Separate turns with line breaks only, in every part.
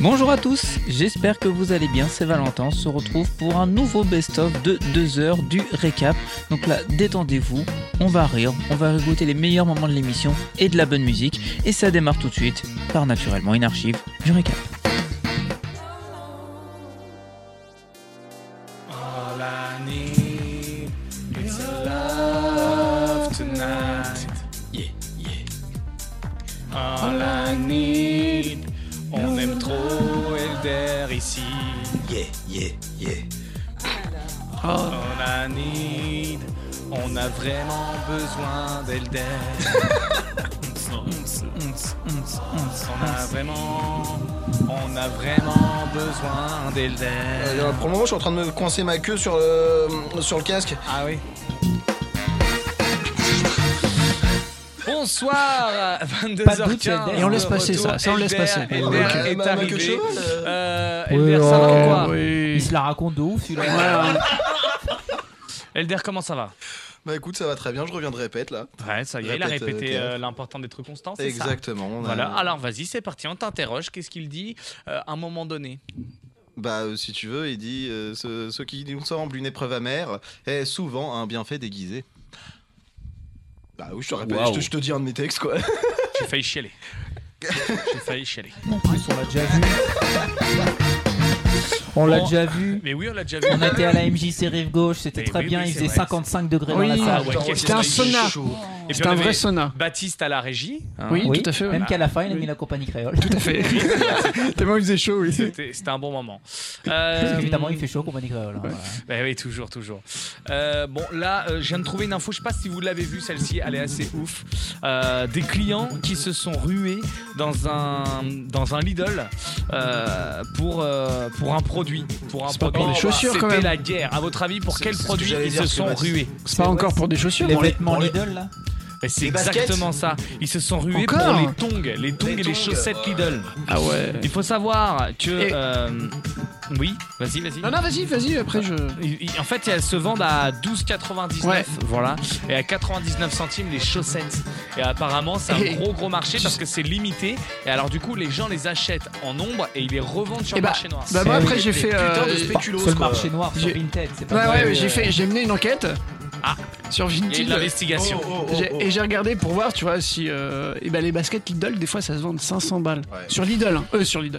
Bonjour à tous, j'espère que vous allez bien, c'est Valentin, on se retrouve pour un nouveau best-of de 2 heures du récap. Donc là, détendez-vous, on va rire, on va goûter les meilleurs moments de l'émission et de la bonne musique, et ça démarre tout de suite par naturellement une archive du récap.
All I need is a love tonight. Yeah, yeah. All I need, on aime trop Elder ici. Yeah, yeah, yeah. All I need, on a vraiment besoin d'Elder. on a vraiment, on a vraiment besoin d'Elder.
Euh, pour le moment, je suis en train de me coincer ma queue sur le, sur le casque.
Ah oui. Bonsoir, 22h15.
Et on laisse passer ça, ça, on laisse passer.
Elder
Ok.
est
Ma- ma queue de
arrivé.
cheval, euh.
Euh, Elder, ça
oh,
va ou quoi
Il se la raconte de ouf, celui-là.
Elder, comment ça va
Bah écoute, ça va très bien, je reviens de répète là.
Ouais, ça y est, il a
Répète, euh,
répété
Pierre.
euh, l'important d'être constant, c'est ça
Exactement. on a-
Voilà, alors vas-y, c'est parti, on t'interroge. Qu'est-ce qu'il dit euh, à un moment donné
Bah euh, si tu veux, il dit euh, ce, ce qui nous semble une épreuve amère est souvent un bienfait déguisé. Bah oui, je te rappelle,
Waouh.
je, te, je te dis un de mes textes quoi.
J'ai failli chialer. J'ai failli chialer.
En plus, on l'a déjà vu. On
l'a
l'a
On- déjà
déjà vu.
Mais oui, on l'a déjà vu.
On était à la MJC Rive Gauche, c'était
Mais
très
oui,
bien,
oui,
il
c'est
faisait
vrai.
55 degrés dans la
Oui.
salle.
Ah ouais, qu'est-ce
c'était
que
un
c'est
sonar.
chaud.
Et puis
C'est
on
un
avait
vrai sauna.
Baptiste à la régie. hein.
Oui, tout à fait. ouais.
Même qu'à la fin, il a mis la compagnie créole.
Tout à fait. Tellement il faisait chaud, oui.
C'était Ah. c'était un bon moment.
Parce
Euh,
qu'évidemment, il fait chaud, compagnie créole. hein, voilà.
Bah oui, toujours, toujours. Euh, bon, là, euh, je viens de trouver une info, je sais pas si vous l'avez vue, celle-ci, elle est assez ouf. Euh, des clients qui se sont rués dans un, dans un Lidl euh, pour, euh, pour un produit. Pour un
pas
produit.
pour des chaussures, quand
C'était
même.
la guerre. À votre avis, pour
C'est-
quel
c'est ce que
produit
j'allais
ils
dire,
se
ce
sont
Baptiste.
rués
C'est pas encore pour des chaussures.
Les
on les-
vêtements
on les-
Lidl, là
Mais C'est
Les baskets
exactement ça. Ils se sont rués
Encore
pour les tongs, les tongs et les
tongs,
chaussettes
ouais.
Lidl.
Ah ouais.
Il faut savoir que.
Et-
euh, oui, vas-y, vas-y.
Non, non, Ah, vas-y, vas-y, après je.
Il- il- En fait, elles se vendent à 12,99.
Ouais.
Voilà. Et à 99 centimes les chaussettes. Et apparemment, c'est un
Et-
gros gros marché parce que c'est limité. Et alors, du coup, les gens les achètent en nombre et ils les revendent sur
Eh
le
bah,
marché noir.
Bah,
C'est
moi, après,
des-
j'ai
des
fait.
putains de
euh,
spéculos. Culos,
Sur le
quoi.
marché noir, sur
J'ai-
Vinted, c'est pas
Ouais,
vrai,
ouais,
euh,
j'ai fait, j'ai mené une enquête.
Ah.
Sur
Il y a eu de
Vinted.
l'investigation.
Oh, oh, oh,
J'ai-
oh.
Et j'ai regardé pour voir, tu vois, si. euh, eh ben, les baskets Lidl, des fois, ça se vend 500 balles.
Ouais.
Sur Lidl, hein. euh, sur Lidl.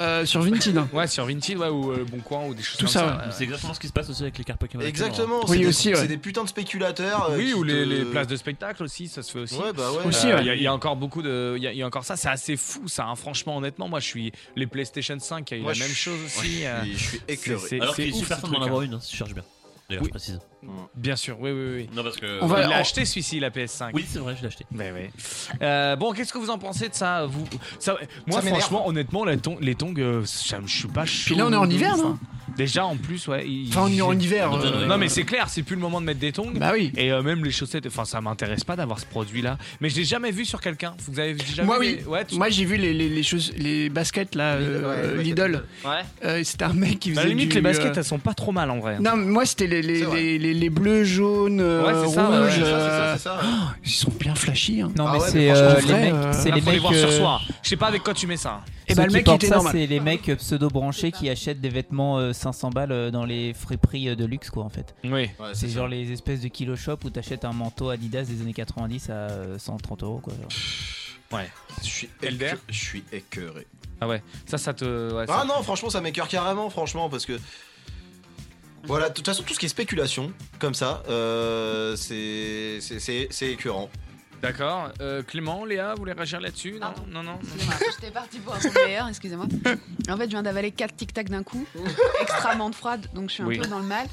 Euh, sur Vinted. hein.
Ouais, sur Vinted, ouais, ou euh, Bon Coin, ou des choses
Tout
comme
ça,
ça.
ouais.
ouais.
C'est exactement ce qui se passe aussi avec les cartes Pokémon.
Exactement,
Oui,
c'est des-
aussi, ouais.
c'est des putains de spéculateurs. euh,
Oui,
qui
ou les,
te-
les places de spectacle aussi, ça se fait aussi.
Ouais, bah ouais.
Aussi,
Euh,
ouais.
Il y a- il y, a encore beaucoup de. Il y, a- il y a encore ça, c'est assez fou ça. hein. Franchement, honnêtement, moi je suis. Les PlayStation 5, il y a eu
Moi,
la
je
même
suis-
chose aussi. euh,
Je suis écœuré.
c'est-
Alors
c'est
qu'il est
ouf,
super
ce
temps d'en
truc,
avoir une, hein, si tu cherches bien. D'ailleurs,
Oui.
je précise.
Bien sûr, oui, oui, oui.
Non, parce que.
On va-
Il l'a
on-
acheté celui-ci, la PS5.
Oui, c'est vrai, je l'ai acheté.
Ben ouais. Euh, bon, qu'est-ce que vous en pensez de ça, vous ça, Moi,
m'énerve.
franchement, honnêtement, les, tong- les tongs, euh, ça me- je suis pas chaud.
Puis là, on est en hiver,
Enfin,
non
Déjà, en plus, ouais. il-
Enfin, on est en
j'ai-
hiver.
Non,
euh,
Non, mais c'est clair, c'est plus le moment de mettre des tongs.
Bah oui.
Et euh, même les chaussettes, enfin, ça m'intéresse pas d'avoir ce produit-là. Mais je l'ai jamais vu sur quelqu'un. Vous avez déjà
Moi,
vu
oui.
des- Ouais, tu-
Moi, j'ai vu les, les, les, choses, les baskets, là, euh,
Ouais, les baskets
Lidl.
Ouais.
Euh, C'était un mec qui
Bah, à
faisait.
la limite,
du,
les
euh,
baskets, elles sont pas trop mal en vrai. hein.
Non, mais moi c'était les, les,
C'est vrai.
les, les- les bleus, jaunes, euh,
Ouais, c'est ça, ouais,
rouges.
Ouais, c'est
euh,
ça, c'est ça, c'est ça.
Ils sont bien flashy. Hein.
Non,
Ah
mais
ouais,
c'est
mais
euh,
franchement,
les mecs.
euh,
C'est
Là,
les
faut les Eh
mecs.
voir sur
euh,
soi. Je sais pas avec quoi tu mets ça.
Et
ceux
bah le
qui
mec il
portent
était
ça,
normal.
c'est les mecs pseudo branchés qui achètent des vêtements euh, 500 balles euh, dans les friperies euh, de luxe, quoi, en fait.
Oui.
Ouais,
C'est
ça.
genre les espèces de kilo shop où t'achètes un manteau Adidas des années 90 à euh, 130 euros, quoi. genre.
Je suis
Elder.
écœuré. Je suis écœuré.
Ah ouais. Ça, ça te. ouais, ça-
Ah non, franchement, ça m'écœure carrément, franchement, parce que. Voilà, de toute façon, tout ce qui est spéculation, comme ça, euh, c'est c'est- c'est- c'est écœurant.
D'accord. Euh, Clément, Léa, vous voulez réagir là-dessus Non,
Ah.
Pardon.
non, non.
Excusez-moi, J'étais partie pour un coup de meilleur, excusez-moi. En fait, je viens d'avaler 4 tic-tac d'un coup, extrêmement froide, donc je suis un
Oui.
peu dans le mal.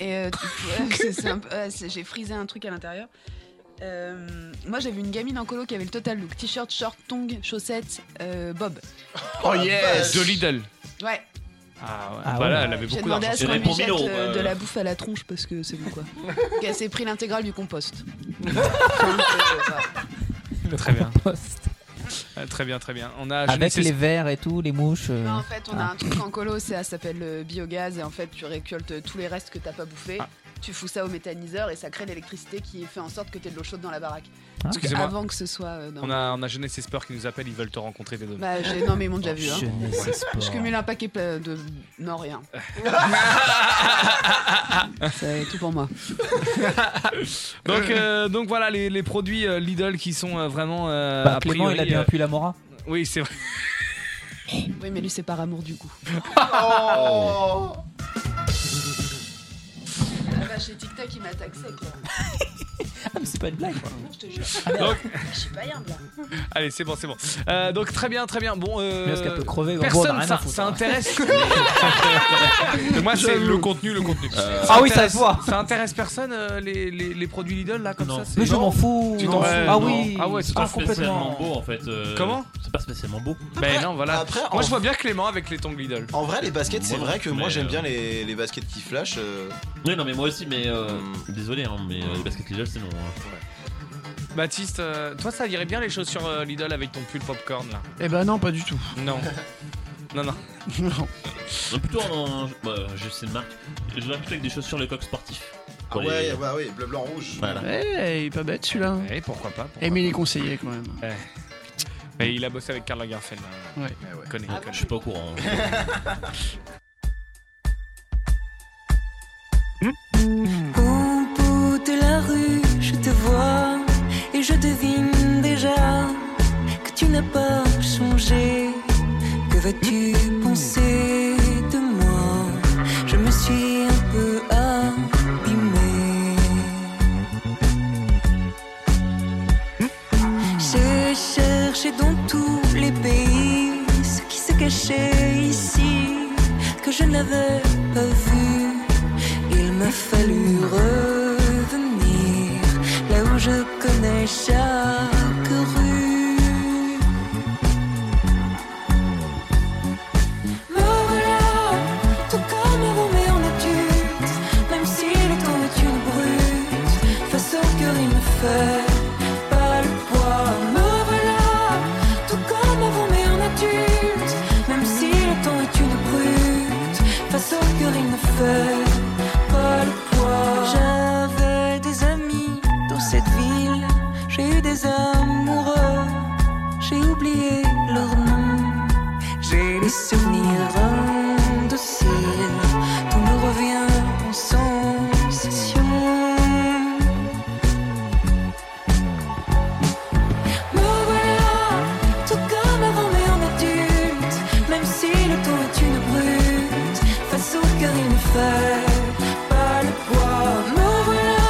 Et euh, c'est- c'est un peu- euh, c'est- j'ai frisé un truc à l'intérieur. Euh, moi, j'avais une gamine en colo qui avait le total look t-shirt, short, tongue, chaussettes, euh, bob.
Oh yes
De Lidl.
Ouais,
Ah ouais.
Ah
bah
ouais.
là, elle avait
j'ai
beaucoup
demandé
d'argent. Ah,
à ce
C'est
qu'on lui
pour
jette
1000 euros,
euh,
euh.
de la bouffe à la tronche parce que c'est bon quoi. Donc, elle s'est pris l'intégrale du compost.
Très bien.
Poste.
Ah, Très bien, très bien. On a je ne
Avec
sais-
les verres et tout, les mouches. euh.
Non, en fait, on a un truc en colo, ça s'appelle le biogaz, et en fait, tu récoltes tous les restes que t'as pas bouffé.
Ah.
tu fous ça au méthaniseur et ça crée l'électricité qui fait en sorte que t'aies de l'eau chaude dans la baraque.
Excusez-moi,
Avant que ce soit euh, dans.
on a, on a Jeunesse et Sport qui nous appelle, ils veulent te rencontrer des demain.
Bah, j'ai- non, mais ils m'ont déjà vu. hein.
Jeunesse et
Oh.
sport.
Je cumule un paquet pla- de. Non, rien.
Ah,
C'est tout pour moi.
Donc, euh, donc voilà les, les produits euh, Lidl qui sont euh, vraiment. euh,
Bah,
a
Clément,
priori,
il a bien
euh,
pu la Mora.
Oui, c'est vrai.
Oui, mais lui, c'est par amour du goût.
Oh
Ah La vache, les Tic Tac, bah, il m'attaque sec, là.
Ah, mais c'est pas une blague.
Je te jure.
Donc-
Je suis pas yard, là.
Allez, c'est bon, c'est bon. Euh, donc très bien, très bien. Bon, euh,
Parce qu'elle peut crever. gros, on
personne
a rien à
ça,
foutre,
ça
hein.
intéresse. Moi, c'est le contenu, le contenu.
Euh,
Ah oui, ça se
intéresse-
voit.
Ça intéresse personne euh, les, les, les produits Lidl là comme
Non.
ça. c'est-
Mais je m'en fous.
Tu
Non.
t'en fous.
Ah
Non.
oui.
Ah ouais, tu
C'est
t'en
pas
Ah,
spécialement
complètement.
beau en fait. euh,
Comment
C'est pas spécialement beau.
Ben non, voilà.
Après, en,
Moi, je vois bien Clément avec les tongs Lidl.
en vrai, les baskets, c'est
Moi,
vrai que
mais,
moi j'aime
euh,
bien les, les baskets qui flashent. euh,
Oui, non, mais moi aussi, mais. euh,
Mm.
Désolé, hein, mais euh, les baskets Lidl, c'est non. hein.
Baptiste, euh, toi, ça irait bien les chaussures euh, Lidl avec ton pull popcorn là.
Eh ben non, pas du tout.
Non. Non, non.
Non.
Non, plutôt en. Bah, je sais une marque. Je l'ai acheté avec des chaussures le coq sportif.
Ah ouais, bah oui, bleu, blanc, rouge.
Voilà.
Eh, il est pas bête celui-là.
Eh, pourquoi pas
Eh,
pourquoi
mais il est conseillé quand même.
pas. Mais il a bossé avec Karl Lagerfeld. hein.
Ouais.
Eh ouais.
Il connaît, il connaît.
Ah Je suis pas au courant. hein.
Au bout de la rue, je te vois et je devine déjà que tu n'as pas changé. Que vas-tu penser de moi Je me suis un peu abîmée. J'ai cherché dans tous les pays ce qui se cachait ici, que je n'avais pas vu. Il m'a fallu revenir là où je connais chaque rue. Me voilà, tout comme avant, mais en adulte. Même si le temps est une brute, face au cœur, il ne fait pas le poids. Me voilà, tout comme avant, mais en adulte. Même si le temps est une brute, face au cœur, il ne fait pas le poids. J'avais des amis dans cette ville, j'ai eu des amoureux, j'ai oublié leur nom. J'ai les souvenirs indociles, tout me revient en sensation. Me voilà, tout comme avant, mais en adulte. Même si le temps est une brute, face au cœur, il ne fait pas le poids. Me voilà,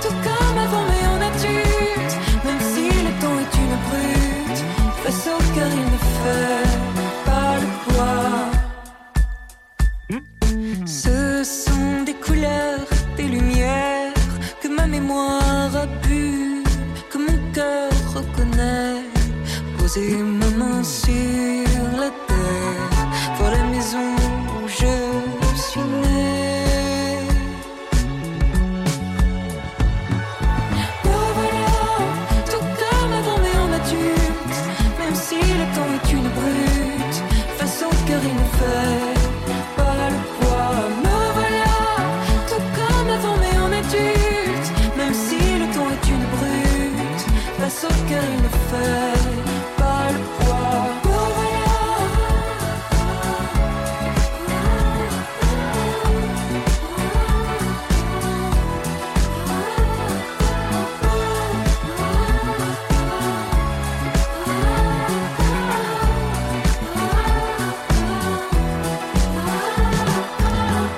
tout comme avant, mais en adulte. Même si le temps est une brute, face au cœur, il ne fait pas le poids. Ce sont des couleurs, des lumières que ma mémoire a bu, que mon cœur reconnaît. Poser ma main sur la terre, voir la maison où je suis née. Me voilà, tout comme avant mais en adulte Même si le temps est une brute Face au cœur il ne fait pas le poids Me voilà, tout comme avant mais en adulte Même si le temps est une brute Face au cœur il ne fait pas le poids Me voilà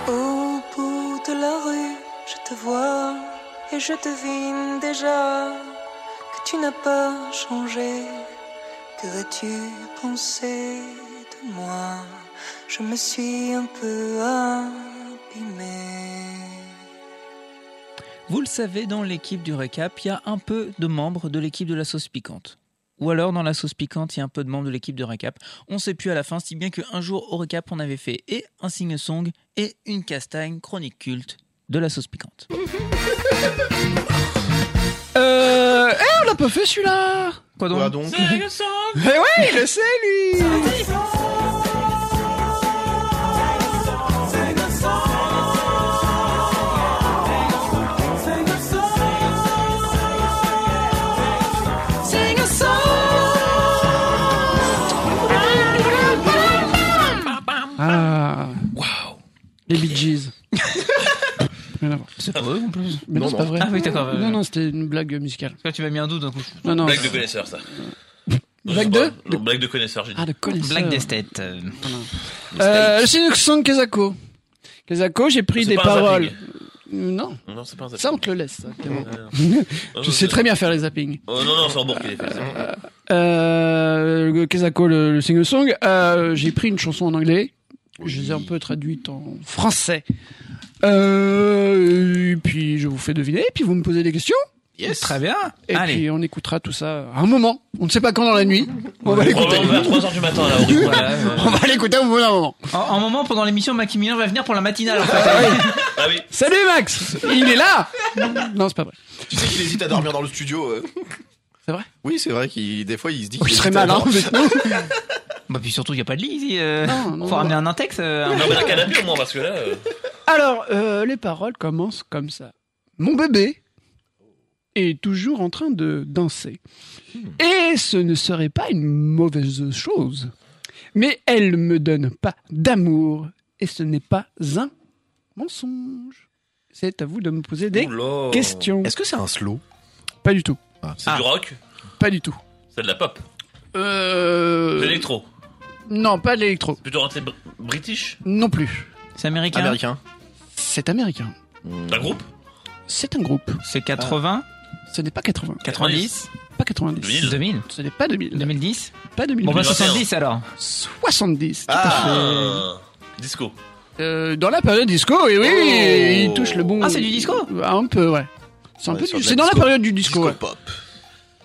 Au bout de la rue, je te vois et je devine déjà que tu n'as pas changé. Que vas-tu penser de moi Je me suis un peu abîmée.
Vous le savez, dans l'équipe du récap, il y a un peu de membres de l'équipe de la sauce piquante. Ou alors dans la sauce piquante, il y a un peu de membres de l'équipe de récap. On ne sait plus à la fin, si bien qu'un jour au récap, on avait fait et un signe song et une castagne chronique culte de la sauce piquante.
Euh. Eh, on l'a pas fait celui-là
Quoi donc
Quoi donc
Eh ouais, il le sait lui
Sing
Ah. Les Bee Gees. Rien à voir.
C'est pas eux en plus.
Mais non,
Non,
c'est pas vrai.
Ah oui, d'accord, ouais, ouais.
Non, non, c'était une blague musicale.
Toi, tu m'as mis un doute d'un coup.
Non, non.
Blague de connaisseur, ça.
Blague
Je sais
de
pas. Non, Blague de connaisseur, j'ai dit.
Ah, de connaisseur.
Blague d'esthète. euh,
Euh, c'est le son de Kezako. Kezako, j'ai pris
C'est
des
pas un
paroles. Euh,
zapping.
Non,
Non, c'est pas un zapping.
ça, on te le laisse. hein, ça, Clément.
Ouais, non. Non,
Je
non,
sais
non.
très bien faire les zappings.
Oh non, non, c'est Rambourg qui les fait. ça.
Euh, le Kezako, le, le sing-song, euh, j'ai pris une chanson en anglais. Je les ai un peu traduites en français. Euh, et puis je vous fais deviner, et puis vous me posez des questions,
Très bien.
et
Allez.
puis on écoutera tout ça à un moment. On ne sait pas quand dans la nuit. On va l'écouter.
Oh,
Probablement vers 3h du matin, là, au rythme.
Voilà, ouais.
On va l'écouter au bout d'un moment.
En, en moment, pendant l'émission, Macky Miller va venir pour la matinale. En fait.
Ah oui.
Salut Max Il est là Non, c'est pas vrai.
Tu sais qu'il hésite à dormir dans le studio. euh.
C'est vrai
Oui, c'est vrai qu'il des fois il se dit
Il
hésite
serait
à
malin,
dormir.
honnêtement.
bah, puis surtout, il n'y a pas de lit ici. euh.
Non, non,
Faut
non.
ramener un index. euh, un-
Non, mais un canapé au moins, parce que là. euh,
Alors, euh, les paroles commencent comme ça. Mon bébé est toujours en train de danser.
Hmm.
Et ce ne serait pas une mauvaise chose. Mais elle ne me donne pas d'amour. Et ce n'est pas un mensonge. C'est à vous de me poser des
oula.
questions.
Est-ce que c'est un slow
Pas du tout.
C'est
Ah.
du rock,
Pas du tout.
c'est de la pop, de
Euh... oh.
l'électro.
Non, pas de l'électro.
C'est plutôt rentré br- british.
Non plus.
C'est américain.
américain
C'est américain.
Un groupe
C'est un groupe. Euh,
C'est 80,
Ce n'est pas 80.
90,
Pas 90.
2000.
2000,
Ce n'est pas 2000.
2010.
Pas 2000.
Bon, bah,
2021.
70 alors.
70. tout à
Ah.
Ah. Disco.
fait. Euh, dans la période disco, et oui,
Oh.
il touche le bon.
Ah, c'est du disco
Un peu, ouais. C'est un
Ouais,
peu
sur
du-
de la
C'est dans la
disco.
période du disco.
Disco
ouais.
pop.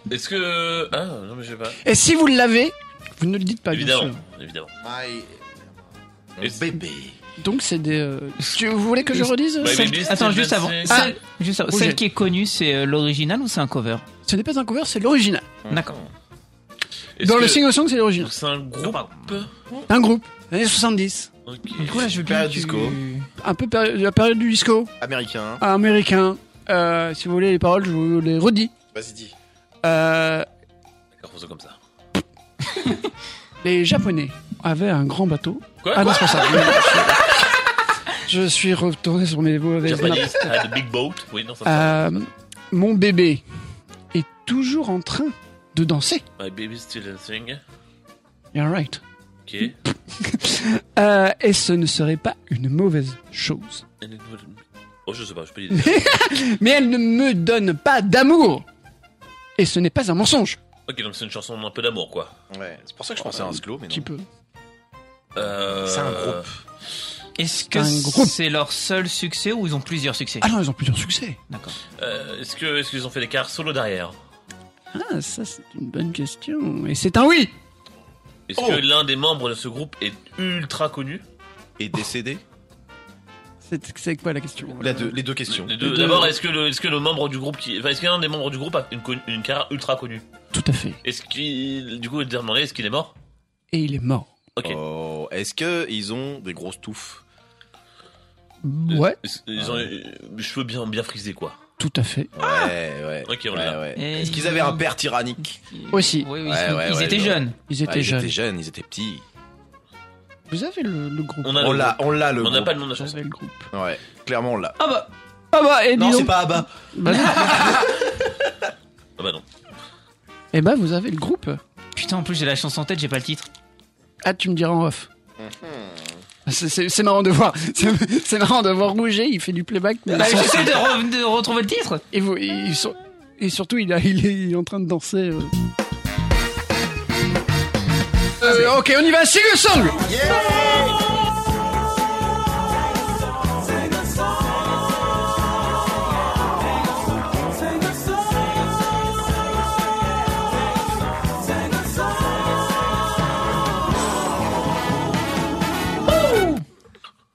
Est-ce que. Ah, non, mais je sais pas.
Et si vous l'avez, vous ne le dites pas, bien
évidemment,
sûr.
évidemment.
My
Et-
baby.
Donc c'est des. euh, tu- vous voulez que je redise euh,
Bah,
celle-
mais lui,
Attends,
c'était
juste avant.
Beyoncé.
Celle, juste avant.
Où
Celle
j'ai-
qui est connue, c'est euh, l'original ou c'est un cover
Ce n'est pas un cover, c'est l'original.
D'accord.
Hum.
Oh,
Est-ce
Dans
que-
le single song, c'est l'original.
C'est un groupe.
Un groupe, années 70.
Ok.
Du coup, là, je vais
Période
plus.
disco.
Un peu péri- la période du disco,
Américain.
américain. Euh, si vous voulez les paroles, je vous les redis.
Vas-y, dis.
Euh,
D'accord, faisons comme ça.
les Japonais avaient un grand bateau.
Quoi
ah non,
Quoi
c'est pas ça. je suis retourné sur mes mauvaises notes.
Japanese had a big boat. Oui, non, ça me parle.
Euh, mon bébé est toujours en train de danser.
My baby's still dancing.
You're right.
Ok.
Euh, et ce ne serait pas une mauvaise chose.
And it would- Oh, je sais pas, je peux l'idée.
Mais elle ne me donne pas d'amour. Et ce n'est pas un mensonge,
ok, donc c'est une chanson un peu d'amour, quoi.
Ouais, c'est pour ça que je pensais à un slow, mais
un
non.
petit peu.
Euh...
C'est un groupe.
Est-ce que
Un groupe.
c'est leur seul succès ou ils ont plusieurs succès
Ah non, ils ont plusieurs succès.
D'accord.
Euh, est-ce que est-ce qu'ils ont fait des cartes solo derrière
Ah, ça c'est une bonne question. Et c'est un oui.
Oh.
Est-ce que l'un des membres de ce groupe est ultra connu
Et décédé
C'est c'est quoi la question
La deux- Les deux questions.
Les deux-
deux.
D'abord, est-ce que le est-ce que le membre du groupe qui enfin, est-ce qu'un des membres du groupe a une, connu- une carrière ultra connue
Tout à fait.
Est-ce qu'il du coup il est demandé est-ce qu'il est mort
Et il est mort.
Ok.
Oh, Est-ce que ils ont des grosses touffes
Ouais,
Est-ce- Ils ont euh, cheveux bien bien frisés quoi.
tout à fait.
Ouais, ouais.
Ok, on
Ouais,
l'a.
ouais.
Et
Est-ce qu'ils
ils
avaient un
ont-
père tyrannique
Aussi.
Oui, oui,
Ouais,
ils,
ouais,
ils
ouais,
étaient
ouais.
jeunes.
Ils étaient
Ah, Ils
jeunes.
étaient jeunes, ils étaient petits.
Vous avez le, le groupe.
On a
On
le
l'a,
groupe.
on l'a le
On n'a
groupe.
pas le nom de la
Vous
chanson.
avez le groupe.
Ouais, clairement on l'a.
Ah bah
Ah bah, et dis
Non, c'est
donc.
pas Abba.
Bah, non.
Ah bah non.
Eh bah, vous avez le groupe.
Putain, en plus, j'ai la chanson en tête, j'ai pas le titre.
Ah, tu me diras en off. C'est- C'est c'est marrant de voir. C'est c'est marrant de voir Rouget, il fait du playback. mais
Bah,
ils sont-
J'essaie de, re- de retrouver le titre.
et, vous- ils sont- et surtout, il, a- il est, il est en train de danser. euh. Euh, ok, on y va, sing a song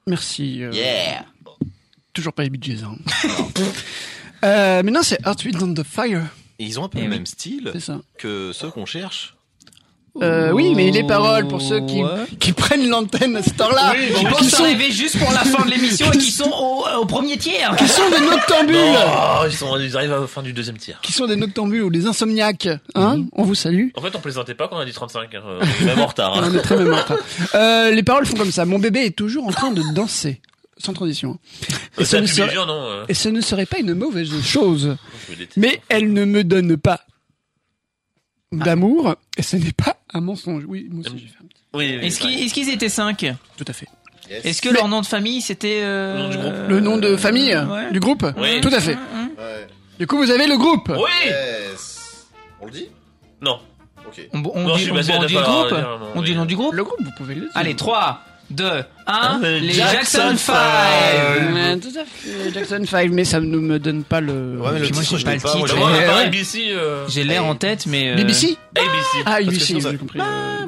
Merci. euh, Toujours pas les Bee Gees, hein. Euh, mais non, c'est Heartbeat on the Fire,
Et ils ont un peu
Eh
le
oui.
même style
c'est ça.
que ceux qu'on cherche.
Euh, oui, mais les paroles pour ceux qui,
Ouais.
qui prennent l'antenne à cette heure-là,
Je
qui,
pense
sont,
Ah, arriver juste pour la fin de l'émission et qui sont au, euh, au premier tiers.
qui sont des noctambules,
Oh, ils sont ils arrivent à la fin du deuxième tir.
qui sont des noctambules ou des insomniaques, hein On vous salue.
En fait, on plaisantait pas quand on a dit 35. hein. On est Même en retard.
On
hein.
est très même en retard. Euh, les paroles font comme ça. Mon bébé est toujours en train de danser. sans transition.
Euh,
Et ce,
T'as
ne
publié le
serait,
jour, non euh,
et ce ne serait pas une mauvaise chose.
je me déteste.
Mais elle ne me donne pas
Ah.
d'amour, et ce n'est pas un mensonge. Oui, moi aussi, j'ai fait un petit-
Oui, oui,
Est-ce
oui.
qu'ils est-ce qu'ils étaient 5
Tout à fait.
Est-ce que
Mais-
leur nom de famille c'était. euh,
Le nom du groupe.
Le nom de famille
ouais.
du groupe
Ouais.
Tout à fait.
Hein, hein.
Ouais.
Du coup, vous avez le groupe
Oui
Yes. On le dit
Non.
Ok.
On, on
Non, je
dit,
suis
on,
basé à
on
la
dit le
part,
groupe
euh, non,
On dit
oui.
le nom du groupe
Le groupe, vous pouvez le dire.
Allez, 3, 2, 1,
Euh,
les Jackson
Jackson
5
Five.
Euh, tout à fait, Jackson 5, mais ça ne me donne pas le.
Ouais, mais le
Moi,
titre,
j'ai
je
pas
l'ai
le
pas. Moi,
titre.
Non,
j'ai-
moi, on a
Eh,
pas
ouais.
ABC. euh,
J'ai l'air en tête, mais. euh,
BBC
ABC.
Ah,
parce que
BBC,
sinon, ça-
j'ai compris.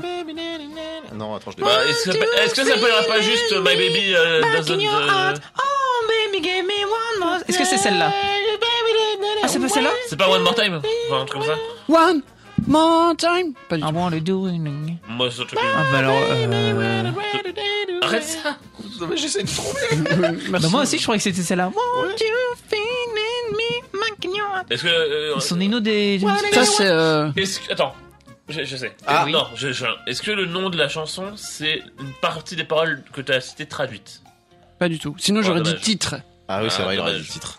Euh,
Non, attends, je l'ai pas.
Bah, est-ce que ça peut- est-ce que ça s'appellera pas juste euh, My Baby euh, Doesn't... euh,
Oh, baby, give me one more. Est-ce que c'est celle-là Ah, c'est pas celle-là
C'est pas One More Time Enfin, un truc comme ça
One more time Pas du
I
tout.
want to do it.
Moi, c'est un truc...
Ah, bah alors. euh,
Arrête ça
Non, mais j'essaie de trouver.
bah,
Merci.
moi aussi, je croyais que c'était celle-là. Won't you feel in me, my girl?
Est-ce que... euh,
C'en est une autre des.
Ça, c'est. euh,
Est-ce que... Attends. Je, je sais.
Ah, oui.
Non, je, je- Est-ce que le nom de la chanson, c'est une partie des paroles que t'as citées traduites
Pas du tout. Sinon,
Oh,
j'aurais dit
dommage.
titre.
Ah oui, c'est
Ah,
vrai, il aurait dit
dommage.
le titre.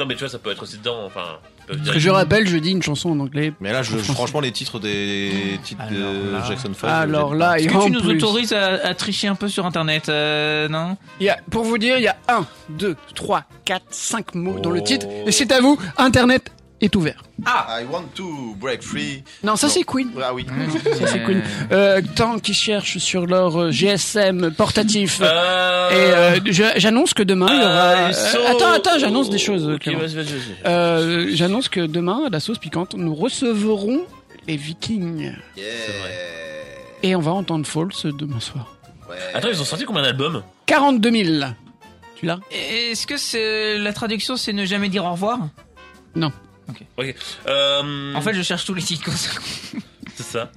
Non, mais tu vois, ça peut être aussi dedans, enfin... ils peuvent
Parce
dire-
que je rappelle, je dis une chanson en anglais.
Mais là, je, je- franchement, les titres des titres de
Alors là.
Jackson 5.
Alors là,
Est-ce
et
que
en
tu nous
plus,
autorises à, à tricher un peu sur internet euh, Non
il y a- pour vous dire, il y a 1, 2, 3, 4, 5 mots dans le titre. Et c'est à vous, Internet est ouvert.
I want to break free.
Ah. Non, ça
Non.
c'est Queen.
Ah oui.
Ça c'est Queen. Euh, tant qu'ils cherchent sur leur euh, GSM portatif.
Euh...
Et euh, je- j'annonce que demain, il y aura...
euh, so-
Euh, Attends, attends, j'annonce des choses.
Ok,
Clément.
vas-y, vas-y, vas-y.
Euh, j'annonce que demain, à la sauce piquante, nous recevrons les Vikings.
C'est
Yeah.
Et on va entendre False demain soir.
Ouais.
Attends, ils ont sorti combien d'albums
42 000. Tu l'as
Est-ce que c'est- la traduction c'est ne jamais dire au revoir
Hmm. Euh...
En fait, je cherche tous les titres comme ça.
C'est ça.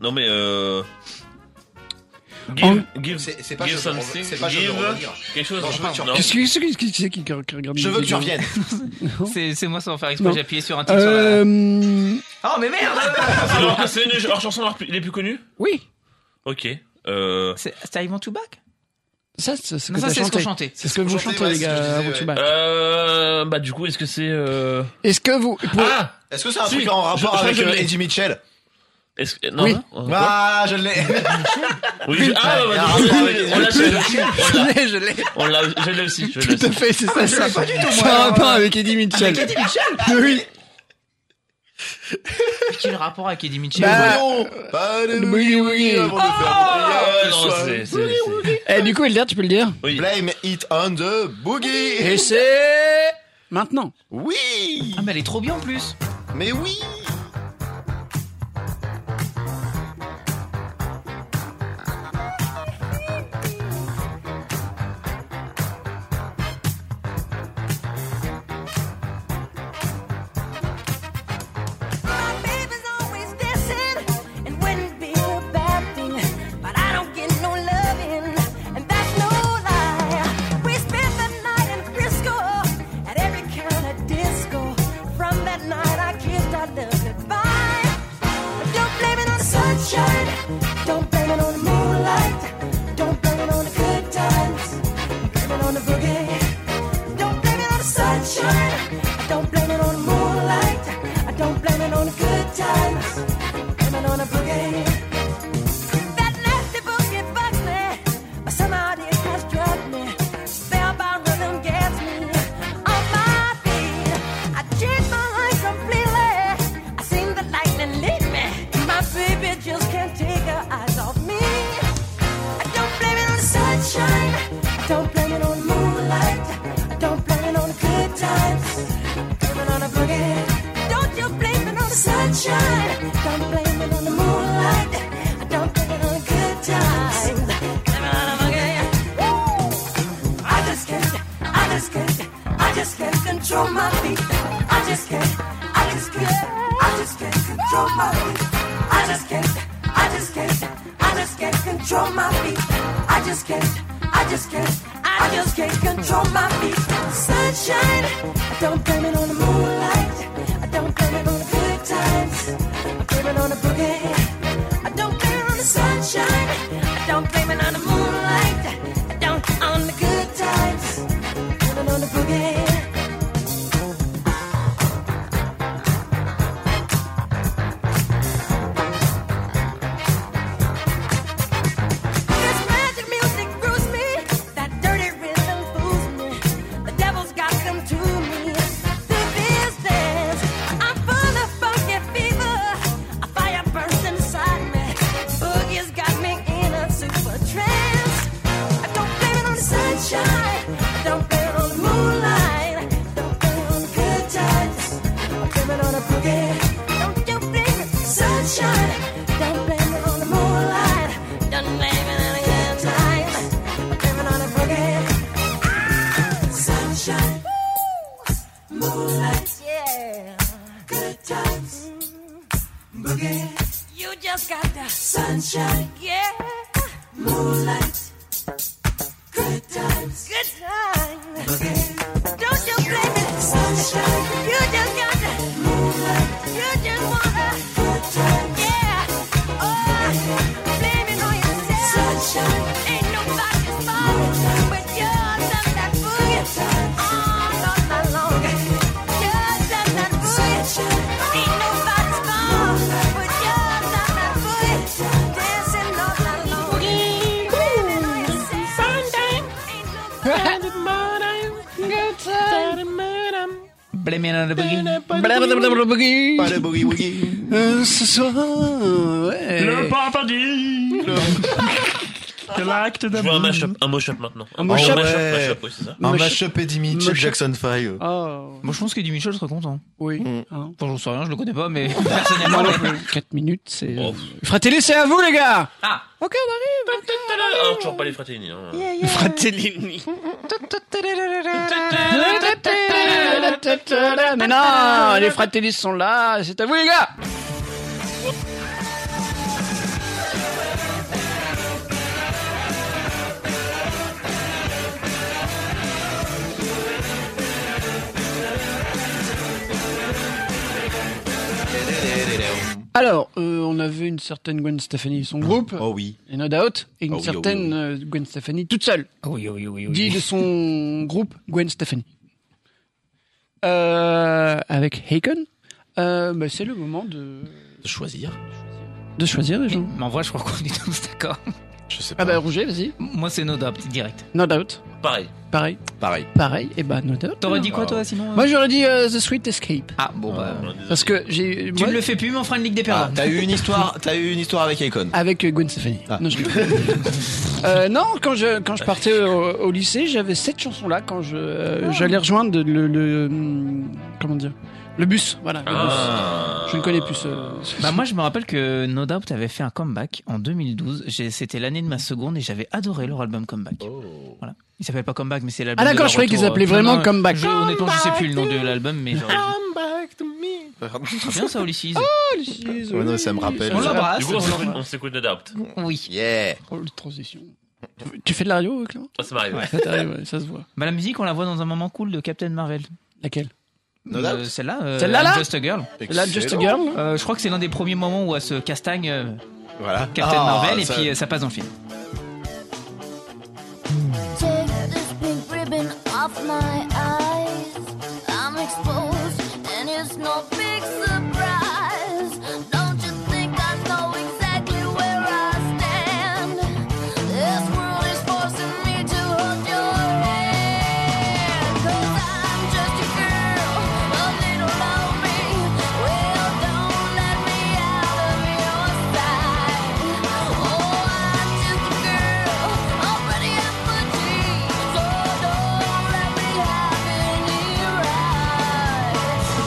Non mais euh...
En-
Give, give,
C'est c'est pas
give
je veux
something,
revenir, c'est pas je
give
veux revenir.
quelque chose.
Non, je veux que tu
Non.
Qu'est-ce que c'est que- qu'est-ce que c'est qui qui regarde
Je
les
veux que tu
vidéos
reviennes.
C'est c'est moi sans faire exprès,
Non.
j'ai appuyé sur un titre. sur la-
Euh...
Oh mais merde
C'est leur- Ah, C'est une- leur chanson leur plus- les plus connues
Oui.
Ok. Euh...
C'est c'est I Want to Back
Ça, c'est ce
Non,
que
ça
t'as
c'est ce qu'on
chanté.
chantait.
C'est ce que vous
chantait,
chantez,
ouais,
les
c'est ce que je
gars.
disais,
avant que tu
ouais.
battes.
Euh... Bah du coup, est-ce que c'est... Euh...
Est-ce que vous... pour-
Ah
Est-ce que c'est un
Si,
truc en
je-
rapport
je
avec
crois que
euh,
je l'ai.
Eddie Mitchell
est-ce que... Non.
Oui.
hein Quoi
Ah, je l'ai.
oui. je- Ah, bah, bah,
Oui.
bah, bah, on l'a, je l'ai aussi.
Je l'ai, je l'ai.
On l'a, je l'ai aussi. Je l'ai
Tout à
aussi.
fait, c'est ça. ça.
pas du tout,
C'est
moi.
un rapport avec Eddie Mitchell.
Avec Eddie Mitchell
Oui.
Quel rapport avec Eddie Mitchell
Bah,
Hallelujah, avant de faire
Ah,
une prière,
non,
sois-
c'est, c'est, c'est...
Eh, du coup, Elder, tu peux le dire
Oui.
Blame it on the boogie.
Et c'est... Maintenant.
Oui.
Ah mais elle est trop bien en plus
Mais oui.
My baby's always dancing and wouldn't be a bad thing, but I don't get no loving, and that's no lie. We spent the night in Frisco at every kind of disco. From that night, I kissed our love goodbye. But don't blame it on the sunshine, don't blame it on the moonlight, don't blame it on the good times, blame it on the boogie. Don't blame it on the sunshine. I don't blame it on the moonlight. I don't blame it on the good times. I blame it on the boogie. That nasty boogie bugs me, but somehow it has drugged me. Spellbound rhythm gets me on my feet. I changed my life completely. I seen the lightning lead me. My baby just can't take her eyes off me. I don't blame it on the sunshine. I don't blame it on the moonlight. I don't blame it on the good times. Blame it on the boogie. Don't you blame it on the sunshine. Don't blame it on the moonlight. I don't blame it on the good times. Blame it on the boogie. Woo! I just can't. I just can't. I just can't control my feet. I just can't. I just can't. I just can't control my feet. I just can't. I just can't. I just can't control my feet. I just can't. I just can't. I just can't control my feet. Sunshine. I don't blame it on the moonlight. I don't blame it on the good times. I blame it on the boogie. I don't blame it on the sunshine. I don't blame it on the moonlight. I don't on the good times. Sunshine, yeah. Moonlight, good times, good times. Don't you blame it? Sunshine, you just got to. Moonlight, you just wanna. Good times, yeah. Oh, blame it on yourself. Sunshine, ain't nobody's fault but yours and that boogie. All of my long, yours and that boogie. Ain't nobody's fault but yours and that boogie. Dancing all night long, blaming on yourself. Ain't nobody-
Pas le boogie woogie.
Euh, ce soir, ouais.
paradis Je veux un mashup, un mashup maintenant. Un
mashup.
mashup,
Ouais.
mashup, oui, c'est ça.
Un
Moche-
mashup Eddie Mitchell,
Moche-
Jackson 5.
Ah.
Oh,
Moi, je pense que Eddie Mitchell serait content.
oui.
Mm.
Hein.
Enfin, j'en sais rien, je le connais pas, mais personnellement.
4 minutes, c'est. euh,
Oh.
Fratelli, c'est à vous, les gars
Ah.
Ok, on arrive
Ah, toujours pas les fratellini. Hein.
Fratellini. Mais non, les Fratelli sont là, c'est à vous, les gars Alors, euh, on avait une certaine Gwen Stefani et son groupe,
Oh oui.
et no doubt, et
Ah oui, ah
une
oui,
certaine euh, Gwen Stefani toute seule,
Oui, oui, oui,
dit de son groupe Gwen Stefani. Euh, avec Haken, euh, bah, c'est le moment de,
De choisir.
de choisir les gens.
Mais en vrai, je crois qu'on est tous d'accord.
Je sais pas.
Ah bah Rouget, vas-y.
Moi, c'est No Doubt, direct.
No doubt.
Pareil.
Pareil.
Pareil.
Pareil. Et bah no doubt.
T'aurais dit quoi,
Alors.
toi, sinon euh
Moi j'aurais dit euh, The Sweet Escape.
Ah, bon, bah.
Parce que j'ai.
Tu
moi,
ne le fais plus, mais on fera une Ligue des
Ah,
Perdants.
t'as eu une histoire, t'as eu une histoire avec Icon.
Avec euh, Gwen Stefani.
Ah.
Non, je... Euh, non, quand je quand je partais au, au lycée, j'avais cette chanson là quand je euh, j'allais rejoindre le, le- hum, comment dire le bus. Voilà. le bus. Je ne connais plus ce. ce-
Bah moi je me rappelle que No Doubt avait fait un comeback en 2012. J'ai- C'était l'année de ma seconde et j'avais adoré leur album Comeback. Voilà. Il s'appelle pas Comeback mais c'est
Ah
l'album. de
d'accord,
leur
je croyais qu'ils
retour,
appelaient
euh,
vraiment
non, non,
Comeback.
Je, honnêtement je sais plus le nom de l'album mais genre. Très bien ça Ulysses.
Ouais, non, ça me rappelle.
On l'embrasse.
Du coup, on s'en- on s'écoute d'adapt.
Oui.
Yeah.
Oh, la transition. Tu- Tu fais de la radio, Clément
Ça m'arrive.
Ouais.
Ça t'arrive, ouais, ça se voit.
Bah la musique on la voit dans un moment cool de Captain Marvel.
Laquelle
No
Euh,
Doubt.
Celle-là. euh,
Celle-là, là
I'm Just a Girl.
Là, Just a Girl. là
Euh, je crois que c'est l'un des premiers moments où elle se castagne euh,
Voilà.
Captain
Ah,
Marvel et
ça-
puis euh, ça passe dans le film.
Take this pink ribbon off my eyes. I'm exposed, and it's no big surprise. Don't you think I know exactly where I stand? This world is forcing me to hold your hand. Cause I'm just a girl, a little lonely. Well, don't let me out of your sight. Oh, I'm just a girl, already up for tree. So don't let me have any rights. Oh,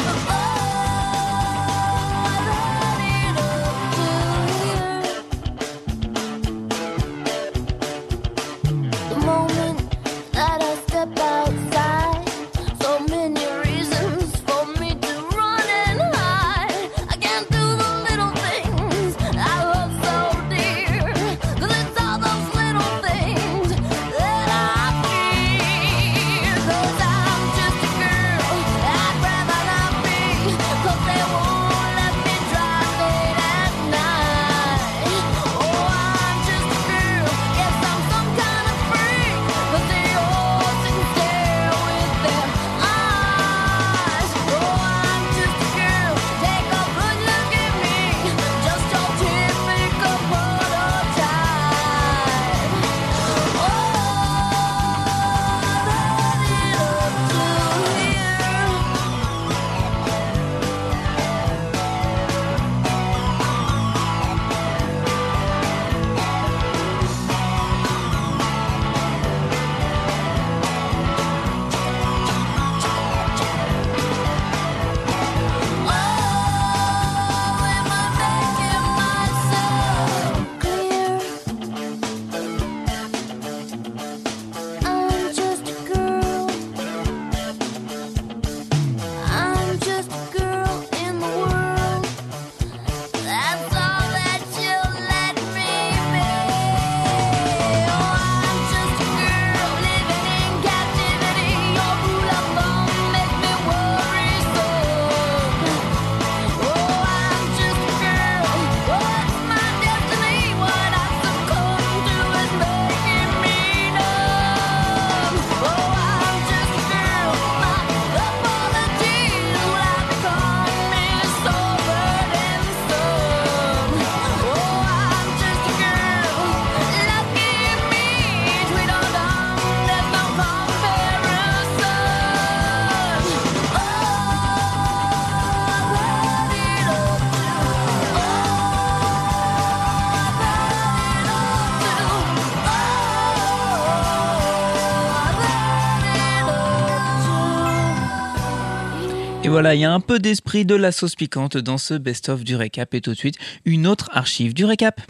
voilà, il y a un peu d'esprit de la sauce piquante dans ce best-of du récap. Et tout de suite, une autre archive du récap.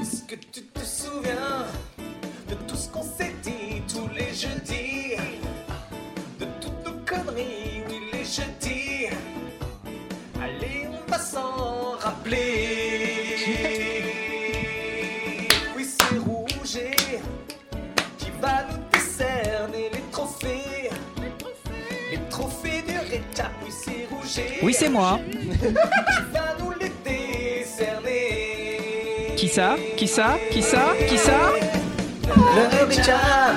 Est-ce que tu te souviens de tout ce qu'on s'est dit tous les jeudis De toutes nos conneries, oui, les jeudis Allez, on va s'en rappeler Oui, c'est Rouget qui va nous décerner les trophées Les trophées du récap, oui, c'est Rouget
Oui, c'est moi.
Qui va nous les décerner
Qui ça Qui ça Qui ça Qui ça
le récap,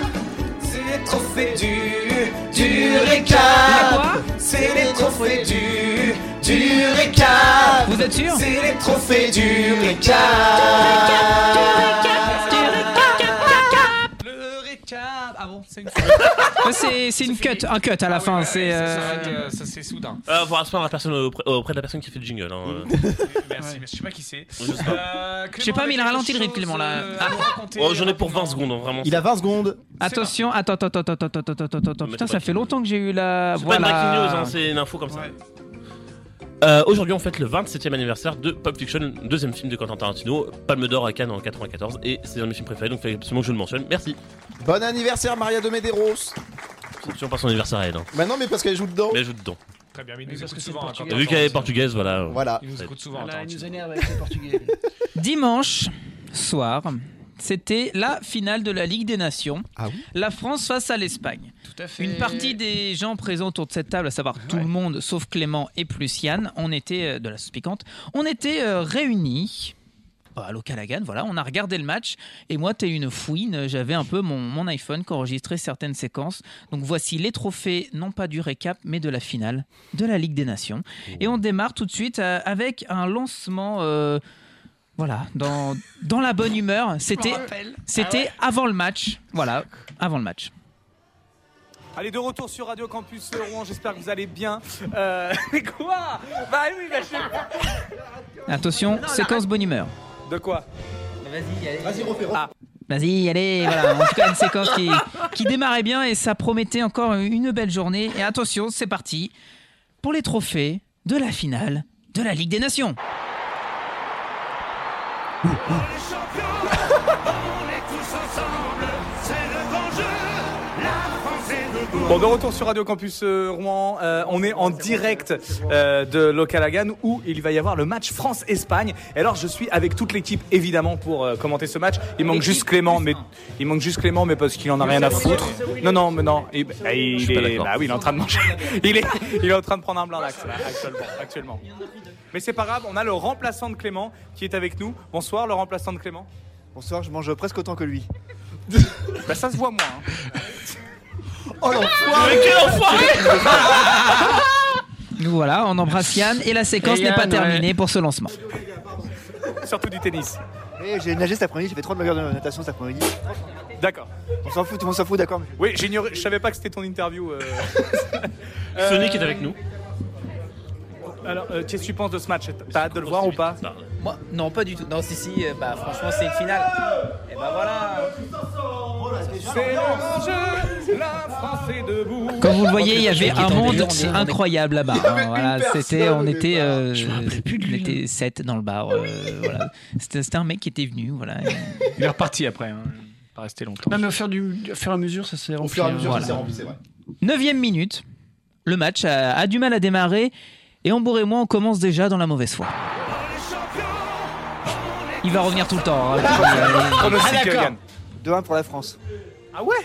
c'est les trophées du, du
La
récap.
quoi
C'est les trophées du, du récap.
Vous êtes sûr
C'est les trophées du récap.
Le récap Ah bon, c'est une
Bah, Euh,
C'est c'est une cut, un cut à la fin. C'est. euh,
Ça, c'est soudain.
Euh, pour l'instant, on va personne auprès, auprès de la personne qui fait le jingle. Hein.
Merci, mais je sais pas qui c'est.
Je sais
Euh, Clément,
Je sais pas, mais il a
quelque
ralenti le rythme,
chose,
Clément, là.
euh,
Ah.
à nous raconter,
Oh, j'en ai pour
rapidement.
20 secondes, hein, vraiment.
Il a 20 secondes.
Attention, attends, attends, attends, attends, attends, attends, attends, attends.
Mais
Putain,
c'est
ça
pas
fait
une-
longtemps que j'ai eu la.
C'est
voilà.
pas une breaking news, hein, c'est une info comme ça. Euh, Aujourd'hui, on fête le 27e anniversaire de Pulp Fiction, deuxième film de Quentin Tarantino, Palme d'Or à Cannes en 94, et c'est un de mes films préférés, donc il fallait absolument que je le mentionne. Merci.
Bon anniversaire, Maria de Medeiros.
C'est toujours pas son anniversaire à elle, hein.
Bah non, mais parce qu'elle joue dedans.
mais ajoute dedans.
Très bien, mais il
Oui,
nous
parce
écoute
que c'est
souvent. hein,
portugais.
Quentin
Vu qu'elle est
Tarantino.
portugaise, voilà.
Voilà.
Il nous écoute souvent. hein,
Voilà, il
Tarantino.
nous énerve avec ses portugais.
Dimanche soir, c'était la finale de la Ligue des Nations.
Ah oui
la France face à l'Espagne.
Tout à fait.
Une partie des gens présents autour de cette table, à savoir tout le monde sauf Clément et plus Yann, on était euh, de la sauce piquante, on était euh, réunis. bah, À l'Ocalagan, voilà, on a regardé le match et moi, t'es une fouine. J'avais un peu mon, mon iPhone qui enregistrait certaines séquences. Donc voici les trophées, non pas du récap, mais de la finale de la Ligue des Nations.
Oh.
Et on démarre tout de suite euh, avec un lancement, euh, voilà, dans, dans la bonne humeur. C'était
Ah
c'était avant le match, voilà, avant le match.
Allez, de retour sur Radio Campus Rouen, j'espère que vous allez bien. Euh, mais quoi Bah oui, bah je...
Attention, séquence bonne humeur.
De quoi
Vas-y, Ah. refais, refais.
Vas-y, allez, voilà. En tout cas, une séquence qui, qui démarrait bien et ça promettait encore une belle journée. Et attention, c'est parti pour les trophées de la finale de la Ligue des Nations.
Bon, de retour sur Radio Campus euh, Rouen, euh, on est en direct euh, de Localagan où il va y avoir le match France-Espagne. Et alors, je suis avec toute l'équipe évidemment pour euh, commenter ce match. Il manque
L'équipe
juste Clément,
plus
mais il manque juste Clément, mais parce qu'il en a rien à foutre. Non, non, mais non. Il, bah, il
suis pas
est,
d'accord.
bah oui, il est en train de manger. Il est, il est en train de prendre un blanc d'axe, là, actuellement, actuellement. Mais c'est pas grave, on a le remplaçant de Clément qui est avec nous. Bonsoir, le remplaçant de Clément.
Bonsoir, je mange presque autant que lui.
Bah, ça se voit moins. hein.
Oh l'enfoiré
Mais quel enfoiré
Nous voilà, on embrasse Yann et la séquence
Et
n'est pas
Yann,
terminée pour ce lancement.
Surtout du tennis.
Eh, J'ai nagé cet après-midi, j'ai fait 30 longueurs de natation cet après-midi.
D'accord.
On s'en fout, tout le monde s'en fout, d'accord
Oui, j'ignorais, je savais pas que c'était ton interview. euh.
Sonic est avec nous.
Alors, euh, qu'est-ce que tu penses de ce match T'as hâte de le voir ou pas
Bah,
Moi, non, pas du tout. Non, si, si, euh, bah, franchement, c'est une finale. Et bah voilà.
Eh ben C'est le jeu, la France est debout.
Comme vous le
Oh,
voyez, il y avait un
Attendez,
monde
attendez, attendez.
incroyable là-bas. hein, voilà, c'était, on était, euh,
plus de
on
lui,
était sept dans le bar. euh, voilà. c'était, c'était un mec qui était venu, voilà. et-
Il est reparti après. hein. Il n'est Pas resté longtemps.
Non, mais au fur, du, au fur et à mesure, ça s'est
Au
rempli.
fur et à
hein.
mesure,
Voilà.
ça s'est rempli, c'est vrai.
Neuvième minute, le match a, a du mal à démarrer et Ambour et moi on commence déjà dans la mauvaise foi. Il va revenir tout le temps.
Ah,
hein.
Pronostic, Yann.
2-1 pour la France.
Ah ouais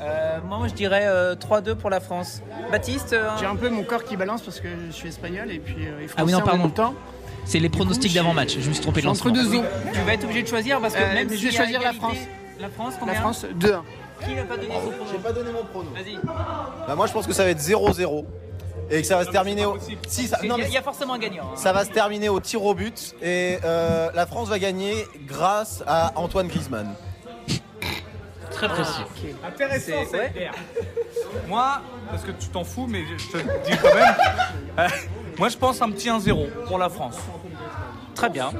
Euh, moi, je dirais euh, 3-2 pour la France. Baptiste euh,
J'ai un peu mon corps qui balance parce que je suis espagnol et puis euh, et français
Ah oui, non,
en
pardon.
même temps.
C'est les pronostics
j'ai-
d'avant-match. Je me suis trompé de
Entre
lancement.
deux eaux.
Tu vas être obligé de choisir parce que
Euh,
même
mais je
si
vais
il y a
choisir la
égalité-
France.
La France, combien
La France, 2-1.
Qui n'a pas donné son pronom
pas donné mon prono.
Vas-y.
Bah moi je pense que ça va être 0-0 et que ça va se terminer au si ça...
Il y
non
a- il y
mais
a forcément un gagnant. hein.
ça va se terminer au tir au but et euh, la France va gagner grâce à Antoine Griezmann.
Très précis.
Ah,
Intéressant,
C'est-
Ah, c'est
ouais.
Moi, parce que tu t'en fous, mais je te le dis quand même. euh, moi, je pense un petit 1-0 pour la France.
Très bien.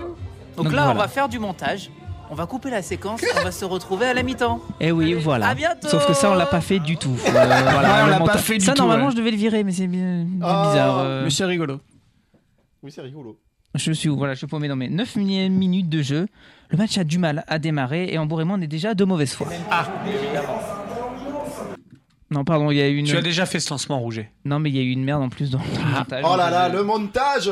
Donc,
Donc
là,
voilà.
on va faire du montage.
On va couper la séquence, on va se retrouver à la mi-temps.
Et Eh oui, voilà.
à bientôt.
Sauf que ça, on l'a pas fait du tout.
Ouais,
Euh,
on l'a
le
pas
monta-
fait du
ça,
tout,
normalement,
ouais.
je devais le virer, mais c'est bien c'est
Ah,
bizarre. euh.
Mais c'est rigolo.
Oui, c'est rigolo.
Je suis où Voilà, je suis paumé dans mes 9 minutes de jeu. Le match a du mal à démarrer et Embourrement on est déjà de mauvaise foi.
Ah.
Non, pardon, il y a eu une.
Tu as déjà fait ce lancement, Rouget.
Non, mais il y a eu une merde en plus dans le montage. euh,
Oh là là,
Je-
le montage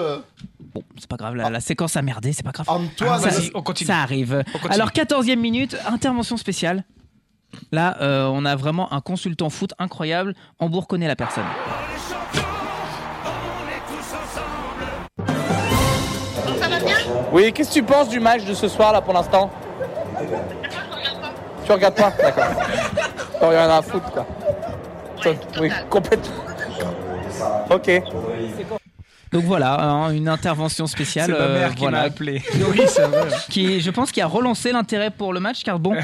Bon, c'est pas grave,
Ah.
la, la séquence a merdé, c'est pas grave. Ah,
Antoine,
ça,
vas-y, on continue.
ça arrive.
On continue.
Alors, 14 e minute, intervention spéciale. Là, euh, on a vraiment un consultant foot incroyable. Hambourg connaît la personne.
Oui, qu'est-ce que tu penses du match de ce soir là pour l'instant Tu regardes pas D'accord. T'en regardes à foutre quoi. oui, complètement. Ok.
Donc voilà, hein, une intervention spéciale.
C'est ma
euh,
mère qui
voilà,
m'a appelé.
Oui, c'est vrai.
qui, je pense, qui a relancé l'intérêt pour le match, car bon,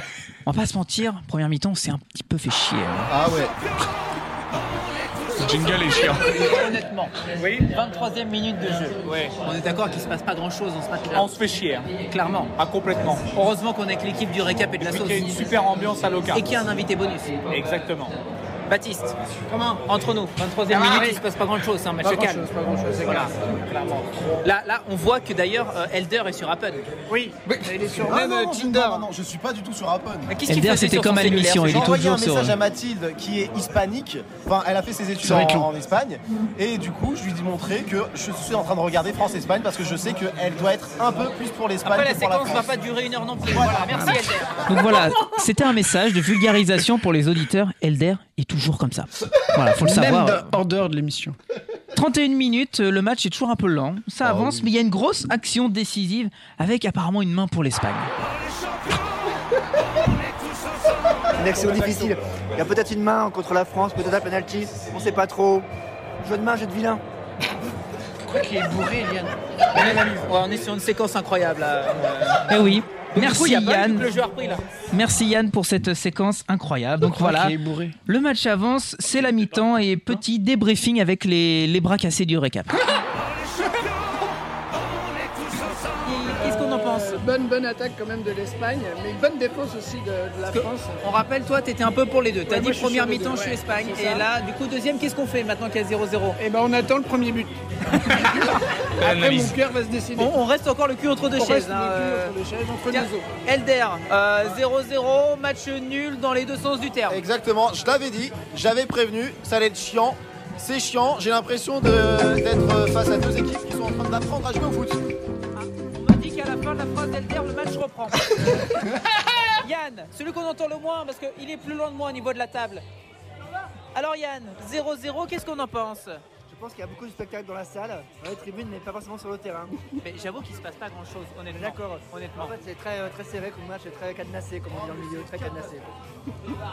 on va pas se mentir, première mi-temps, on s'est un petit peu fait chier. hein.
Ah ouais.
Jingle est chiant.
Honnêtement, 23ème minute de jeu. On est d'accord qu'il se passe pas grand chose dans ce match-là.
On se fait chier.
Clairement.
Ah, complètement.
Heureusement qu'on est avec l'équipe du récap et de la
Il
sauce.
y a une super ambiance à l'Oca.
Et qu'il y a un invité bonus.
Exactement. Ah,
Baptiste, comment entre nous, 23e minute, il se passe pas hein, grand chose, c'est un match calme.
pas grand chose, c'est
Voilà. Là, là, on voit que d'ailleurs euh, Elder est sur Apple.
Oui, il est sur euh,
Ah non, je, non, non, je suis pas du tout sur Apple.
Mais Qu'est-ce qu'il
Elder,
faisait
c'était
sur son
comme à
cellulaire,
l'émission,
ce
il
J'ai
est
genre
envoyé un
toujours sur. euh.
message à Mathilde qui est hispanique. Enfin, elle a fait ses études
Sur les
en,
clous.
en Espagne. Et du coup, je lui ai montré que je suis en train de regarder France-Espagne parce que je sais qu'elle doit être un peu plus pour l'Espagne
Après, la
que pour la
séquence
France.
va pas durer une heure non plus. Voilà, merci Elder.
Donc voilà, c'était un message de vulgarisation pour les auditeurs. Elder est toujours comme ça. Voilà, faut le
Même
savoir.
de- hors dehors de l'émission.
31 minutes, euh, le match est toujours un peu lent,
Ah
ça avance, mais il y a une grosse action décisive avec apparemment une main pour l'Espagne.
Une action difficile. Il y a peut-être une main contre la France, peut-être un penalty. On sait pas trop. Jeu de main, jeu de vilain.
Il est bourré, Yann. on est sur une séquence incroyable. euh, là.
Eh oui,
Du coup,
merci
il y a pas eu
Yann,
que le jeu a repris là.
merci Yann pour cette séquence incroyable. Donc voilà,
Il est bourré.
le match avance, c'est la mi-temps et petit débriefing avec les, les bras cassés du récap.
Qu'est-ce qu'on en pense
Bonne, bonne attaque quand même de l'Espagne, mais une bonne défense aussi de, de la France.
On rappelle, toi, t'étais un peu pour les deux. T'as
Ouais,
dit
moi, je suis
première
sur les
mi-temps,
deux,
je suis
ouais,
Espagne.
c'est
Et
ça.
là, du coup, deuxième, qu'est-ce qu'on fait maintenant qu'il y a 0-0
Et ben on attend le premier but. Après Eh, mon
Analyse.
cœur va se décider.
on, on reste encore le cul entre deux
On
chaises.
reste
hein, euh,
le cul entre les chaises, entre
tiens,
nous autres.
Elder, euh, 0-0, match nul dans les deux sens du terme.
Exactement, je l'avais dit, j'avais prévenu, ça allait être chiant. C'est chiant, j'ai l'impression de- d'être euh, face à deux équipes qui sont en train d'apprendre à jouer au foot.
On m'a dit qu'à la fin de la phrase d'Elder, le match reprend. Yann, celui qu'on entend le moins parce qu'il est plus loin de moi au niveau de la table. Alors Yann, 0-0, qu'est-ce qu'on en pense
Je pense qu'il y a beaucoup de spectacles dans la salle, dans les tribunes, mais pas forcément sur le terrain.
Mais j'avoue qu'il se passe pas grand chose, honnêtement.
D'accord.
Honnêtement.
En fait, c'est très, euh, très serré comme match, c'est très cadenassé, comme on dit dans le milieu, très cadenassé.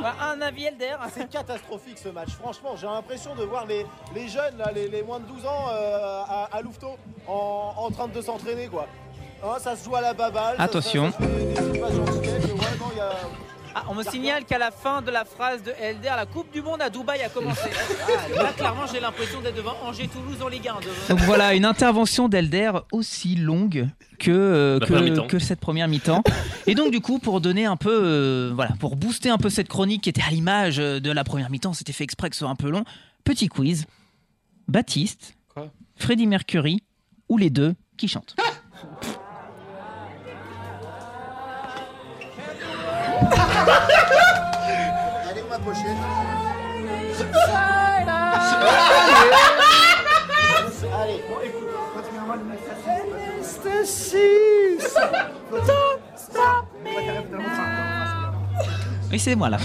Bah, un avis Elder.
Ah, C'est catastrophique ce match, franchement, j'ai l'impression de voir les, les jeunes, là, les, les moins de 12 ans euh, à, à Louveteau en, en train de s'entraîner quoi. Hein, ça se joue à la baballe. ça-
Attention.
ça se fait des- des petites passes gentillettes, mais ouais, non, il y a-
Ah, on me signale qu'à la fin de la phrase de Elder, la Coupe du Monde à Dubaï a commencé. Ah, là, clairement, j'ai l'impression d'être devant Angers-Toulouse en Ligue 1.
Donc voilà, une intervention d'Elder aussi longue que, euh,
La première
que,
mi-temps.
que cette première mi-temps. Et donc du coup, pour donner un peu, euh, voilà, pour booster un peu cette chronique qui était à l'image euh, de la première mi-temps, c'était fait exprès que ce soit un peu long, petit quiz. Baptiste,
Quoi
Freddie Mercury ou les deux qui chantent
Ah
Allez, ma pochette. Allez, bon, écoute.
Oui, c'est moi là.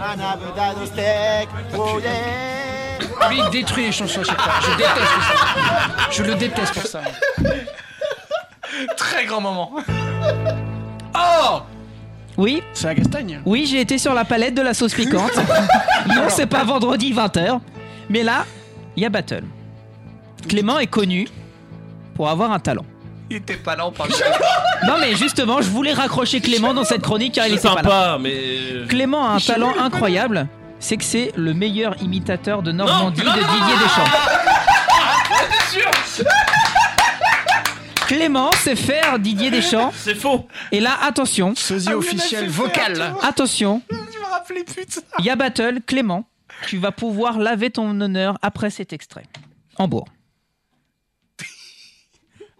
Anabada no steak, oh yeah.
Lui, il détruit les chansons à chaque fois. Je déteste ça. Je le déteste pour ça.
Très grand moment. Oh!
Oui,
C'est la castagne.
oui, j'ai été sur la palette de la sauce piquante. non, c'est pas vendredi 20h. Mais là, il y a battle. Clément est connu pour avoir un talent.
Il était pas là, on parle
Non mais justement, je voulais raccrocher Clément dans cette chronique car il
C'est
était pas là.
sympa, mais.
Clément a un talent incroyable c'est que c'est le meilleur imitateur de Normandie de Didier Deschamps. Clément sait faire Didier Deschamps.
C'est faux.
Et là, attention.
Sosie Ah, on officiel l'a fait vocal. faire, toi.
Attention.
Tu m'as rappelé, putain.
Il y a battle. Clément, tu vas pouvoir laver ton honneur après cet extrait. Hambourg.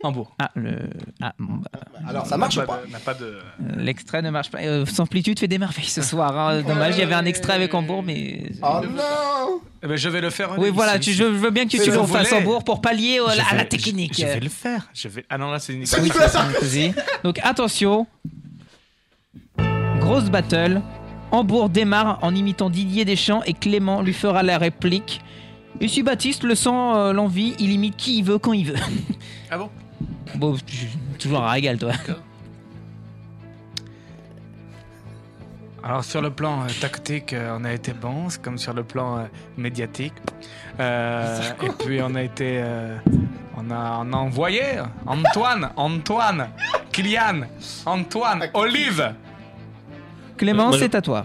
Hambourg.
Ah, le. Ah, bon, bah,
Alors ça
on
marche
n'a
ou
pas
pas On n'a pas de.
euh, L'extrait ne marche pas. Euh, Samplitude fait des merveilles ce soir. hein. Dommage, il y avait un extrait avec Hambourg, mais.
Oh non
Eh ben, je vais le faire.
Oui, voilà, tu- je veux bien que tu le fasses
en
Hambourg pour pallier euh, à la technique.
Je, vais le faire. Je vais... Ah non, là, c'est une
Oui, Bah, c'est Sarkozy. Donc attention. Grosse battle. Hambourg démarre en imitant Didier Deschamps et Clément lui fera la réplique. Et si Baptiste le sent, euh, l'envie, il imite qui il veut quand il veut.
Ah bon
Bon, tu- toujours un régal, toi.
Alors sur le plan euh, tactique, euh, on a été bon, c'est comme sur le plan euh, médiatique. Euh, et puis on a été, euh, on a, on a envoyé Antoine, Antoine, Kylian, Antoine, Olive.
Clément,
Moi, je-
c'est à toi.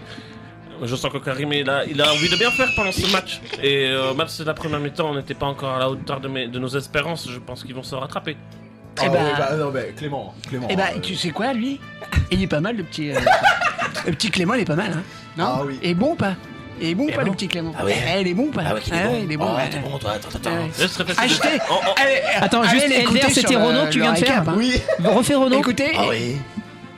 Je sens que Karim il a, il a envie de bien faire pendant ce match. Et euh, même si la première mi-temps on n'était pas encore à la hauteur de, mes- de nos espérances, je pense qu'ils vont se rattraper.
Ah ouais, bah, non, mais Clément, Clément.
Eh ben,
euh,
tu sais quoi, lui Il est pas mal, le petit. euh, le petit Clément, il est pas mal, hein Non
Ah oui.
Et bon ou pas Et bon ou
Eh
pas, le
bon.
petit Clément
Ah ouais.
Eh, il est bon ou pas
Ah ouais, qu'il est bon.
il est bon.
Oh,
ouais.
t'es bon, toi, attends, attends.
Ah ouais.
Laisse répéter.
Achetez
Oh, oh.
Allez,
Attends,
allez
juste
l'écouter
LDR, c'était
sur le-
Renaud que tu
le
viens de faire
récap, hein.
Oui. Refais Renaud.
Écoutez. ah
Ah oui.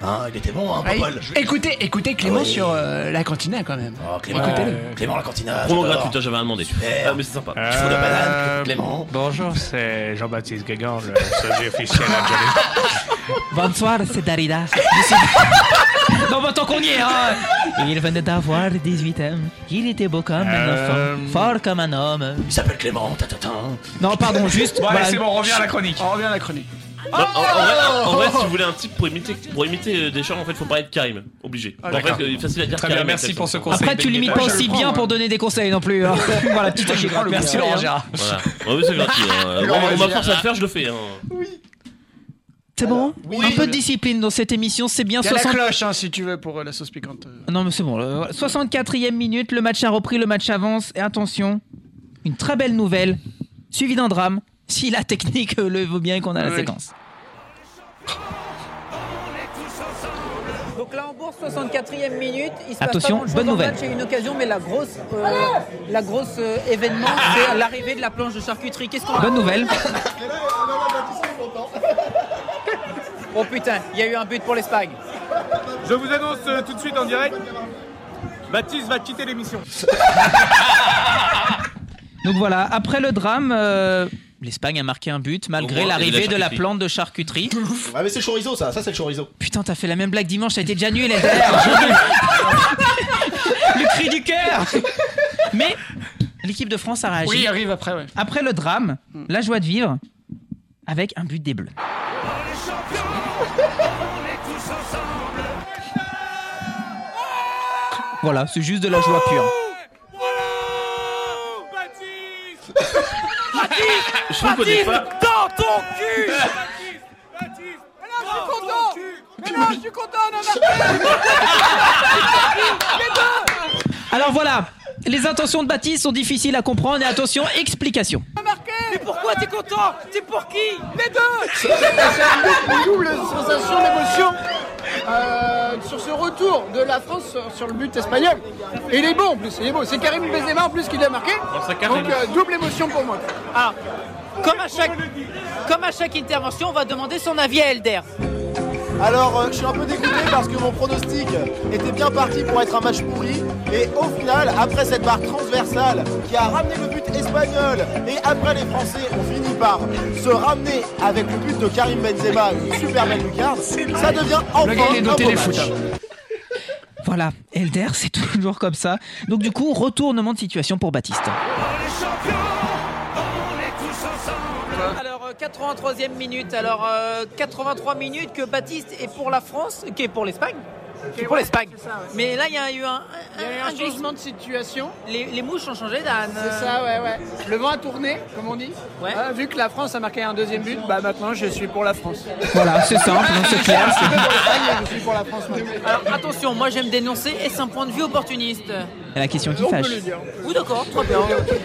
Hein, il était bon, hein,
Ah
Ouais,
Popol.
écoutez, écoutez Clément
Ah oui.
sur euh, la cantina quand même.
Oh, Clément,
Écoutez-le.
Clément la cantina.
Promo
j'adore.
gratuite, j'avais rien demandé.
Super.
Ah, mais c'est sympa.
Fou de banane,
Euh,
Clément.
Bonjour, c'est Jean-Baptiste Guégan, le sosie officiel à Johnny.
Bonsoir, c'est Darida. D'ici- non, bah tant qu'on y est, hein. Il venait d'avoir 18 ans. Il était beau comme un
Euh,
enfant, fort comme un homme.
Il s'appelle Clément, tatatin.
Non, pardon, juste.
Bon, allez,
voilà.
c'est bon, on revient à la chronique.
Bah, On revient à la chronique.
Non, en, en vrai, en vrai,
Oh
si vous voulez un type pour imiter, pour imiter euh, Deschamps, en fait, faut parler de Karim. Obligé.
Ah,
en fait,
d'accord.
euh, facile à dire
Très
Karim.
bien, merci pour ce conseil.
Après, tu
Benny.
limites pas aussi bien pour donner des conseils non plus. hein. voilà, petit
Moi, euh, je prends le Merci, Laurent Gérard.
Voilà. Ouais, mais c'est gratuit. hein.
Laurent
On, on m'a
Gérard.
forcé à le faire, je le fais. hein.
C'est bon Un peu de discipline dans cette émission, c'est bien
Il y a la
60.
cloche, hein, si tu veux, pour euh, la sauce piquante.
Non, mais c'est bon. le- voilà. 64e minute, le match a repris, le match avance. Et attention, une très belle nouvelle, suivie d'un drame. Si la technique euh, le veut bien et qu'on a la
Oui.
séquence.
Donc là, en bourse, 64e minute. Il se
Attention,
passe pas grand-chose
bonne
dans le
nouvelle.
match. Il y a eu une occasion, mais la grosse, euh, la grosse euh, événement, c'est l'arrivée de la planche de charcuterie. Qu'est-ce qu'on a
Ah. Bonne nouvelle.
Oh putain, il y a eu un but pour l'Espagne.
Je vous annonce euh, tout de suite en direct. Baptiste va quitter l'émission.
Donc voilà, après le drame, euh, l'Espagne a marqué un but
Au
malgré
moins, il y a
l'arrivée
de la
de la
charcuterie.
plante de charcuterie.
Ouais, mais c'est le chorizo, ça. Ça, c'est le chorizo.
Putain, t'as fait la même blague dimanche, ça a été déjà nul. elle était là, j'ai vu. le cri du cœur Mais l'équipe de France a réagi.
Oui, il arrive après, ouais.
Après le drame,
Mm.
la joie de vivre avec un but des Bleus. Voilà, c'est juste de la joie pure.
Je trouve qu'au départ,
Dans ton cul Mais là, je suis content Mais là, je suis content, on
Alors voilà, les intentions de Baptiste sont difficiles à comprendre et attention, explication.
a marqué Mais pourquoi t'es content T'es pour qui Les deux
une double sensation d'émotion euh, sur ce retour de la France sur, sur le but espagnol. Et il est bon en plus, il est beau. C'est Karim Benzema en plus qui l'a marqué.
c'est Karim.
Donc euh, double émotion pour moi.
Alors, Ah, comme à, chaque, comme à chaque intervention, on va demander son avis à Elder.
Alors, euh, je suis un peu dégoûté parce que mon pronostic était bien parti pour être un match pourri. Et au final, après cette barre transversale qui a ramené le but espagnol, et après les Français ont fini par se ramener avec le but de Karim Benzema, une super belle lucarne, ça devient enfin
Le gars, il est
un
noté
beau
des
match.
foot.
hein. Voilà, Elder, c'est toujours comme ça. Donc du coup, retournement de situation pour Baptiste.
Alors, euh, 83e minute. Alors, euh, 83 minutes que Baptiste est pour la France, qui est pour l'Espagne.
C'est pour l'Espagne.
Mais là, il y a eu un,
Il y a eu un changement de situation.
Les, les mouches ont changé d'âne.
C'est ça, ouais, ouais. Le vent a tourné, comme on dit. Ah, vu que la France a marqué un deuxième but, bah maintenant je suis pour la France.
Voilà, c'est simple, hein, c'est clair.
Je suis pour
c'est-
l'Espagne, je suis pour la France. maintenant.
Alors attention, moi j'aime dénoncer et c'est un point de vue opportuniste.
Et La question qui fâche.
Oui, d'accord, très bien.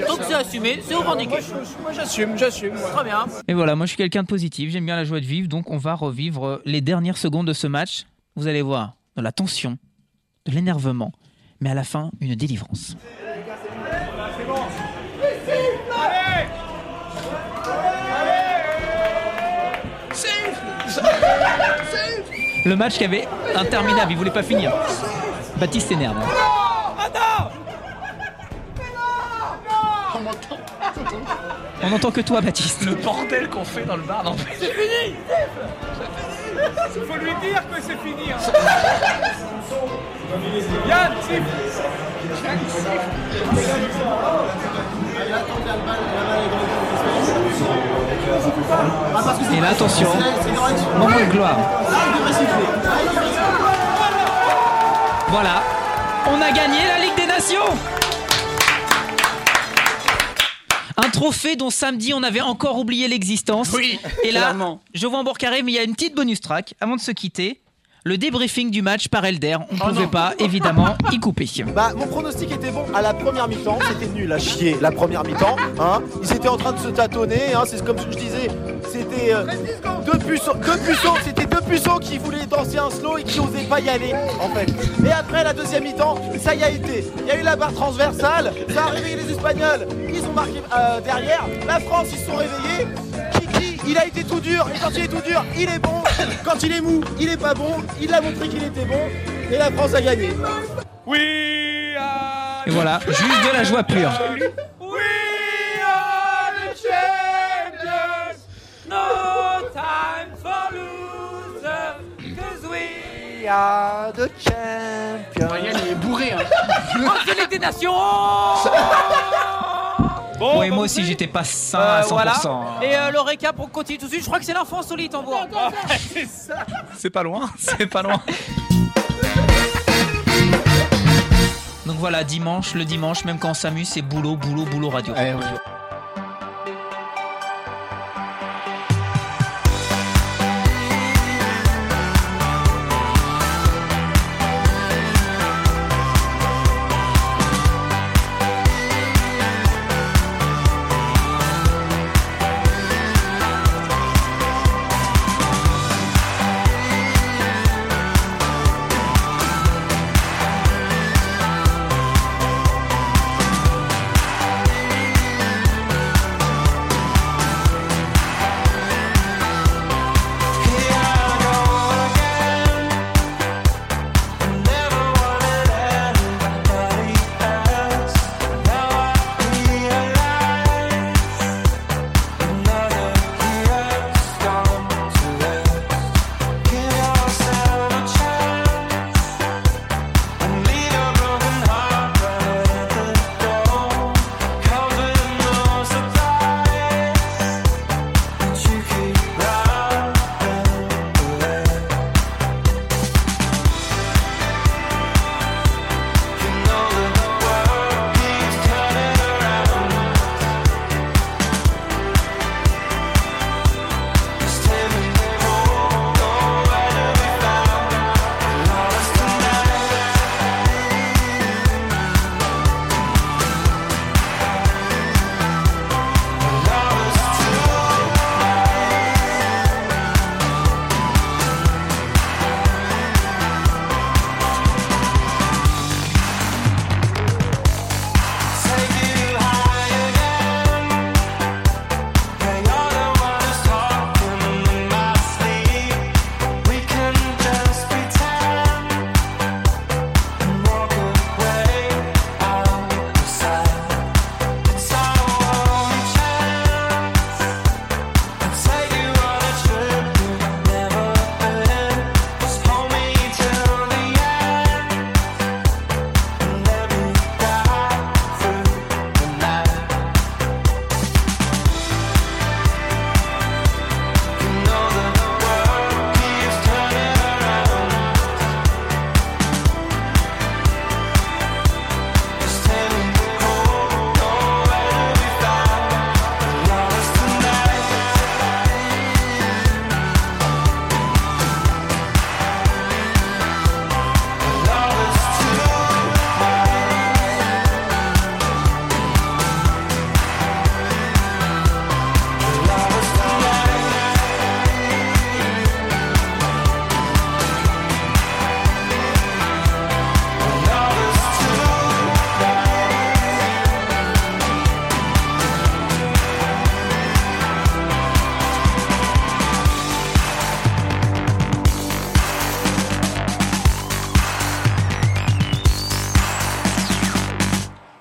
Donc c'est assumé, c'est revendiqué.
Moi j'assume, j'assume.
Très bien.
Et voilà, moi je suis quelqu'un de positif, j'aime bien la joie de vivre, donc on va revivre euh, les dernières secondes de ce match. Vous allez voir, de la tension, de l'énervement, mais à la fin, une délivrance. Le match qui avait interminable, il voulait pas finir. Baptiste s'énerve. hein.
On m'entend.
On entend que toi, Baptiste.
Le bordel qu'on fait dans le bar, non mais-
C'est fini Il faut lui dire que c'est fini hein. Yann,
Ah,
Et là, attention, moment de gloire. Voilà, on a gagné la Ligue des Nations Un trophée dont samedi on avait encore oublié l'existence.
Oui,
Et là,
clairement.
je vois en bord carré, mais il y a une petite bonus track avant de se quitter. Le débriefing du match par Elder. On ne pouvait pas, évidemment, y couper.
Bah, mon pronostic était bon à la première mi-temps, c'était nul à chier la première mi-temps. Hein. Ils étaient en train de se tâtonner, hein. c'est comme je disais, c'était euh, deux puceaux, deux puceaux, c'était deux puceaux qui voulaient danser un slow et qui osaient pas y aller en fait. Mais après la deuxième mi-temps, ça y a été. Il y a eu la barre transversale, ça a réveillé les Espagnols, ils ont marqué euh, derrière, la France ils se sont réveillés. Kiki, il a été tout dur, et quand il est tout dur, il est bon, quand il est mou, il est pas bon, il a montré qu'il était bon, et la France a gagné.
Et voilà, juste de la joie pure.
No time for loser, 'cause we
are the champions.
Yann, il est bourré, hein.
Oh, c'est Ligue des Nations
Bon, et moi aussi, j'étais pas sain à 100%.
Voilà. Et euh, le récap, on continue tout de suite. Je crois que c'est l'info solide en bois. C'est ça.
C'est pas loin, c'est pas loin.
Donc voilà, dimanche, le dimanche, même quand on s'amuse, c'est boulot, boulot, boulot radio.
Thank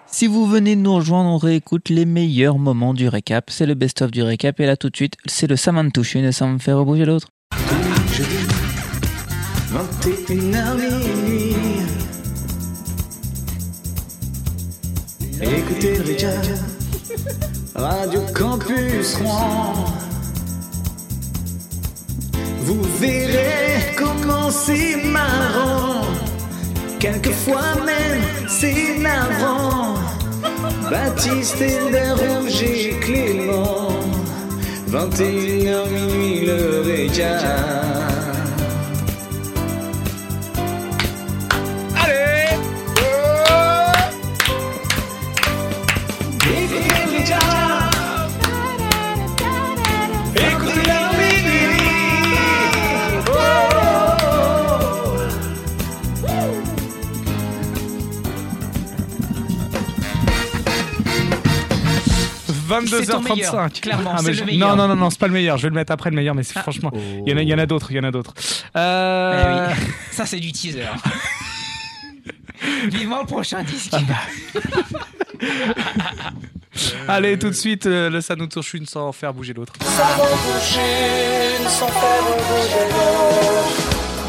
Si vous venez de nous rejoindre, on réécoute les meilleurs moments du récap. C'est le best-of du récap. Et là, tout de suite, c'est le ça me touche une et ça me fait rebouger l'autre.
Jeudi, 21h minuit. Écoutez Rika, Radio Campus Rouen. Vous verrez comment c'est marrant. Quelquefois même c'est navrant. Baptiste Ender, Roger et Clément. 21h minuit le régal. Allez Écoutez le Régal. Écoutez la minuit. Oh, oh, oh.
C'est ton meilleur, 22h35.
clairement,
Ah, mais
c'est le
je-
meilleur.
Non, non, non, non, c'est pas le meilleur. Je vais le mettre après le meilleur, mais c'est-
Ah.
franchement, il y en
Oh.
a- il y en a, d'autres. Il y en a d'autres. Euh,
Eh oui. Ça, c'est du teaser. Vivement le prochain disque.
Ah, bah. Allez, tout de suite, euh, le Sanou Tourchune sans faire bouger l'autre.
Ça va bouger sans faire bouger l'eau.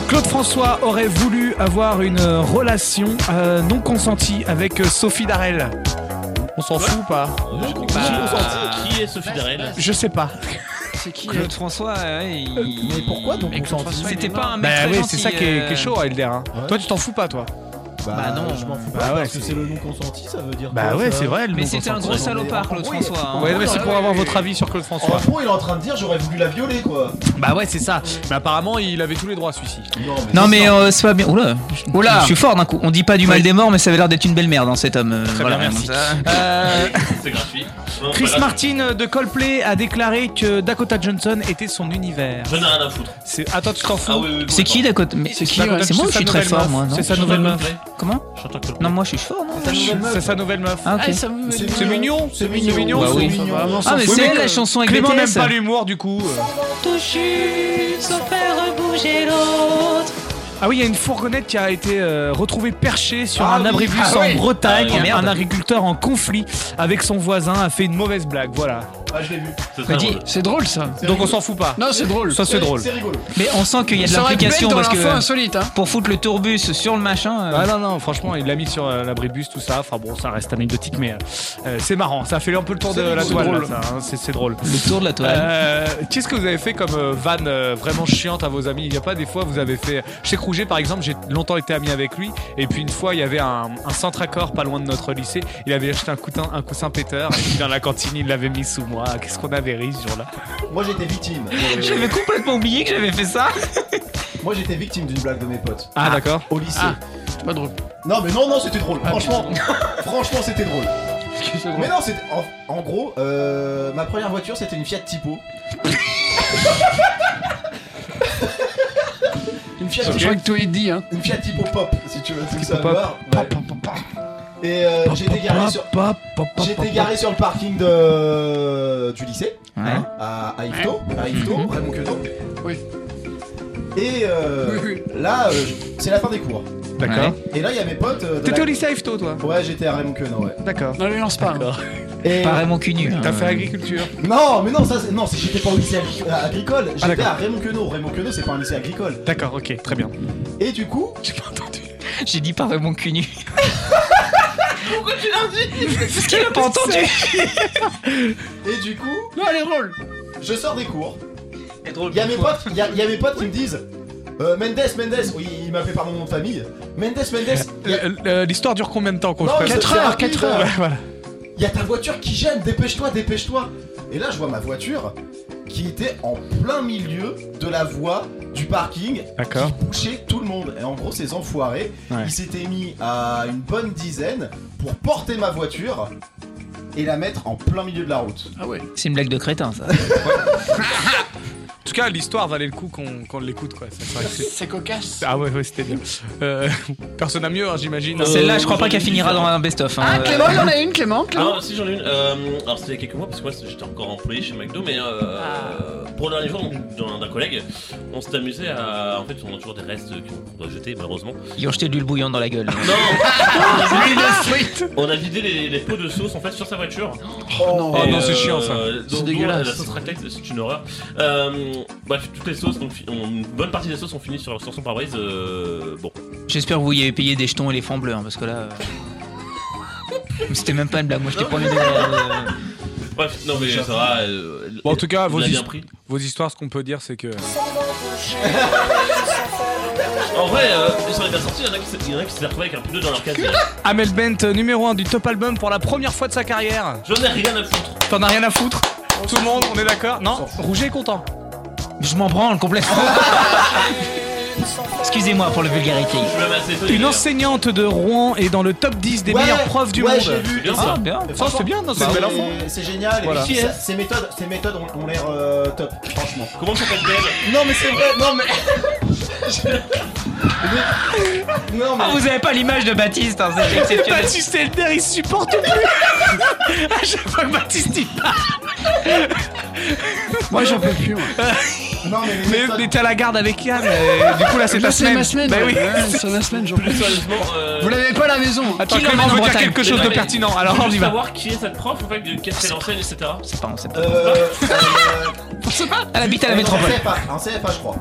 Claude François aurait voulu avoir une euh, relation euh, non consentie avec euh, Sophie Darel. On s'en fout ou pas
Bah, Qui est Sophie Darel
Je sais pas.
C'est qui
euh,
Claude François euh,
Mais pourquoi donc on s'en fout
C'était pas un mec
Bah
très
oui,
gentil,
c'est ça qui est,
euh,
qui est chaud, Elder. hein.
Ouais.
Toi, tu t'en fous pas, toi
Bah,
non.
je m'en fous
Bah
pas,
ouais,
parce que
c'est-
c'est le non consenti, ça veut dire
Bah
quoi,
ouais,
ça
c'est vrai. le
Mais
non
c'était un
consentant.
gros salopard, Claude François. hein.
Ouais, mais c'est pour avoir votre avis sur Claude
En
François.
fond, il est en train de dire j'aurais voulu la violer quoi.
Bah ouais, c'est ça. Mais apparemment, il avait tous les droits, celui-ci.
Non mais euh, c'est pas bien. Oula, je-
Oula.
je suis fort d'un coup. On dit pas du mal des morts, mais ça avait l'air d'être une belle merde dans cet homme. euh,
Très
voilà,
bien,
donc
merci.
ça-
Euh,
C'est gratuit.
Chris Martin de Coldplay a déclaré que Dakota Johnson était son univers.
J'en ai rien à foutre. Ah
C'est- Attends, tu t'en fous
C'est qui Dakota Mais c'est qui
Dakota
ouais, C'est
Johnson,
moi ou je suis
sa
très
nouvelle
fort
meuf.
moi non
C'est sa nouvelle meuf.
Comment Non moi je suis fort. non
C'est sa nouvelle meuf.
Ah, ok. Ah,
c'est mignon. C'est mignon. C'est mignon.
Bah oui. Ah, mais
Oui,
c'est elle,
que-
la chanson avec
Clément
BTS.
n'aime pas l'humour du coup. euh.
Toucher sans faire bouger l'autre.
Ah oui, il y a une fourgonnette qui a été euh, retrouvée perchée sur
Ah
un
oui.
abribus
Ah
en
oui.
Bretagne.
Ah oui.
un
Merde.
agriculteur en conflit avec son voisin a fait une mauvaise blague. Voilà.
Ah, je l'ai vu.
très
dis-
drôle.
C'est drôle ça.
Donc on s'en fout pas.
Non, c'est drôle.
Ça c'est drôle.
C'est rigolo.
Mais on sent qu'il y a de
Ça aurait pu être
l'implication
dans
parce que
l'info insolite, hein.
pour foutre le tourbus sur le machin. euh,
Ah non non franchement il l'a mis sur euh, l'abribus tout ça enfin bon ça reste anecdotique mais euh, euh, c'est marrant ça fait un peu le tour de la
c'est
toile là,
drôle.
ça, hein, c'est c'est drôle
Le tour de la toile.
Euh, Qu'est-ce que vous avez fait comme euh, vanne euh, vraiment chiante à vos amis Il n'y a pas des fois vous avez fait chez Rouget par exemple j'ai longtemps été ami avec lui et puis une fois il y avait un, un centre accord pas loin de notre lycée il avait acheté un coussin un coussin péteur et puis dans la cantine il l'avait mis sous moi qu'est-ce qu'on avait ri ce jour-là
Moi j'étais victime. Euh,
J'avais complètement oublié que j'avais fait ça.
Moi j'étais victime d'une blague de mes potes.
Ah, d'accord
Au lycée.
C'est pas drôle.
Non mais non non c'était drôle. Franchement, franchement c'était drôle. Mais non c'était en, en gros euh, ma première voiture c'était une Fiat Tipo. une Fiat
Je
Tipo.
crois que tout est dit, hein.
Une Fiat Tipo Pop si tu veux tout ça
Pop.
noir. Ouais. Et euh, j'étais garé sur j'étais garé sur le parking de du lycée. hein,
Ouais.
à, à Yvetot, à Yvetot,
Mhm.
Raymond Queneau.
Oui.
Et euh,
Oui,
là, euh, c'est la fin des cours.
D'accord.
Et là, il y a mes potes. euh, de
T'étais
la-
au lycée à Yvetot, toi
Ouais, j'étais à Raymond Queneau, ouais.
D'accord.
Non, les lance pas. hein.
Et... euh,
Pas vraiment cul nu.
T'as
hein.
fait agriculture
Non, mais non, ça, c'est- non, c'est- j'étais pas au lycée agri- euh, agricole. J'étais
Ah, d'accord.
à Raymond Queneau. Raymond Queneau, c'est pas un lycée agricole.
D'accord ok très bien.
Et du coup,
J'ai pas entendu.
J'ai dit pas vraiment cul nu. Pourquoi tu l'as dit Parce qu'il a pas entendu.
et du coup,
Non, elle est drôle.
je sors des cours. Il y a mes potes, il y a, il y a mes potes qui me disent. euh, Mendes, Mendes, oui, il m'appelait par mon nom de famille. Mendes, Mendes, il y a-
Euh, euh, L'histoire dure combien de temps qu'on
Non,
se
mais
prépare
c'est- c'est rapide, euh,
Ouais, voilà.
Il y a ta voiture qui gêne, dépêche-toi, dépêche-toi. Et là, je vois ma voiture qui était en plein milieu de la voie du parking
D'accord.
qui bouchait tout le monde. Et en gros, ces enfoirés,
Ouais.
ils s'étaient mis à une bonne dizaine pour porter ma voiture et la mettre en plein milieu de la route.
Ah ouais.
C'est une blague de crétin ça.
En tout cas, l'histoire valait le coup qu'on qu'on l'écoute, quoi. C'est vrai que c'est-
C'est cocasse.
Ah ouais, ouais, c'était bien. Euh, personne n'a mieux, hein, j'imagine. Euh,
Celle-là, je crois pas qu'elle finira dans un best-of. hein.
Ah, Clément, il en a une, Clément, Clément.
Alors, si j'en ai une, euh, alors c'était il y a quelques mois parce que moi j'étais encore employé chez McDo, mais euh, pour le dernier jour d'un d'un collègue, on s'est amusé à. En fait, on a toujours des restes qu'on doit jeter, malheureusement.
Ils ont jeté de l'huile bouillante dans la gueule.
On a vidé les, les pots de sauce en fait sur sa voiture.
Oh non.
Ah,
Et,
Oh non, c'est chiant, ça.
euh,
C'est
donc,
dégueulasse.
La sauce raclette, c'est une horreur. Euh, bref, toutes les sauces, donc, fi- on- une bonne partie des sauces ont fini sur, sur son pare-brise. euh, bon.
J'espère que vous y avez payé des jetons et les francs bleus, hein, parce que là. euh, C'était même pas une blague, moi je t'ai promis de. euh,
Bref, non mais ça va. euh,
Bon, en tout cas,
il
vos,
a bien
his-
pris.
vos histoires, ce qu'on peut dire, c'est que.
En vrai, euh, sur les bien sortis, il y en a qui s'est- il y en a qui s'est retrouvé avec un pneu dans leur case.
Amel Bent, numéro 1 du top album pour la première fois de sa carrière.
J'en ai rien à foutre.
T'en as rien à foutre Tout le monde, on est d'accord Non Rouget est content.
Je m'en branle complètement. Excusez-moi pour la vulgarité.
Une enseignante de Rouen est dans le top 10 des
Ouais,
meilleures profs du
ouais,
monde.
j'ai vu.
Ah,
Ah,
bien.
Et
Ça,
franchement,
c'est bien, non, c'est
C'est
une belle
c'est-
info.
c'est génial. et
Voilà.
puis, ça- Ces méthodes, ces méthodes ont, ont l'air euh, top, franchement.
Comment ça s'appelle
Non mais c'est vrai, non mais. Je- Mais- Non mais.
Ah, vous avez pas l'image de Baptiste, hein, c'est exceptionnel.
Baptiste Elder, il supporte plus. à chaque fois que Baptiste il parle.
Moi, j'en peux plus,
Euh.
Non, mais,
mais t'as la garde avec Yann. euh, du coup, là, c'est
Je
ta
sais,
semaine.
ma semaine.
Bah oui.
Ouais, c'est ma semaine, j'en peux plus.
euh,
Vous l'avez pas à la maison.
Attends,
Qui
Clément
l'emmène en
veut dire
Bretagne
quelque chose de
Mais-
pertinent.
je
Alors,
veux
on y
juste
va.
savoir qui est cette prof, en fait, de qu'est-ce qu'elle enseigne, etc.
C'est pas, on sait pas.
Euh,
On sait pas.
Elle habite à la
Elle est en
métropole.
CFA, En CFA, je crois.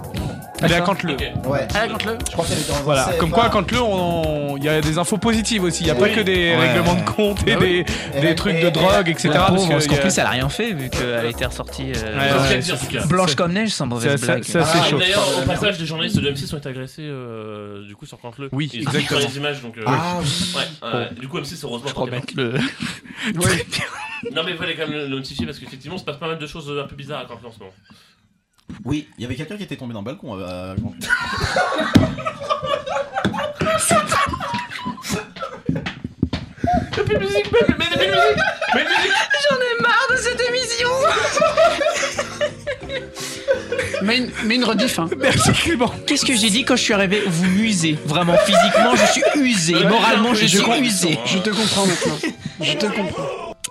Elle est à Canteleu.
Ouais.
Allez, compte-le.
Je crois qu'elle était dans un
Voilà,
CFA.
comme quoi, quand le, on- il y a des infos positives aussi. Il n'y a pas
Oui.
que des
Ouais.
règlements de compte et
Bah oui.
des, des trucs de drogue, etc.
La pauvre, parce
que
qu'en
il y a-
plus, elle a rien fait vu qu'elle était ressortie euh,
Ouais, ouais, ouais, c'est clair.
blanche
C'est-
comme neige sans mauvaise
c'est-
blague.
c'est- c'est
Ah,
assez
Et
chaud.
D'ailleurs, au passage, des journalistes de M6 ont été agressés euh, du coup sur Canteleu.
Oui,
Ils ont filtré
exactement.
les images donc. euh,
Ah, oui.
Ouais, euh,
Bon.
du coup, M6 heureusement.
Je crois bien
t'inquiète.
que le.
Non, mais il fallait quand même le- le notifier parce qu'effectivement, il se passe pas mal de choses euh, un peu bizarres à Canteleu en ce moment.
Oui, il y avait quelqu'un qui était tombé dans le balcon. euh, avant-
Mets de musique, mets de musique, mets de musique.
J'en ai marre de cette émission
Mais une, mais une rediff, hein.
Merci Clément.
Qu'est-ce que j'ai dit quand je suis arrivé Vous m'usez. Vraiment, physiquement, je suis usé.
Ouais,
Moralement, je,
je
suis
comprends.
usé.
Je te comprends maintenant. Je te comprends.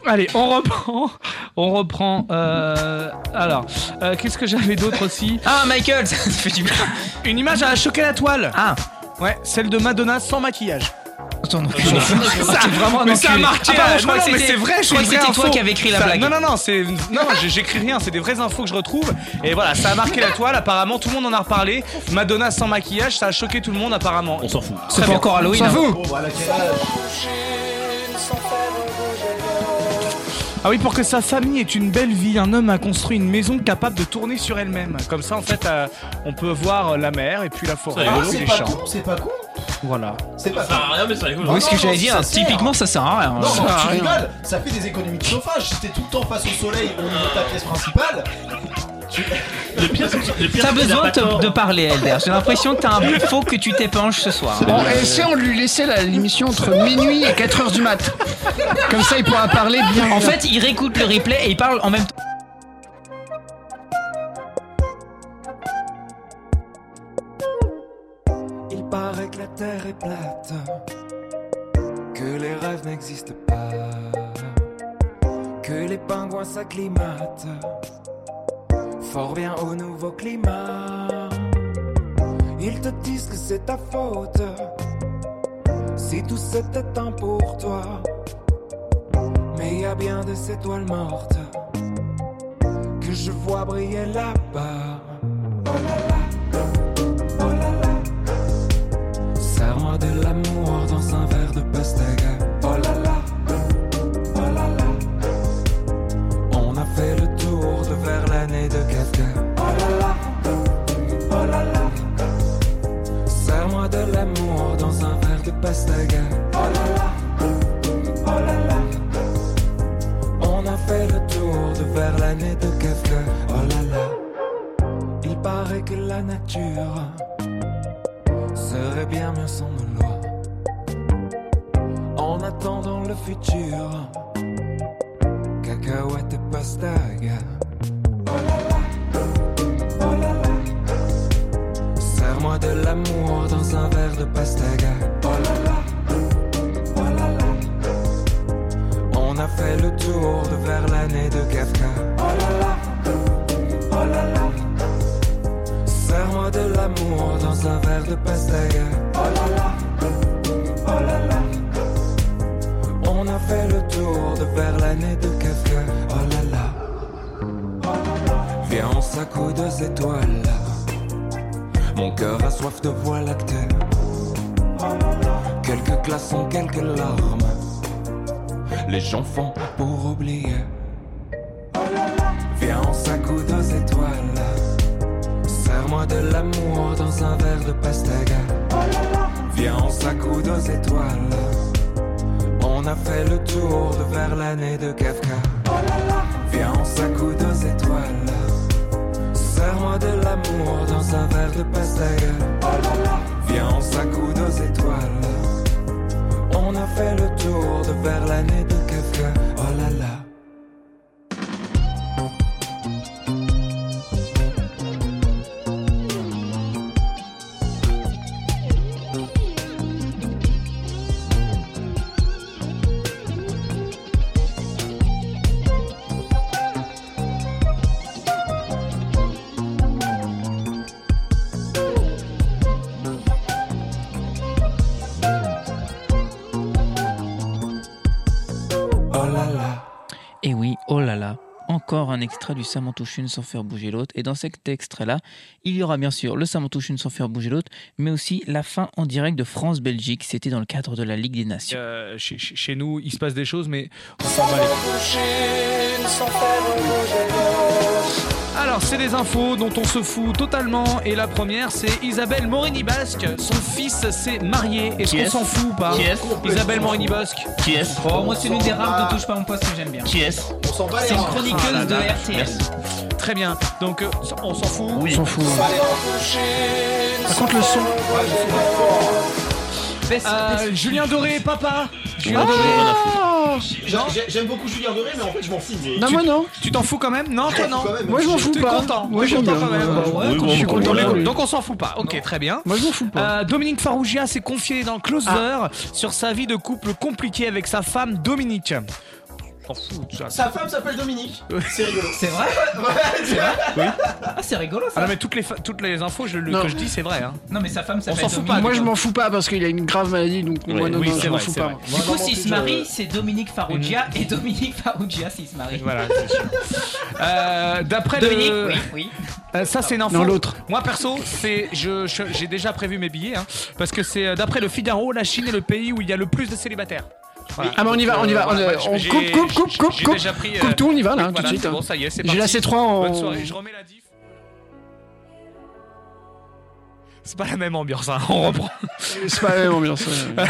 Allez, on reprend. On reprend. euh, alors, euh, qu'est-ce que j'avais d'autre aussi
Ah, Michael, ça te fait du bien.
Une image à choquer la toile.
Ah.
Ouais, celle de Madonna sans maquillage.
Attends, non.
ça,
T'es vraiment un
mais ça a
enculé.
marqué. euh,
Ah, pardon, je
non,
crois que
non, mais
c'était-
c'est vrai,
je
c'est
crois
une
que
vraie
c'était toi
info.
qui avais écrit la
Ça-
blague.
Non, non, non, c'est. Non, j'ai- j'écris rien, c'est des vraies infos que je retrouve. Et voilà, ça a marqué la toile, apparemment, tout le monde en a reparlé. Madonna sans maquillage, ça a choqué tout le monde, apparemment.
On s'en fout.
C'est pas encore Halloween. hein.
Bon,
bah,
voilà, quel
euh,
âge
Ah oui, pour que sa famille ait une belle vie, un homme a construit une maison capable de tourner sur elle-même. Comme ça, en fait, euh, on peut voir euh, la mer et puis la forêt,
Ça,
Ah,
les
c'est pas
champs.
con, c'est pas con,
Voilà.
c'est
Ça
pas con.
sert à rien, mais ça rigole.
Oui, ce
non,
que
non,
j'allais
si
dire,
ça sert.
typiquement, ça sert à rien.
Non,
Ah, Ça sert à
tu
rien.
rigoles, ça fait des économies de chauffage. Si t'es tout le temps face au soleil au niveau de ta pièce principale,
Le pire, c'est que- le pire, c'est qu'il
T'as
a
besoin
pas tort.
de, de parler, Elder. J'ai l'impression que t'as un faux que tu t'épanches ce soir.
Bon, et si on lui laissait la- l'émission entre minuit et 4h du mat Comme ça, il pourra parler bien.
En fait, il réécoute le replay et il parle en même temps.
Il paraît que la terre est plate, que les rêves n'existent pas, que les pingouins s'acclimatent fort bien au nouveau climat. Ils te disent que c'est ta faute si tout c'était un pour toi. Mais y a bien des étoiles mortes que je vois briller là-bas. Serre-moi de l'amour dans un verre de pastèque. Oh là là, oh là là. On a fait le tour de Verlaine et de Kafka. Oh là là, oh là là. Serre-moi de l'amour dans un verre de pastèque. Oh là là, oh là là. On a fait le tour de Verlaine et de Kafka. Oh là là. Il paraît que la nature serait bien mieux sans nos lois. En attendant le futur, cacahuètes et pastaga. Oh là là, oh là Bois de l'amour dans un verre de pastaga. Oh là là, oh là là. On a fait le tour de vers l'année de Kafka. Oh là là, oh là là. Serre-moi de l'amour dans un verre de pastaga. Oh là là, oh là là. On a fait le tour de vers l'année de Kafka. Oh là là. Viens, on s'accoude deux étoiles. Mon cœur a soif de voix lactée. Quelques glaçons, quelques larmes. Les gens font pour oublier. Viens, on s'accoude aux étoiles. Serre-moi de l'amour dans un verre de pastaga. Viens, on s'accoude aux étoiles. On a fait le tour de vers l'année de Kafka. Viens, on s'accoude aux étoiles. Serre-moi de l'amour dans un verre de pastaga. Viens, on s'accoude aux étoiles. On a fait le tour de vers l'année de Kafka. Oh là là.
Oh
Et oui, oh là là, encore un extrait du Samantouchune sans faire bouger l'autre. Et dans cet extrait-là, il y aura bien sûr le Samantouchune sans faire bouger l'autre, mais aussi la fin en direct de France-Belgique. C'était dans le cadre de la Ligue des Nations.
Euh, chez, chez- chez nous, il se passe des choses, mais on s'en bat les couilles. Alors, c'est des infos dont on se fout totalement. Et la première, c'est Isabelle Morini-Basque. Son fils s'est marié. Est-ce
Qui
qu'on
est-ce
s'en fout ou pas
Qui est-ce
Isabelle Morini-Basque.
Qui est-ce
Oh, moi, c'est l'une des rares de touche
pas mon poste que j'aime bien. Qui est-ce Ah
On s'en
bat les C'est une reins. chroniqueuse de RTL.
Très bien. Donc, euh, on s'en fout
Oui. On s'en fout.
Par contre, le son.
baisse.
Julien Doré, papa. Julien
Ah
Doré.
J'ai- j'ai- J'aime beaucoup Julien Doré, mais en fait, je m'en fous.
Tu-
moi, non.
Tu t'en fous quand même Non, toi non.
Quand même.
Moi, je m'en fous
T'es
pas.
content.
Moi,
T'es
j'aime
content
bien.
quand même.
Bah ouais, Oui, quand bon, je suis content,
Donc,
voilà.
Donc on s'en fout pas. Ok, très bien.
Moi, je m'en fous pas. Ah.
Euh, Dominique Farrugia s'est confié dans Closer sur sa vie de couple compliquée avec sa femme Dominique. On s'en fout, ça.
Sa femme s'appelle Dominique. C'est rigolo.
C'est vrai
Ouais, c'est vrai.
Ah, c'est rigolo ça. non, mais toutes les, fa- toutes les infos je- le-
Non.
que je dis, c'est vrai. hein.
Non, mais sa femme
s'appelle s'en fout Dominique. pas,
Moi, je
quoi.
m'en fous pas parce qu'il a une grave maladie, donc
Ouais,
moi, non,
oui,
non,
c'est
je m'en
vrai,
fous
c'est
pas.
vrai.
moi.
Du coup, s'ils se
euh,
marient, c'est Dominique Farrugia et Dominique Farrugia s'ils se marient.
Voilà, c'est sûr. Euh, D'après le-
Dominique, oui, oui.
Euh, ça c'est une info.
Non, l'autre.
Moi perso, c'est je je- j'ai déjà prévu mes billets hein, parce que c'est euh, d'après le Figaro, la Chine est le pays où il y a le plus de célibataires. Voilà.
Ah, mais on y va, on y va, on,
Voilà,
euh, on
j'ai-
coupe, coupe, coupe,
j'ai-
coupe,
j'ai
coupe,
déjà pris, euh,
coupe tout, on y va là,
voilà,
tout de suite.
c'est
hein.
bon, ça y est, c'est
J'ai la
parti.
C3 en.
Bonne soirée, je remets la diff. C'est pas la même ambiance, hein, on reprend.
C'est pas la même ambiance. ouais.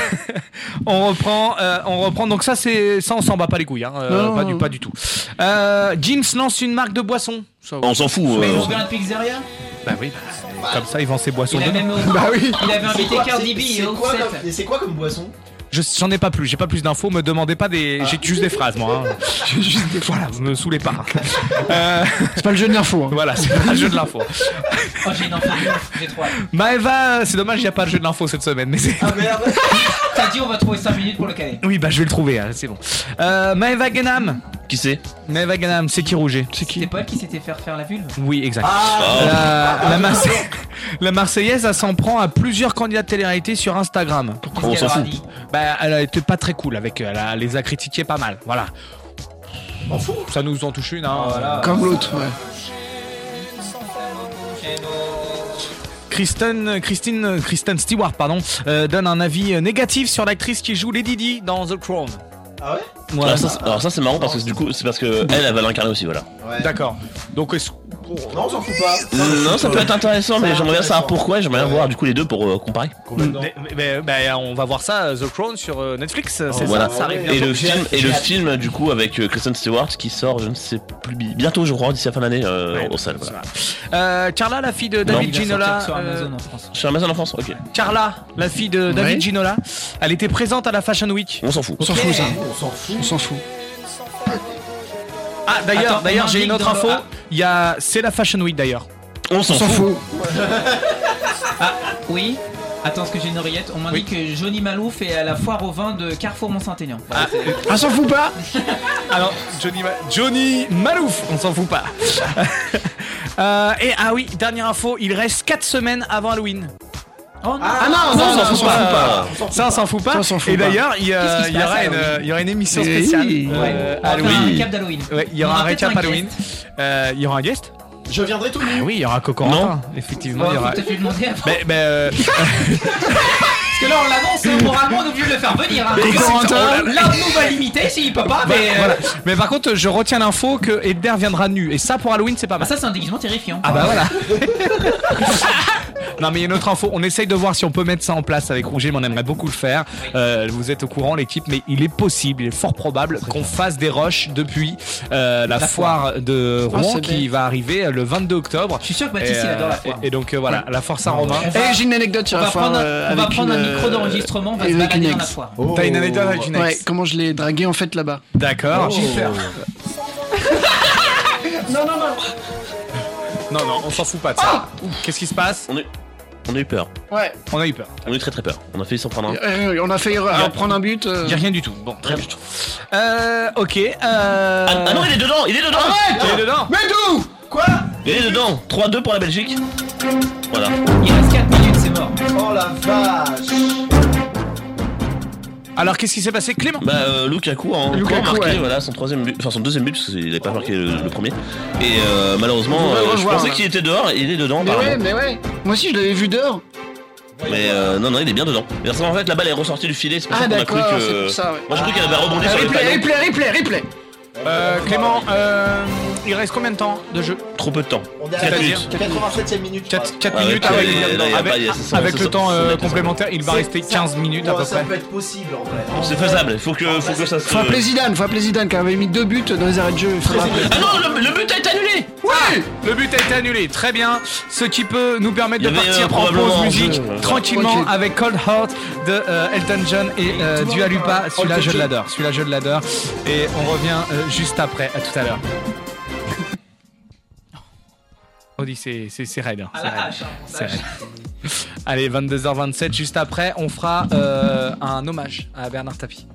on reprend, euh, on reprend. Donc ça, c'est ça, on s'en bat pas les couilles, hein, euh,
Non,
pas,
non,
du,
non.
pas du tout. Euh, James lance une marque de boisson.
On s'en fout,
Mais
euh,
ils ont-
Robert Pizzeria
Bah oui. Comme ça, ils vendent ses boissons.
Il a
dedans.
même- Bah oui. il avait invité
C'est quoi-
Cardi B
c'est-
et
c'est quoi
Offset.
comme- Et c'est quoi comme boisson
Je- J'en ai pas plus, j'ai pas plus d'infos, me demandez pas des. J'ai juste des phrases, moi. hein. J'ai juste des- Voilà, vous me saoulez pas. Euh,
C'est pas le jeu de l'info. hein.
Voilà, c'est pas le jeu de l'info.
Oh, j'ai une info, j'ai trois.
Maëva, c'est dommage, il n'y a pas de jeu de l'info cette semaine. Mais
Ah.
Ah,
c'est-
T'as dit, on va trouver 5 minutes pour le caler.
oui, bah je vais le trouver, hein, c'est bon. Euh, Maëva Ganam. Qui c'est Maëva Ganam, c'est qui Rouget C'est qui
C'est pas elle qui s'était faire faire la vulve
Oui, exact.
Ah.
la, la Marse- la Marseillaise, elle s'en prend à plusieurs candidats de télé-réalité sur Instagram.
On s'en fout.
Bah, elle a été pas très cool avec eux, elle, a- elle les a critiqués pas mal, voilà. M'en fout. Ça nous en touche une, hein.
Comme l'autre, ouais.
Kristen, Christine, Kristen Stewart, pardon, euh, donne un avis négatif sur l'actrice qui joue Lady Di dans The Crown.
Ah ouais
Voilà.
Alors ça, c'est- alors ça, c'est marrant parce que du coup c'est parce que elle, elle va l'incarner aussi voilà.
D'accord. Donc est-ce
Non, on s'en fout pas.
Non ça peut être intéressant mais
Ça,
j'aimerais bien savoir
intéressant.
pourquoi et j'aimerais bien voir du coup les deux pour euh, comparer.
Mais- mais- mais on va voir ça, The Crown sur euh, Netflix. c'est
Oh, Voilà.
ça, ça arrive
et
bientôt.
le film et le
J'ai hâte.
film du coup avec euh, Kristen Stewart qui sort je ne sais plus bi- bientôt je crois d'ici la fin d'année euh, aux salles. Voilà.
Euh, Carla, la fille de David
Non.
Ginola.
Sur
euh,
Amazon en France. Sur Amazon en France ok.
Carla, la fille de David
Ouais.
Ginola, elle était présente à la Fashion Week.
On s'en fout.
On s'en fout, ça.
On s'en fout.
On s'en fout.
Ah d'ailleurs,
Attends,
d'ailleurs
on
j'ai une
indique
autre
dans le-
info.
ah.
Il y a, c'est la Fashion Week d'ailleurs.
On s'en
On s'en fout.
Ah,
Oui. Attends, parce que j'ai une oreillette. On m'indique que Johnny Malouf est à la foire au vin de Carrefour Mont-Saint-Aignan.
Ah,
on s'en fout pas
Alors, Johnny, Ma- Johnny Malouf, on s'en fout pas. Euh, et ah oui, dernière info, il reste 4 semaines avant Halloween.
Ah non, non,
on s'en fout pas. Ça, on s'en fout
Ça,
pas.
on s'en fout
Et
pas.
d'ailleurs, il y a-
Qu'est-ce qui
il
se
y
passe à
aura une,
Halloween
il y aura une émission
Eh
spéciale.
oui.
euh,
Ouais. On va faire
Halloween.
un récap d'Halloween.
Ouais, il y aura
On
un
aura peut-être
récap
un
Halloween. Euh, Il y aura un guest Ah
Je viendrai tout nu.
oui, il y aura Cocorantin. Effectivement,
Ouais,
il y aura.
faut peut-être lui demander avant.
Mais, mais, euh,
Parce que là, on l'avance et moralement, on est obligé de le faire venir. Hein.
Mais
Donc,
Corentin-
L'un de nous va l'imiter s'il peut
bah,
pas, mais. euh,
voilà. Mais par contre, je retiens l'info que Edder viendra nu. Et ça, pour Halloween, c'est pas mal.
Ça, c'est un déguisement terrifiant.
Ah bah voilà. non mais il y a une autre info, on essaye de voir si on peut mettre ça en place avec Rouget, mais on aimerait beaucoup le faire. Euh, vous êtes au courant l'équipe, mais il est possible, il est fort probable qu'on fasse des rushs depuis euh, la,
La
foire,
foire.
de
Oh,
Rouen
c'est
qui va arriver euh, le 22 octobre. Je suis sûr que
Baptiste, il adore la foire.
Et, et donc euh, voilà, la foire Saint-Romain.
On va-
Et Eh, j'ai une anecdote sur
on
la
va
foire.
prendre un-
euh,
on va
avec
prendre un
une,
micro
euh,
d'enregistrement, on va
et
se
avec
balader
une
dans la
ex.
foire.
Oh. T'as une anecdote avec une ex.
Ouais, comment je l'ai dragué en fait là-bas.
Oh.
D'accord.
Super.
Non, non, non.
Non non, on s'en fout pas de ça. Qu'est-ce qui se passe
Ah on, a eu- on a eu peur.
Ouais.
On a eu peur.
On a eu très très peur. On a failli s'en prendre un.
Euh, on a failli re- prendre un but. euh.
Y a rien du tout. Bon, très bien. Euh, ok. Euh...
Ah, ah non, il est dedans, il est dedans.
Arrête
Il est dedans.
Mais d'où Quoi
Il est dedans. 3-2 pour la Belgique. Voilà.
Il reste 4 minutes, c'est mort.
Oh la vache
Alors qu'est-ce qui s'est passé Clément
Bah euh, Lukaku a encore
Lukaku,
marqué
ouais.
voilà, son troisième but, enfin son deuxième but parce qu'il n'avait pas marqué le, le premier. Et euh, malheureusement,
On va le
euh, je
revoir,
pensais
là.
qu'il était dehors, il est dedans
Mais ouais,
apparemment.
mais ouais. Moi aussi, je l'avais vu dehors.
Mais euh, non non il est bien dedans. Mais en fait la balle est ressortie du filet, c'est pour
Ah,
ça qu'on a cru
d'accord,
que.
c'est pour ça, ouais.
Moi j'ai cru qu'elle avait rebondi
Ah,
sur le
replay,
panneau.
replay, replay, replay.
Euh, Clément, euh, il reste combien de temps de jeu
Trop peu de temps. Ah
On est à la
C'est-à-dire
87ème minute.
4, 4
Ouais,
minutes
ah
ouais,
avec,
il y a- il y a- il y a
avec-
pas- il y a- ça sent-
avec
ça
le
sent-
temps
ça
euh,
sent-
complémentaire, il va
C'est-
rester
ça-
15 minutes à
Ouais,
peu
Ça
près.
peut être possible en Ah, bah, vrai.
C'est faisable, il faut que, faut que ça se.
Faut appeler Zidane, faut appeler Zidane qui avait mis deux buts dans les arrêts de jeu. Faut rappeler.
Ah non, le, le but a été annulé
Ouais
Le but a été annulé, très bien. Ce qui peut nous permettre
Il
de
y avait, euh,
partir en
probablement
pause
un
musique
jeu, ouais.
tranquillement
Ok.
avec Cold Heart de euh, Elton John et euh, Dua Lipa. Celui-là,
Ok.
je l'adore. Celui-là, je l'adore. Et on revient euh, juste après. À tout à l'heure. On dit Oh, c'est c'est c'est raide. hein, c'est raide. C'est raide. Allez, 22h27, juste après, on fera euh, un hommage à Bernard Tapie.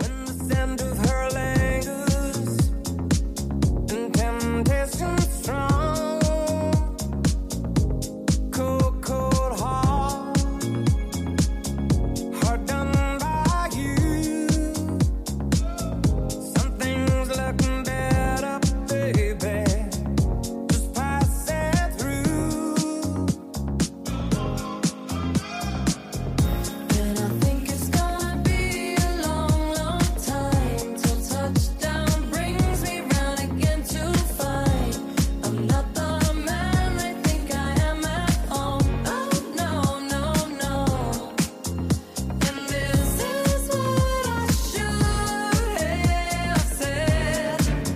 When the sound of her languors and temptation strong, cold, cold heart, hard done by you. Something's looking better, baby. Just pass it through, and I think it's gonna be a long, long time till touchdown brings me round again to find I'm not the man I think I am at all. Oh no, no, no. And this is what I should have said.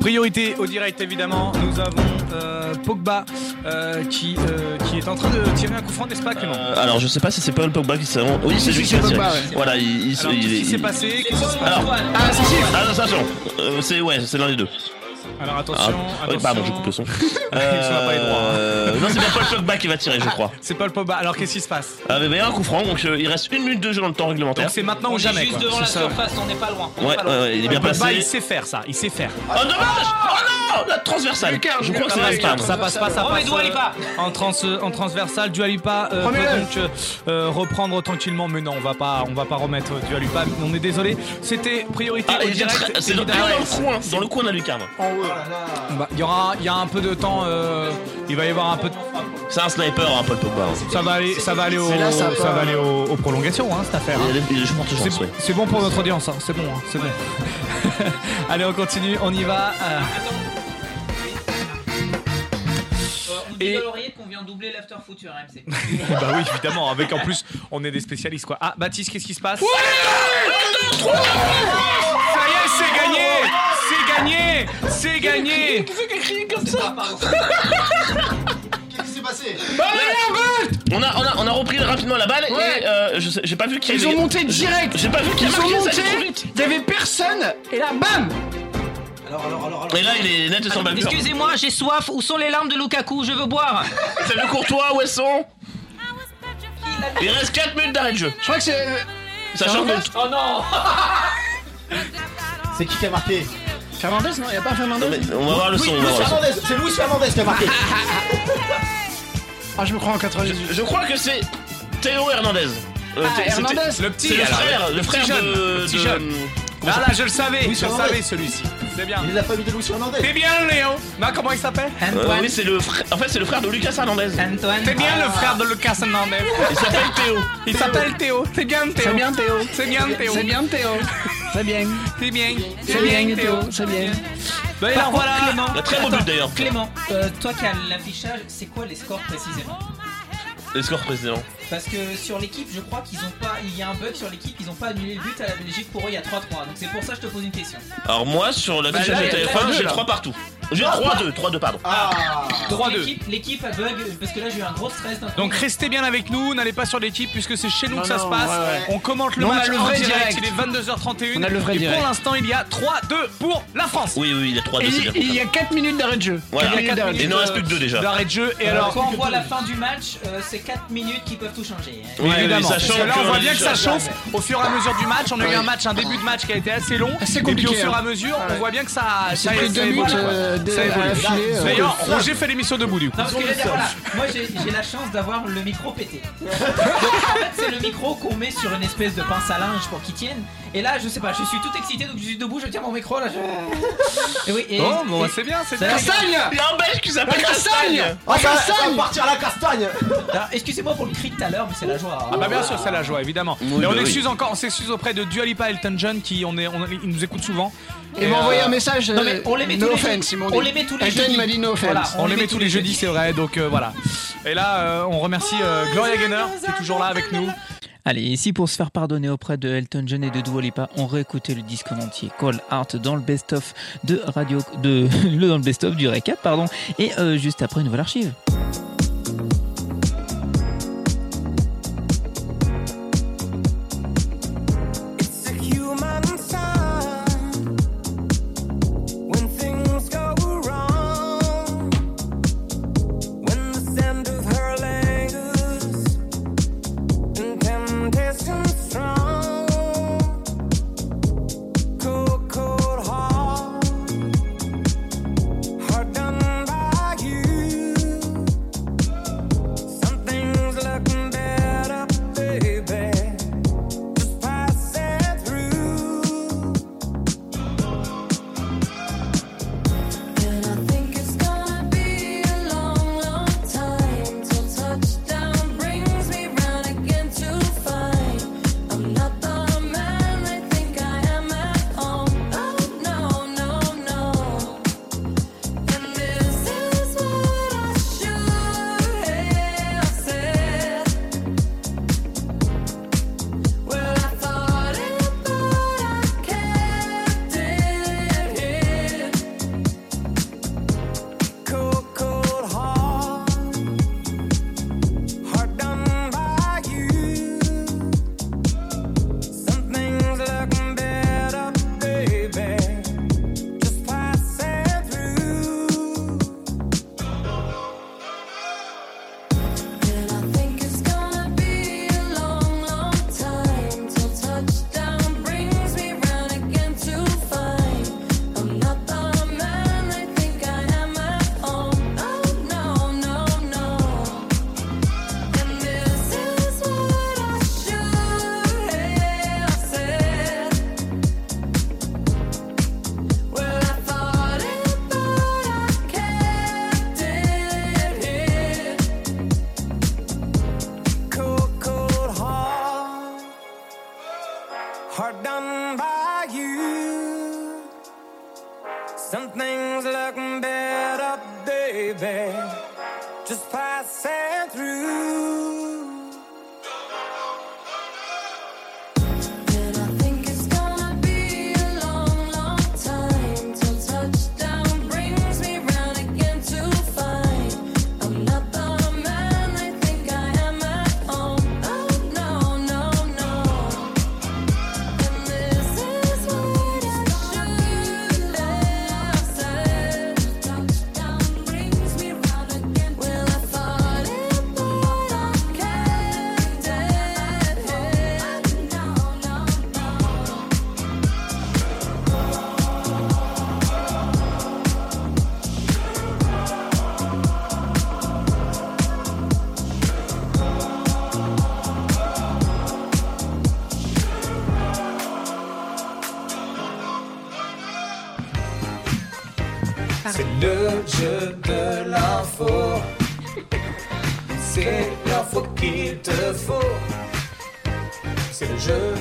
Priorité au direct évidemment, nous avons euh, Pogba euh, qui, euh, qui est en train de tirer un coup franc, n'est-ce pas Clément
Euh, alors je sais pas si c'est pas le Pogba qui s'est vraiment- Oui, c'est
Si,
lui
si,
qui a
c'est
tiré.
Pogba, ouais.
Voilà, il, il,
Alors,
il-
qu'est-ce qui
il-
s'est passé Qu'est-ce qui se passe
Alors,
Ah, c'est sûr.
Ah, attention Euh, C'est ouais, c'est l'un des deux.
Alors
Ah,
attention,
oui,
attention.
pardon, je coupe le son.
pas les droits, hein. Ah,
Euh, non, c'est bien Paul Pogba qui va tirer, je crois.
C'est pas le Pogba, alors qu'est-ce qui se passe
Ah, mais il y a un coup franc, donc euh, il reste une minute de jeu dans le temps réglementaire.
Donc c'est maintenant
On
ou
est
jamais
juste
quoi.
devant la
C'est ça.
surface, on n'est pas loin. on est
Ouais,
pas
ouais,
loin.
ouais, il est bien
Pogba,
passé.
il sait faire ça, il sait faire.
Oh dommage Oh non La transversale Je crois que c'est la spam.
Ça passe pas, ça
Remets
passe.
Dua Lipa.
euh, en, trans, euh, en transversal, Dualipa peut
Remets-le.
donc euh, euh, reprendre tranquillement, mais non, on va pas, on va pas remettre Dualipa. On est désolé. C'était priorité
Ah,
au
il était
direct.
très- c'est dans,
évidemment.
ah, dans le coin, dans le coin de la lucarne.
Bah, Il y aura, il y a un peu de temps. euh, il va y avoir un peu. de-
C'est un sniper, hein, Paul Pogba. hein.
Ça va aller, ça va aller au,
C'est là,
ça
ça va.
va aller aux, aux prolongations, hein, cette affaire. hein.
Il, il, il, je porte
C'est-
chance, ouais.
C'est bon pour notre audience, hein, c'est bon, hein, c'est bon. Allez, on continue, on y va. euh.
Euh, on dit
Et-
dans l'oreillette qu'on vient doubler l'after foot sur RMC.
bah oui, évidemment, avec en plus, on est des spécialistes quoi. Ah, Baptiste, qu'est-ce qui se passe Ça y est, c'est gagné C'est gagné C'est gagné
Comme ça, pardon.
Qu'est-ce qui s'est passé
Allez, arrête
On a, on, a, on a repris rapidement la balle et euh, je sais- j'ai pas vu qui
Ils
avait-
ont monté direct.
J'ai pas vu qui
Ils
avait
ont
marqué, ça
monté.
allait trop vite.
Il y avait personne. Et là, bam.
Et là, il est net et sans
Alors,
balle.
Excusez-moi, j'ai soif. Où sont les larmes de Lukaku Je veux boire.
Salut Courtois, où elles sont Il reste 4 minutes d'arrêt de jeu.
Je crois que
euh,
c'est.
Sachant que.
Oh non C'est qui qui a marqué Fernandez Non, il n'y a pas Fernandez
on va voir le son, on va voir le son.
c'est Louis Fernandez qui a marqué. ah, je me crois en 98.
Je crois que c'est Théo Hernandez. Euh,
Ah,
Thé- c'est-
Hernandez.
c'est
Le petit,
le
alors,
frère,
le
le
petit
frère
jeune,
de.
le petit
de-
jeune.
comment ça
Ah là, je le savais,
Oui,
je le
Fernandez.
savais celui-ci. C'est bien.
Il est la famille de Louis Fernandez.
T'es bien, Léo Non, comment il s'appelle
Euh, oui, c'est le frère. En fait, c'est le frère de Lucas Hernandez.
Antoine.
T'es bien le frère de Lucas Hernandez.
Il s'appelle Théo.
Il s'appelle Théo. C'est bien Théo.
C'est bien Théo.
C'est bien Théo.
C'est bien Théo. C'est bien.
C'est bien.
C'est bien Théo. C'est bien.
Bah,
Par
alors
contre,
voilà.
Clément,
Il y a très beau but,
attends,
d'ailleurs.
Clément, euh, toi qui as l'affichage, c'est quoi les scores précisément
Les scores précédents.
Parce que sur l'équipe, je crois qu'ils ont pas. Il y a un bug sur l'équipe, ils ont pas annulé le but à la Belgique. Pour eux, il y a 3-3. Donc c'est pour ça que je te pose une question.
Alors, moi, sur la
Bah,
fiche
là,
de
il y a
TF1,
deux,
j'ai
là.
3 partout. J'ai
Ah.
3-2, 3-2, pardon.
Ah
L'équipe- L'équipe a bug parce que là, j'ai eu un gros stress d'un coup.
Donc restez bien avec nous, n'allez pas sur l'équipe puisque c'est chez nous
Non,
que ça
non,
se passe.
ouais, ouais.
On commente le
Nous, on
match
a le
en
vrai
direct.
direct.
il est 22h31.
On a le vrai
et
direct.
pour l'instant il y a 3-2 pour la France.
Oui, oui, il y a 3-2,
Et
c'est bien.
il il y a 4 minutes d'arrêt de jeu.
Voilà.
Quatre minutes d'arrêt de
Et il
jeu.
n'en reste plus que 2 déjà.
D'arrêt de jeu
Euh, quand on voit la fin du match, euh, c'est 4 minutes qui peuvent tout changer. hein.
Oui,
évidemment.
mais sachant
Parce que là, on
que-
voit bien que ça chauffe au fur et à mesure du match. On a eu
Ouais.
un match, un début de match qui a été assez long.
Assez
Et
compliqué,
puis au fur et à
hein.
mesure, on
Ouais.
voit bien que ça.
C'est
ça-
plus de
ça
deux
évolue,
minutes,
quoi.
euh, de-
Ça évolue.
à la filée, euh,
D'ailleurs,
comme ça.
Roger fait l'émission debout, lui.
Non, parce que là, voilà, moi j'ai j'ai la chance d'avoir le micro pété. Donc, en fait, c'est le micro qu'on met sur une espèce de pince à linge pour qu'il tienne. Et là, je sais pas, je suis tout excité, donc je suis debout, je tiens mon micro là. Je... Et oui, et-
Oh, bon,
et-
c'est bien, c'est
Ça
bien.
va, les gars
Il y a un belge qui s'appelle
La Oh,
Castagne.
La castagne
partir à la castagne
Alors, Excusez-moi pour le cri de tout à l'heure, mais c'est la joie.
Ah bah bien sûr c'est la joie évidemment.
Oui,
et
bah
on
oui.
excuse encore, on s'excuse auprès de Dualipa Elton John qui on est, on, il nous écoute souvent.
Ils m'ont
euh,
envoyé un message. euh,
Non, mais
on les met
no
tous les
offense,
jeux-
ils m'ont
on
dit.
les met tous les Elton jeudis. m'a dit no offense.
Voilà, on, les met tous les jeudis, c'est vrai. Donc euh, voilà. Et là, euh, on remercie euh, Gloria Gaynor qui est toujours là avec nous.
Allez, ici pour se faire pardonner auprès de Elton John et de Dua Lipa, on réécoutait le disque en entier, Call Art dans le best-of de Radio, de le dans le best-of du récap, pardon, et euh, juste après une nouvelle archive.
It's the human side when things go wrong, when the scent of her lingers and temptation strong, cold, cold heart, heart done by you. Something's looking better, baby passing through.
And I think it's gonna be a long, long time till touchdown brings me round again to find I'm not the man I think I am at home. Oh no, no, no. And this is what I should have said. Well, I thought it, but I kept it here.
Cold, cold heart, heart done by you. Something's looking better, baby. Just passing through.
And I think it's gonna be a long, long time till touchdown brings me round again to find I'm not the man I think I am at home. Oh no, no, no. And this is what I should have said. Well, I thought it, but I kept it here.
Cold, cold heart, heart done by you. Something's looking better, baby. Just passing through.
And I think it's gonna be a long, long time till touchdown brings me round again to find I'm not the man I think I am at
C'est le jeu de l'info. C'est l'info qu'il te faut. C'est le jeu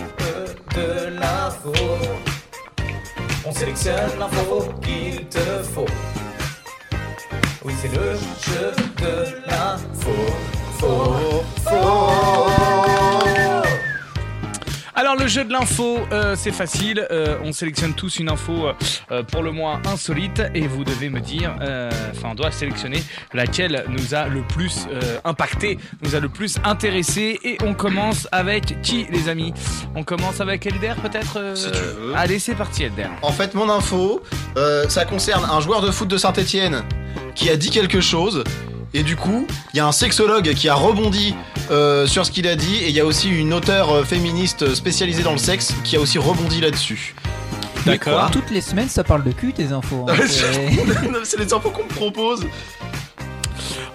de l'info. On sélectionne l'info qu'il te faut. Oui, c'est le jeu de l'info. Faux, faux.
Alors le jeu de l'info, euh, c'est facile. Euh, on sélectionne tous une info euh, pour le moins insolite et vous devez me dire, euh, enfin on doit sélectionner laquelle nous a le plus euh, impacté, nous a le plus intéressé. Et on commence avec qui les amis On commence avec Elder peut-être euh, Allez c'est parti Elder.
En fait, mon info, euh, ça concerne un joueur de foot de Saint-Etienne qui a dit quelque chose. Et du coup, il y a un sexologue qui a rebondi euh, sur ce qu'il a dit. Et il y a aussi une auteure euh, féministe spécialisée dans le sexe qui a aussi rebondi là-dessus. D'accord.
Toutes les semaines, ça parle de cul, tes infos. hein. C'est-
Non, mais C'est les infos qu'on me propose.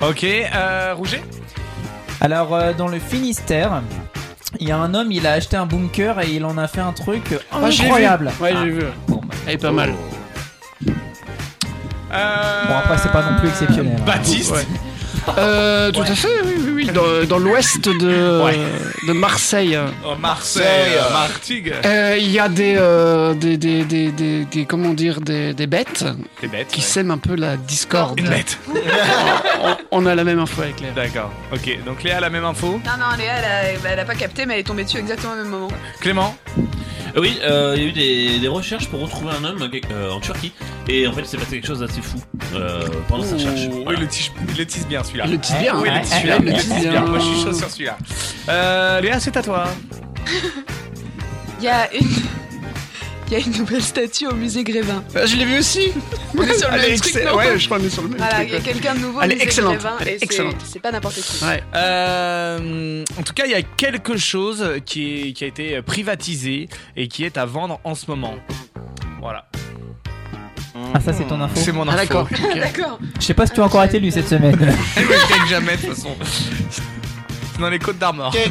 Ok, euh, Rouget
Alors, euh, dans le Finistère, il y a un homme, il a acheté un bunker et il en a fait un truc
Ah, j'ai vu.
incroyable. Ah, bah.
Ouais, j'ai vu. Elle est pas mal.
Bon, après, c'est pas non plus exceptionnel. hein.
Baptiste
Euh, tout à fait, oui, oui, oui. Dans, dans l'ouest de, de Marseille.
Oh, Marseille,
euh,
Martigues.
Euh, Il y a des, euh, des, des, des, des- des- comment dire, des, des bêtes,
Des bêtes,
qui
ouais.
sèment un peu la discorde.
Une bête.
on, on a la même info avec Léa.
D'accord. Ok, donc Léa la même info.
Non, non, Léa, elle a, bah, elle a pas capté, mais elle est tombée dessus exactement au même moment.
Clément
Euh, Oui, euh, il y a eu des, des recherches pour retrouver un homme quelque- euh, en Turquie. Et en fait, il s'est passé quelque chose d'assez fou euh, pendant sa
Ouh,
recherche.
oui,
Voilà.
le tige- il le tisse bien celui-là.
Il le tisse bien,
Oui, il le
hein.
tisse bien.
Ouais,
Il le tisse bien.
ouais.
Moi, je suis chaud sur celui-là. Euh, Léa, c'est à toi.
Il y a une. Il y a une nouvelle statue au musée Grévin.
je l'ai vu aussi
Euh, On est sur le
Elle
même
est
truc,
exce-
non
Ouais, je crois qu'on est sur le même
Voilà,
truc,
il y a
ouais.
quelqu'un de nouveau au
Elle est
musée
excellente.
Grévin,
Elle
et
est
c'est-
excellente.
C'est pas n'importe qui.
Euh, en tout cas, il y a quelque chose qui, est- qui a été privatisé et qui est à vendre en ce moment. Voilà.
Ah, ça, c'est ton info
C'est mon info.
D'accord.
Je sais pas si tu as encore été lu cette semaine.
Je gagne jamais de toute façon. C'est Dans les côtes d'Armor.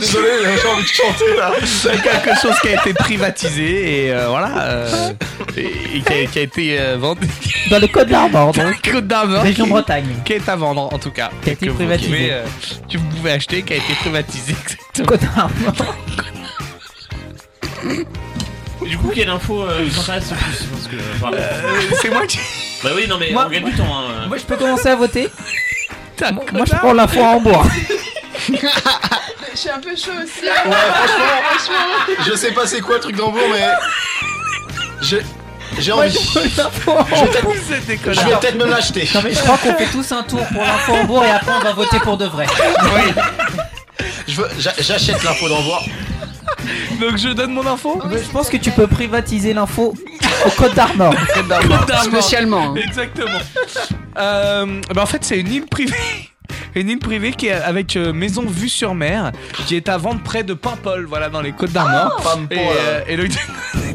Désolé, j'ai envie de chanter là. C'est quelque chose qui a été privatisé et euh, voilà. euh, et, et qui, a, qui a été euh, vendu.
Dans les côtes d'Armor, donc.
Côte d'Armor.
Région
qui-
Bretagne.
Qui est à vendre en tout cas.
Qui a été
Que vous
privatisé.
pouvez, euh, que vous pouvez acheter, qui a été privatisé. exactement.
Côte d'Armor.
Du coup, quelle info euh, vous intéresse le plus Parce que, enfin,
Euh, C'est moi qui.
Bah oui, non, mais
Moi-
on gagne du temps. hein.
Moi, je peux commencer à voter
Moi,
moi, je prends l'info à Hambourg.
Ah.
Je suis un peu chaud aussi.
Ouais, franchement, je sais pas c'est quoi le truc d'Hambourg, mais. Je- J'ai envie. Je vais peut-être-
déconne.
je vais peut-être me l'acheter.
Non, mais je crois qu'on fait tous un tour pour l'info Hambourg et après, on va voter pour de vrai.
Je veux- j'a- J'achète l'info d'Hambourg.
Donc, je donne mon info
Je pense que tu peux privatiser l'info aux Côtes d'Armor.
Côte d'Armor.
hein.
Exactement. Euh, bah en fait, c'est une île privée. Une île privée qui est avec euh, maison vue sur mer, qui est à vendre près de Paimpol, voilà, dans les Côtes d'Armor.
Ah Paimpol.
et, euh, et donc,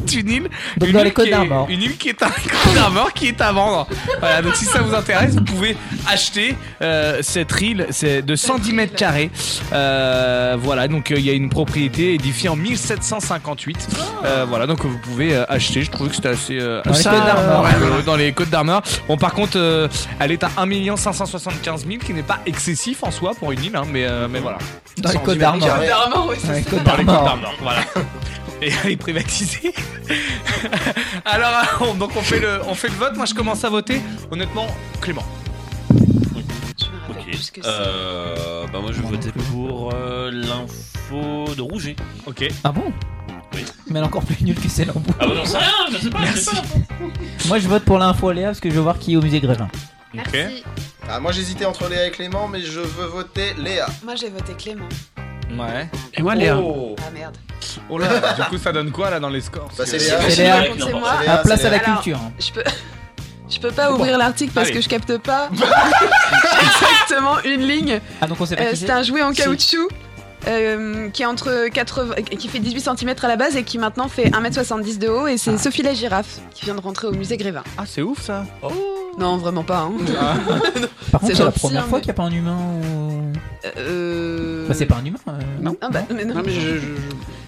c'est une île.
Donc
une
dans
île
les Côtes
qui est-
d'Armor.
Une île qui est à Côtes d'Armor, qui est à vendre. Voilà, donc si ça vous intéresse, vous pouvez acheter euh, cette île, c'est de 110 mètres carrés. Euh, voilà, donc euh, il y a une propriété édifiée en 1758. Euh, voilà, donc vous pouvez euh, acheter. Je trouvais que c'était assez. euh,
Dans les
assez-
Côtes d'Armor.
Ouais, euh, dans les Côtes d'Armor. Bon, par contre, euh, elle est à 1 575 000, qui n'est pas excessif en soi pour une île, hein, mais, euh, mais voilà.
Dans les
110
Côtes
mètres
d'Armor.
carrés.
Dans les Côtes
Dans les Côtes
d'Armor.
d'Armor, voilà. Et elle est privatisée. Alors, euh, on- donc on fait, le, on fait le vote. Moi, je commence à voter. Honnêtement, Clément.
Ok. Euh, bah moi je vais voter pour euh, l'info de Rouget.
Ok.
Ah bon
Oui.
Mais elle est encore plus nulle que celle en bout.
Ah bah j'en sais rien, je sais pas, je sais pas.
Moi je vote pour l'info Léa parce que je veux voir qui est au musée Grévin.
Ah, moi j'hésitais entre Léa et Clément, mais je veux voter Léa.
Moi j'ai voté Clément.
Ouais.
Et moi, Léa.
Oh.
Ah merde.
Oh là, du coup, ça donne quoi là dans les scores
Bah, c'est
Parce
Léa.
que-
C'est Léa.
C'est moi.
c'est Léa, Ah, place c'est à la Léa.
Alors,
culture.
Je peux. Je peux pas ouvrir l'article parce
Allez.
que je capte pas exactement une ligne.
Ah donc on sait pas
Euh,
qui
c'est un jouet en
Si.
caoutchouc euh, qui est entre 80, qui fait 18 cm à la base et qui maintenant fait 1m70 de haut et
Ah.
c'est Sophie la girafe qui vient de rentrer au musée Grévin.
Ah c'est ouf ça.
Oh. Non vraiment pas. hein.
Par contre
C'est
c'est la
gentil,
première
hein,
fois qu'il n'y a pas un humain ou...
Euh...
Bah c'est pas un humain euh, Non.
Ah bah, mais non.
Non, mais je- je-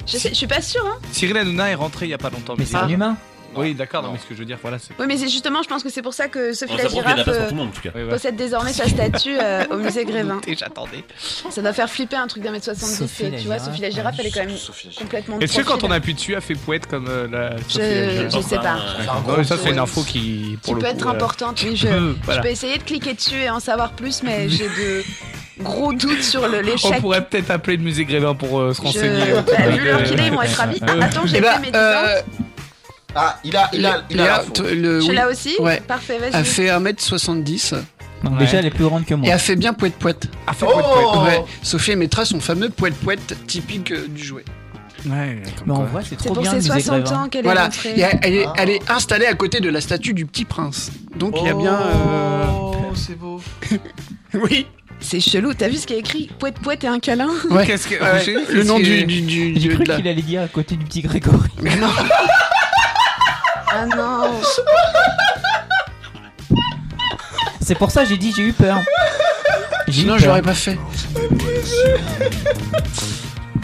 Je, sais- je suis pas sûre hein.
Cyril Hanouna est rentré il y a pas longtemps.
Mais c'est un humain
Oui, d'accord, non, mais ce que je veux dire, voilà, c'est.
Oui, mais c'est justement, je pense que c'est pour ça que Sophie
Bon,
la
ça prouve qu'il y a de
girafe
la place pour
euh,
tout le monde, en tout cas. Oui, voilà.
possède désormais sa statue euh, au musée Grévin.
J'attendais.
Ça doit faire flipper un truc d'un mètre 70,
Sophie
et
la
tu vois.
girafe.
Sophie la girafe, elle est quand même complètement. de
Est-ce que quand
profil.
on appuie dessus, elle fait poète comme euh, la. Sophie,
je
pense
sais pas.
D'accord. Non, mais ça, c'est une info qui.
qui
Pour
peut
le
être
coup, euh,
importante. Oui, je,
peut, voilà.
je peux essayer de cliquer dessus et en savoir plus, mais j'ai de gros doutes sur le-
On
l'échec.
pourrait peut-être appeler le musée Grévin pour euh, se renseigner.
Bah, vu leur qu'il est, ils vont être ravis.
Euh,
Ah, attends, j'ai
Eh ben,
fait mes 10 ans.
Ah, il a, il a, il a
Léa,
l'info.
t- le-
Tu
oui.
l'as aussi
Ouais.
Parfait, vas-y.
Elle fait 1m70.
Donc déjà, elle est plus grande que moi.
Et elle fait bien poète poète.
fait poète-poète.
Ouais. Sophie émettra son fameux poète poète typique euh, du jouet.
Ouais,
Mais en vrai, c'est trop
pour
bien.
ses
le musée
60
Grévin.
ans Voilà, Et elle, elle est, elle est installée à côté de la statue du petit prince. Donc il y a bien. euh,
Oh, c'est beau.
oui.
C'est chelou, t'as vu ce qui est écrit Poète poète et un câlin
Ouais. Qu'est-ce que- Ouais. Roger, qu'est-ce Le nom que- du- du- du-
J'ai
du-
cru
de la-
qu'il allait dire à côté du petit Grégory.
Mais non.
Ah non
C'est pour ça que j'ai dit j'ai eu peur. J'ai eu
Sinon,
peur.
je l'aurais pas fait.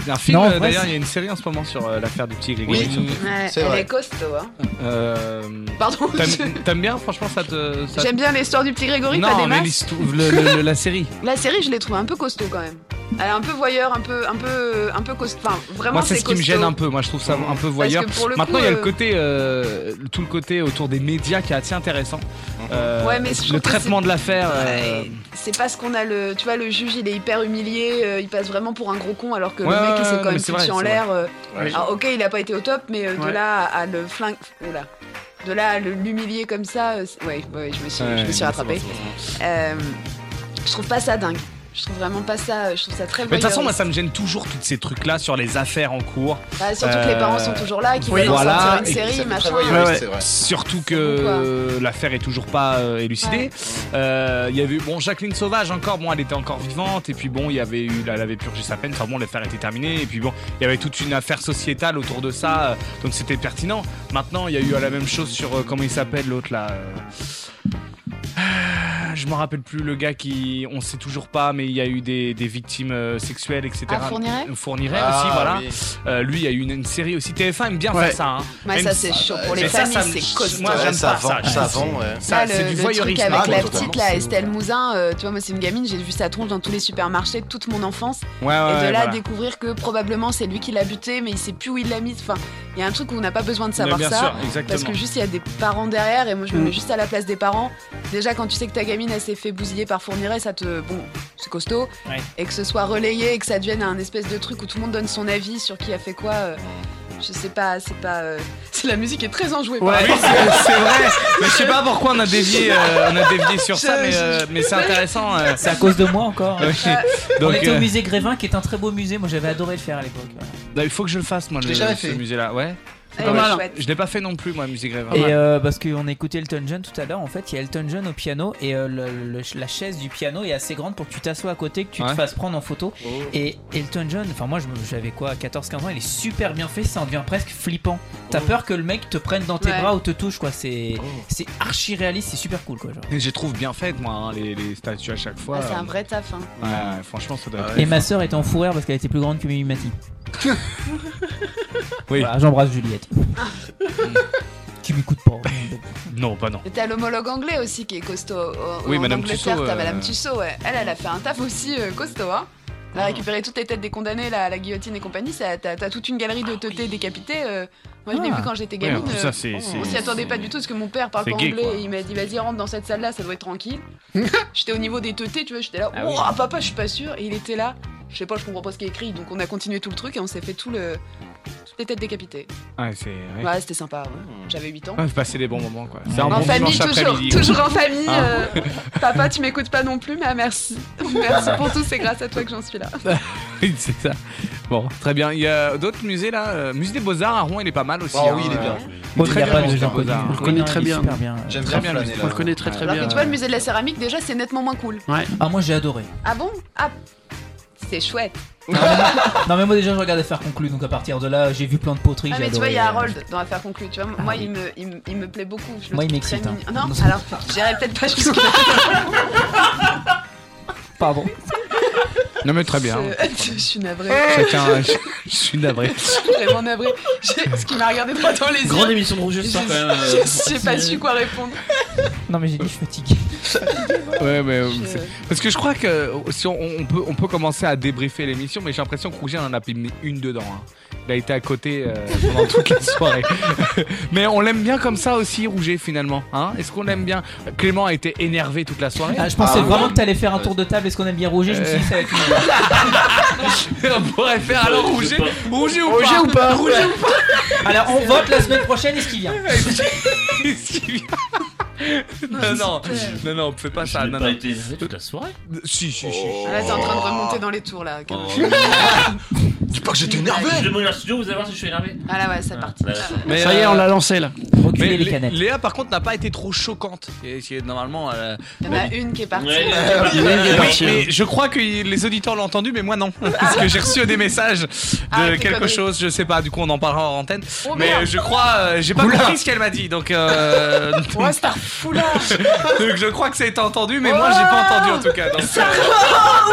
Il y a un film,
Non, en
euh,
vrai,
d'ailleurs,
c'est-
il y a une série en ce moment sur euh, l'affaire du petit Grégory.
Ouais, Elle est costaud, hein.
Euh,
Pardon,
T'aimes
je-
t'aimes bien, franchement, ça te. ça te-
J'aime bien l'histoire du petit Grégory,
non,
pas des
mais
masses.
l'histoire- le- le- le- la série.
La série, je l'ai trouvée un peu costaud quand même. Elle est un peu voyeur, un peu, un peu, un peu costaud. Enfin, vraiment,
moi, c'est ce qui me
costaud.
gêne un peu. Moi, je trouve ça un peu voyeur.
que pour le
Maintenant,
coup,
il y a le
euh,
côté, euh, tout le côté autour des médias qui est assez intéressant. Euh,
Ouais, mais je trouve
le
que
traitement
c'est-
de l'affaire. euh,
Ouais, C'est parce qu'on a le. Tu vois, le juge, il est hyper humilié, euh, il passe vraiment pour un gros con, alors que
Ouais,
le mec, il
ouais,
s'est
ouais,
quand
mais
même
c'est
foutu
vrai,
en
c'est
l'air.
vrai.
euh,
Ouais.
alors, ok, il a pas été au top, mais euh, de
Ouais.
là à, à le flingue. Oula. De là à le- l'humilier comme ça, euh, c'est- ouais, ouais, je me suis,
Ouais,
je me suis
c'est
rattrapée.
bon, c'est
Euh, je trouve pas ça dingue. Je trouve vraiment pas ça. Je trouve ça très
Mais de toute façon, moi,
voyeuriste.
ça me gêne toujours tous ces trucs-là sur les affaires en cours. Euh,
Bah, surtout que les parents sont toujours là, qu'ils veulent en sortir une
et-
série,
ça fait
machin.
très
Ouais, ouais.
voyeuriste, c'est vrai. Surtout que euh, l'affaire est toujours pas euh, élucidée. Euh, Il y avait eu, bon, Jacqueline Sauvage encore, bon, elle était encore vivante, et puis bon, il y avait eu, elle avait purgé sa peine, enfin bon, l'affaire était terminée, et puis bon, il y avait toute une affaire sociétale autour de ça, euh, donc c'était pertinent. Maintenant, il y a eu euh, la même chose sur, euh, comment il s'appelle l'autre là euh, ah, je me rappelle plus le gars qui on sait toujours pas mais il y a eu des, des victimes euh, sexuelles etc.
Ah, Fourniret
Fourniret
Ah,
aussi voilà.
oui.
Euh, lui il y a eu une, une série aussi TF1 aime bien
Ouais.
faire ça. Hein.
Ouais,
Même
ça,
si-
c'est chaud. Pour les
Mais ça, ça
familles,
me-
c'est costaud.
Moi
Ouais,
j'aime
Ah, ça
pas
vend,
ça.
ça vend, ouais.
Ça,
Là,
c'est
le,
du
le
voyeurisme.
truc avec
Ah,
la
totalement.
petite, là, Estelle Mouzin, euh, tu vois, moi, c'est une gamine, j'ai vu sa tronche dans tous les supermarchés toute mon enfance.
Ouais,
et
ouais,
de
ouais,
là,
voilà.
découvrir que probablement c'est lui qui l'a buté, mais il sait plus où il l'a mis. Enfin, il y a un truc où on n'a pas besoin de savoir
Mais bien
ça.
sûr, exactement.
Parce que juste, il y a des parents derrière, et moi, je me
Mm.
mets juste à la place des parents. Déjà, quand tu sais que ta gamine, elle s'est fait bousiller par Fourniret, ça te. Bon, c'est costaud.
Ouais.
Et que ce soit relayé et que ça devienne un espèce de truc où tout le monde donne son avis sur qui a fait quoi. euh, Je sais pas, c'est pas. euh, c'est la musique est très enjouée. par
Ouais,
rapport.
c'est c'est vrai. Eh, Mais je sais pas pourquoi on a dévié, euh, on a dévié sur ça,
Je-
mais, euh, mais c'est intéressant. euh.
C'est à cause de moi encore.
Oui.
On
Donc,
était
euh,
au musée Grévin qui est un très beau musée. Moi j'avais adoré le faire à l'époque. voilà.
bah, il faut que je le fasse, moi,
Je
le,
l'ai jamais
ce
fait.
musée-là.
Ah,
Ouais.
C'est
Pas
pas
mal.
chouette.
Je l'ai pas fait non plus, moi, musée Grévin.
Et euh, parce qu'on écoutait Elton John tout à l'heure, en fait, il y a Elton John au piano et euh, le- le- la chaise du piano est assez grande pour que tu t'assoies à côté, que tu
Ouais. Oh.
te fasses prendre en photo. Et Elton John, enfin moi je me- j'avais quoi, 14-15 ans, il est super bien fait, ça en devient presque flippant. T'as
Oh.
peur que le mec te prenne dans tes
Ouais.
bras ou te touche, quoi.
Oh.
C'est c'est archi réaliste, c'est super cool, quoi. genre.
Et je les trouve bien faites, moi, hein, les, les statues à chaque fois.
Ah, c'est un
Euh,
vrai taf. hein.
Ouais, ouais, franchement, ça doit être.
Et ma soeur était en fourrure parce qu'elle était plus grande que Mimi Mati.
Oui.
Voilà, j'embrasse Juliette.
Ah.
qui m'écoute pas.
Non, bah non.
Et t'as l'homologue anglais aussi qui est costaud. Au-
Oui,
en
Madame
Angleterre,
Tussaud,
T'as
euh,
Madame Tussaud, ouais. Elle, elle a fait un taf aussi euh, costaud, hein. Elle a récupéré toutes les têtes des condamnés, la, la guillotine et compagnie. Ça- T'as t'as toute une galerie de teutés décapités. euh. Moi, je l'ai
Ah.
vu quand j'étais
Oui,
gamine.
alors ça,
euh,
c'est- c'est-
on s'y
c'est-
attendait pas du tout parce que mon père parle
c'est
pas
gay,
anglais
quoi.
et il m'a dit vas-y, rentre dans cette salle-là, ça doit être tranquille. j'étais au niveau des teutés, tu vois, j'étais là,
Ah
oh
oui.
ah, papa, je suis pas sûr. Et il était là, je sais pas, je comprends pas ce qui est écrit. Donc on a continué tout le truc et on s'est fait tout le. Toutes les têtes décapitées.
Ouais, Ah, c'est. ouais.
Ouais, c'était sympa. ouais.
Hmm.
J'avais 8 ans.
Ouais, passer des bons moments, quoi. C'est un
en
bon
famille,
dimanche
toujours,
après-midi.
toujours en famille.
Hein
euh, papa, tu m'écoutes pas non plus, mais ah, merci. Merci pour tout, c'est grâce à toi que j'en suis là.
Oui, c'est ça. Bon, très bien. Il y a d'autres musées là. euh, Musée des Beaux-Arts à Rouen, il est pas mal aussi.
Ah
hein.
oui, il est bien.
Il est
Bon, il y
très
a
bien,
pas de
le Musée
gens
des Beaux-Arts.
connus.
On le
connaît très bien. J'aime bien
bien
flâner,
musée.
là. On le connaît très, très
Alors que
bien.
tu vois, le musée de la céramique, déjà, c'est nettement moins cool.
Ah, moi j'ai adoré.
Ah bon Ah, c'est chouette.
Non, mais moi déjà je regardais faire conclu, donc à partir de là j'ai vu plein de poteries.
Ah,
j'ai
mais tu vois,
adoré.
il
euh,
y a Harold dans Affaire conclue. Tu vois, moi,
oui.
il, me, il, me- il me plaît beaucoup. Je le
Moi, il
trouve très
m'excite, hein.
mignon. Non, alors, j'irai peut-être pas jusque-là.
Pardon.
Non, mais très bien.
Je, je suis navrée.
Chacun, je, je suis navré.
Je suis vraiment navrée. J'ai- Ce qui m'a regardé droit dans les yeux.
Grande émission de Rouge ce soir, quand même, euh,
Je- J'ai pas su quoi répondre.
Non, mais j'ai dit, je suis fatigué.
Ouais, mais euh, c'est- parce que je crois que euh, si on, on peut, on peut commencer à débriefer l'émission, mais j'ai l'impression que Rouget en a pigné une dedans. hein. Il a été à côté euh, pendant toute la soirée. mais on l'aime bien comme ça aussi, Rouget, finalement. hein. Est-ce qu'on l'aime bien Clément a été énervé toute la soirée. Euh,
Ah, je pensais vraiment que t'allais faire un tour de table. Est-ce qu'on aime bien Roger Je me suis dit, ça va être une-
On pourrait faire Eh. alors Rouget Rouget ou,
Rouget
pas
ou pas
Rouget ou pas
Alors, on vote la semaine prochaine. Est-ce qu'il vient
Non, non, non, non, on fait pas ça. non, non.
toute la soirée
Si, si, si.
Ah, Là, t'es en train de remonter dans les tours, là. quand même.
Dis
pas que j'étais
énervé Je vais mourir dans le studio, vous allez voir si je suis énervé. bah,
Ah là, ouais, c'est parti.
Mais,
ça y est, on
euh,
l'a lancé là.
Mais
les
Lé- Léa, par contre, n'a pas été trop choquante. Et c'est- Normalement, elle.
Il y en a une qui est partie.
Ouais,
Euh,
Oui, mais je crois que les auditeurs l'ont entendu, mais moi non. Parce que j'ai reçu des messages de
Ah, tes
quelque
conneries.
chose, je sais pas, du coup on en parlera en antenne.
Oh,
mais
merde.
euh, je crois, euh, j'ai pas
Oula.
compris ce qu'elle m'a dit, donc. Euh...
Ouais, c'est un foulard.
donc je crois que ça a été entendu, mais moi j'ai pas entendu en tout cas. donc,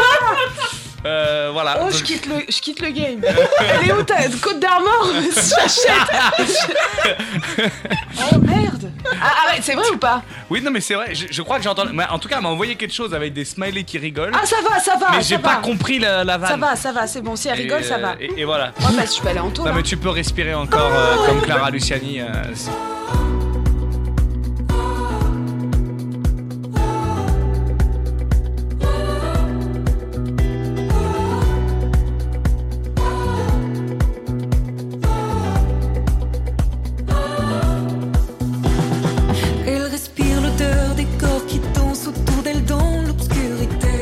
euh, voilà.
Oh,
Donc-
je quitte, le, je quitte le game. Elle est où ta Côte d'Armor J'achète Oh merde Ah, ah ouais, c'est vrai ou pas
Oui, non, mais c'est vrai, je, je crois que j'ai entendu. mais En tout cas, elle m'a envoyé quelque chose avec des smileys qui rigolent.
Ah, ça va, ça va
Mais
ça
j'ai
va.
pas compris la, la vanne.
Ça va, ça va, c'est bon. Si elle
Et,
rigole, ça Ah,
euh,
va.
Et, et voilà.
Oh,
Moi,
bah,
parce que je peux aller en tour.
hein.
Non,
là.
mais tu peux respirer encore euh, comme Clara Luciani. euh, c'est-
Elle respire l'odeur des corps qui dansent autour d'elle dans l'obscurité.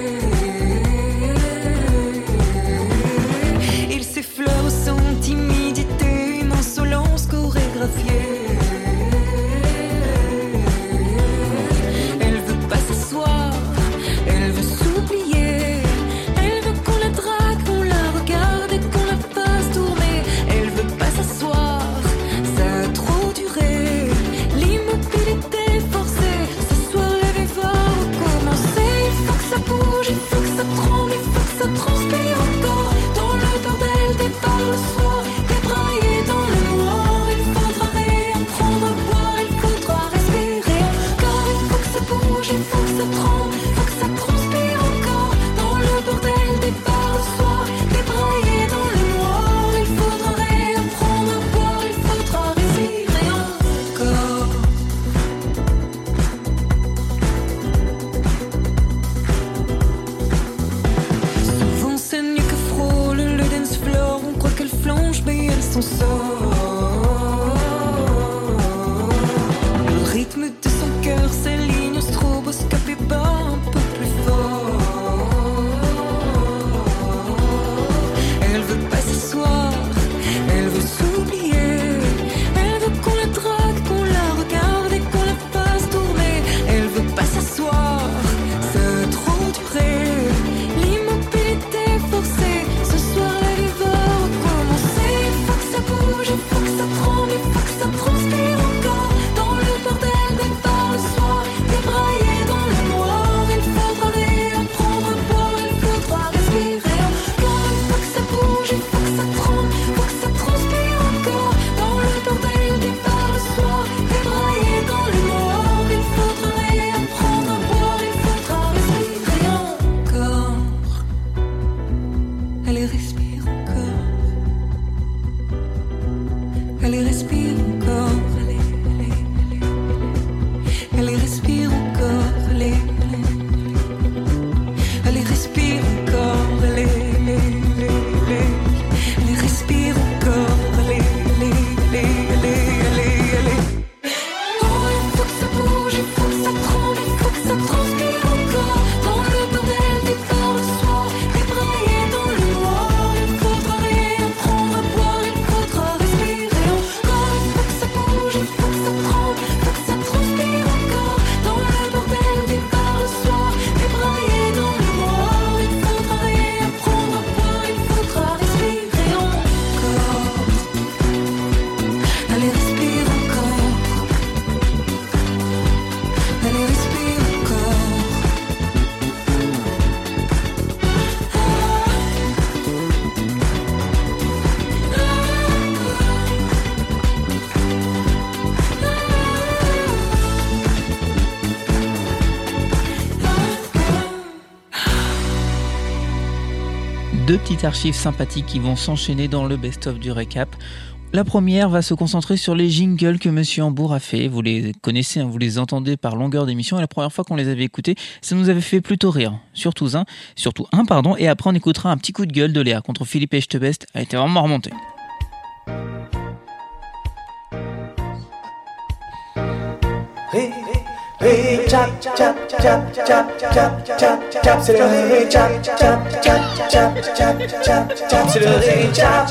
Il s'effleure sans timidité, une insolence chorégraphiée. Elle veut pas s'asseoir, elle veut s'oublier. Elle veut qu'on la drague, qu'on la regarde et qu'on la fasse tourner. Elle veut pas s'asseoir, ça a trop duré. L'immobilité forcée, ce soir elle va recommencer. Il faut que ça bouge, il faut que ça tremble, il faut que ça transpire encore. Dans le bordel des balles le soir, débraillé dans le noir. Il faudra réapprendre à boire, il faudra respirer. Car il faut que ça bouge, il faut que ça tremble, il faut que ça transpire encore. Dans le bordel des balles le soir, débraillé dans le noir. Il faudra réapprendre à boire, il faudra respirer encore. Souvent c'est mieux que frôle le dance floor. On croit qu'elle flanche, mais elle s'en sort. Le rythme de son cœur s'aligne au stroboscope et bat un peu plus fort. Elle veut pas s'asseoir, elle veut s'oublier. Elle veut qu'on la drague, qu'on la regarde et qu'on la fasse tourner. Elle veut pas s'asseoir, ça a trop duré. L'immobilité forcée, ce soir la vie va recommencer. Il faut que ça bouge, il faut que ça tremble, il faut que ça transpire encore. Dans le bordel des bars le soir, débraillé dans le noir. Il faudra réapprendre à boire, il faudra respirer encore. Il faut que ça bouge, il faut que ça tremble, il faut que ça transpire encore. Dans le bordel des bars le soir, débraillé dans le noir. Il faudra réapprendre à boire, il faudra respirer encore. Allez, respire encore. Allez, respire encore. Allez, allez, allez. Allez, respire encore. Allez, allez, allez. Allez, respire encore. Allez, allez, allez, allez. Allez, respire encore. Allez, allez, allez, allez, allez, allez. Oh, il faut que ça bouge, il faut que ça tremble, il faut que ça transpire encore. Dans le bordel des corps le soir, débraillé dans le noir. Il faudra réapprendre à boire, il faudra respirer encore. Il faut que
deux petites archives sympathiques qui vont s'enchaîner dans le best-of du récap. La première va se concentrer sur les jingles que Monsieur Hambourg a fait. Vous les connaissez, hein, vous les entendez par longueur d'émission. Et la première fois qu'on les avait écoutés, ça nous avait fait plutôt rire. Surtout un, surtout un, pardon. Et après, on écoutera un petit coup de gueule de Léa contre Philippe Echtebest. Elle était vraiment remontée.
Ré, ré, chap, chap, chap, chap, chap, chap, chap, c'est le ré, chap, chap, chap, chap, chap, chap, chap, c'est le ré, chap,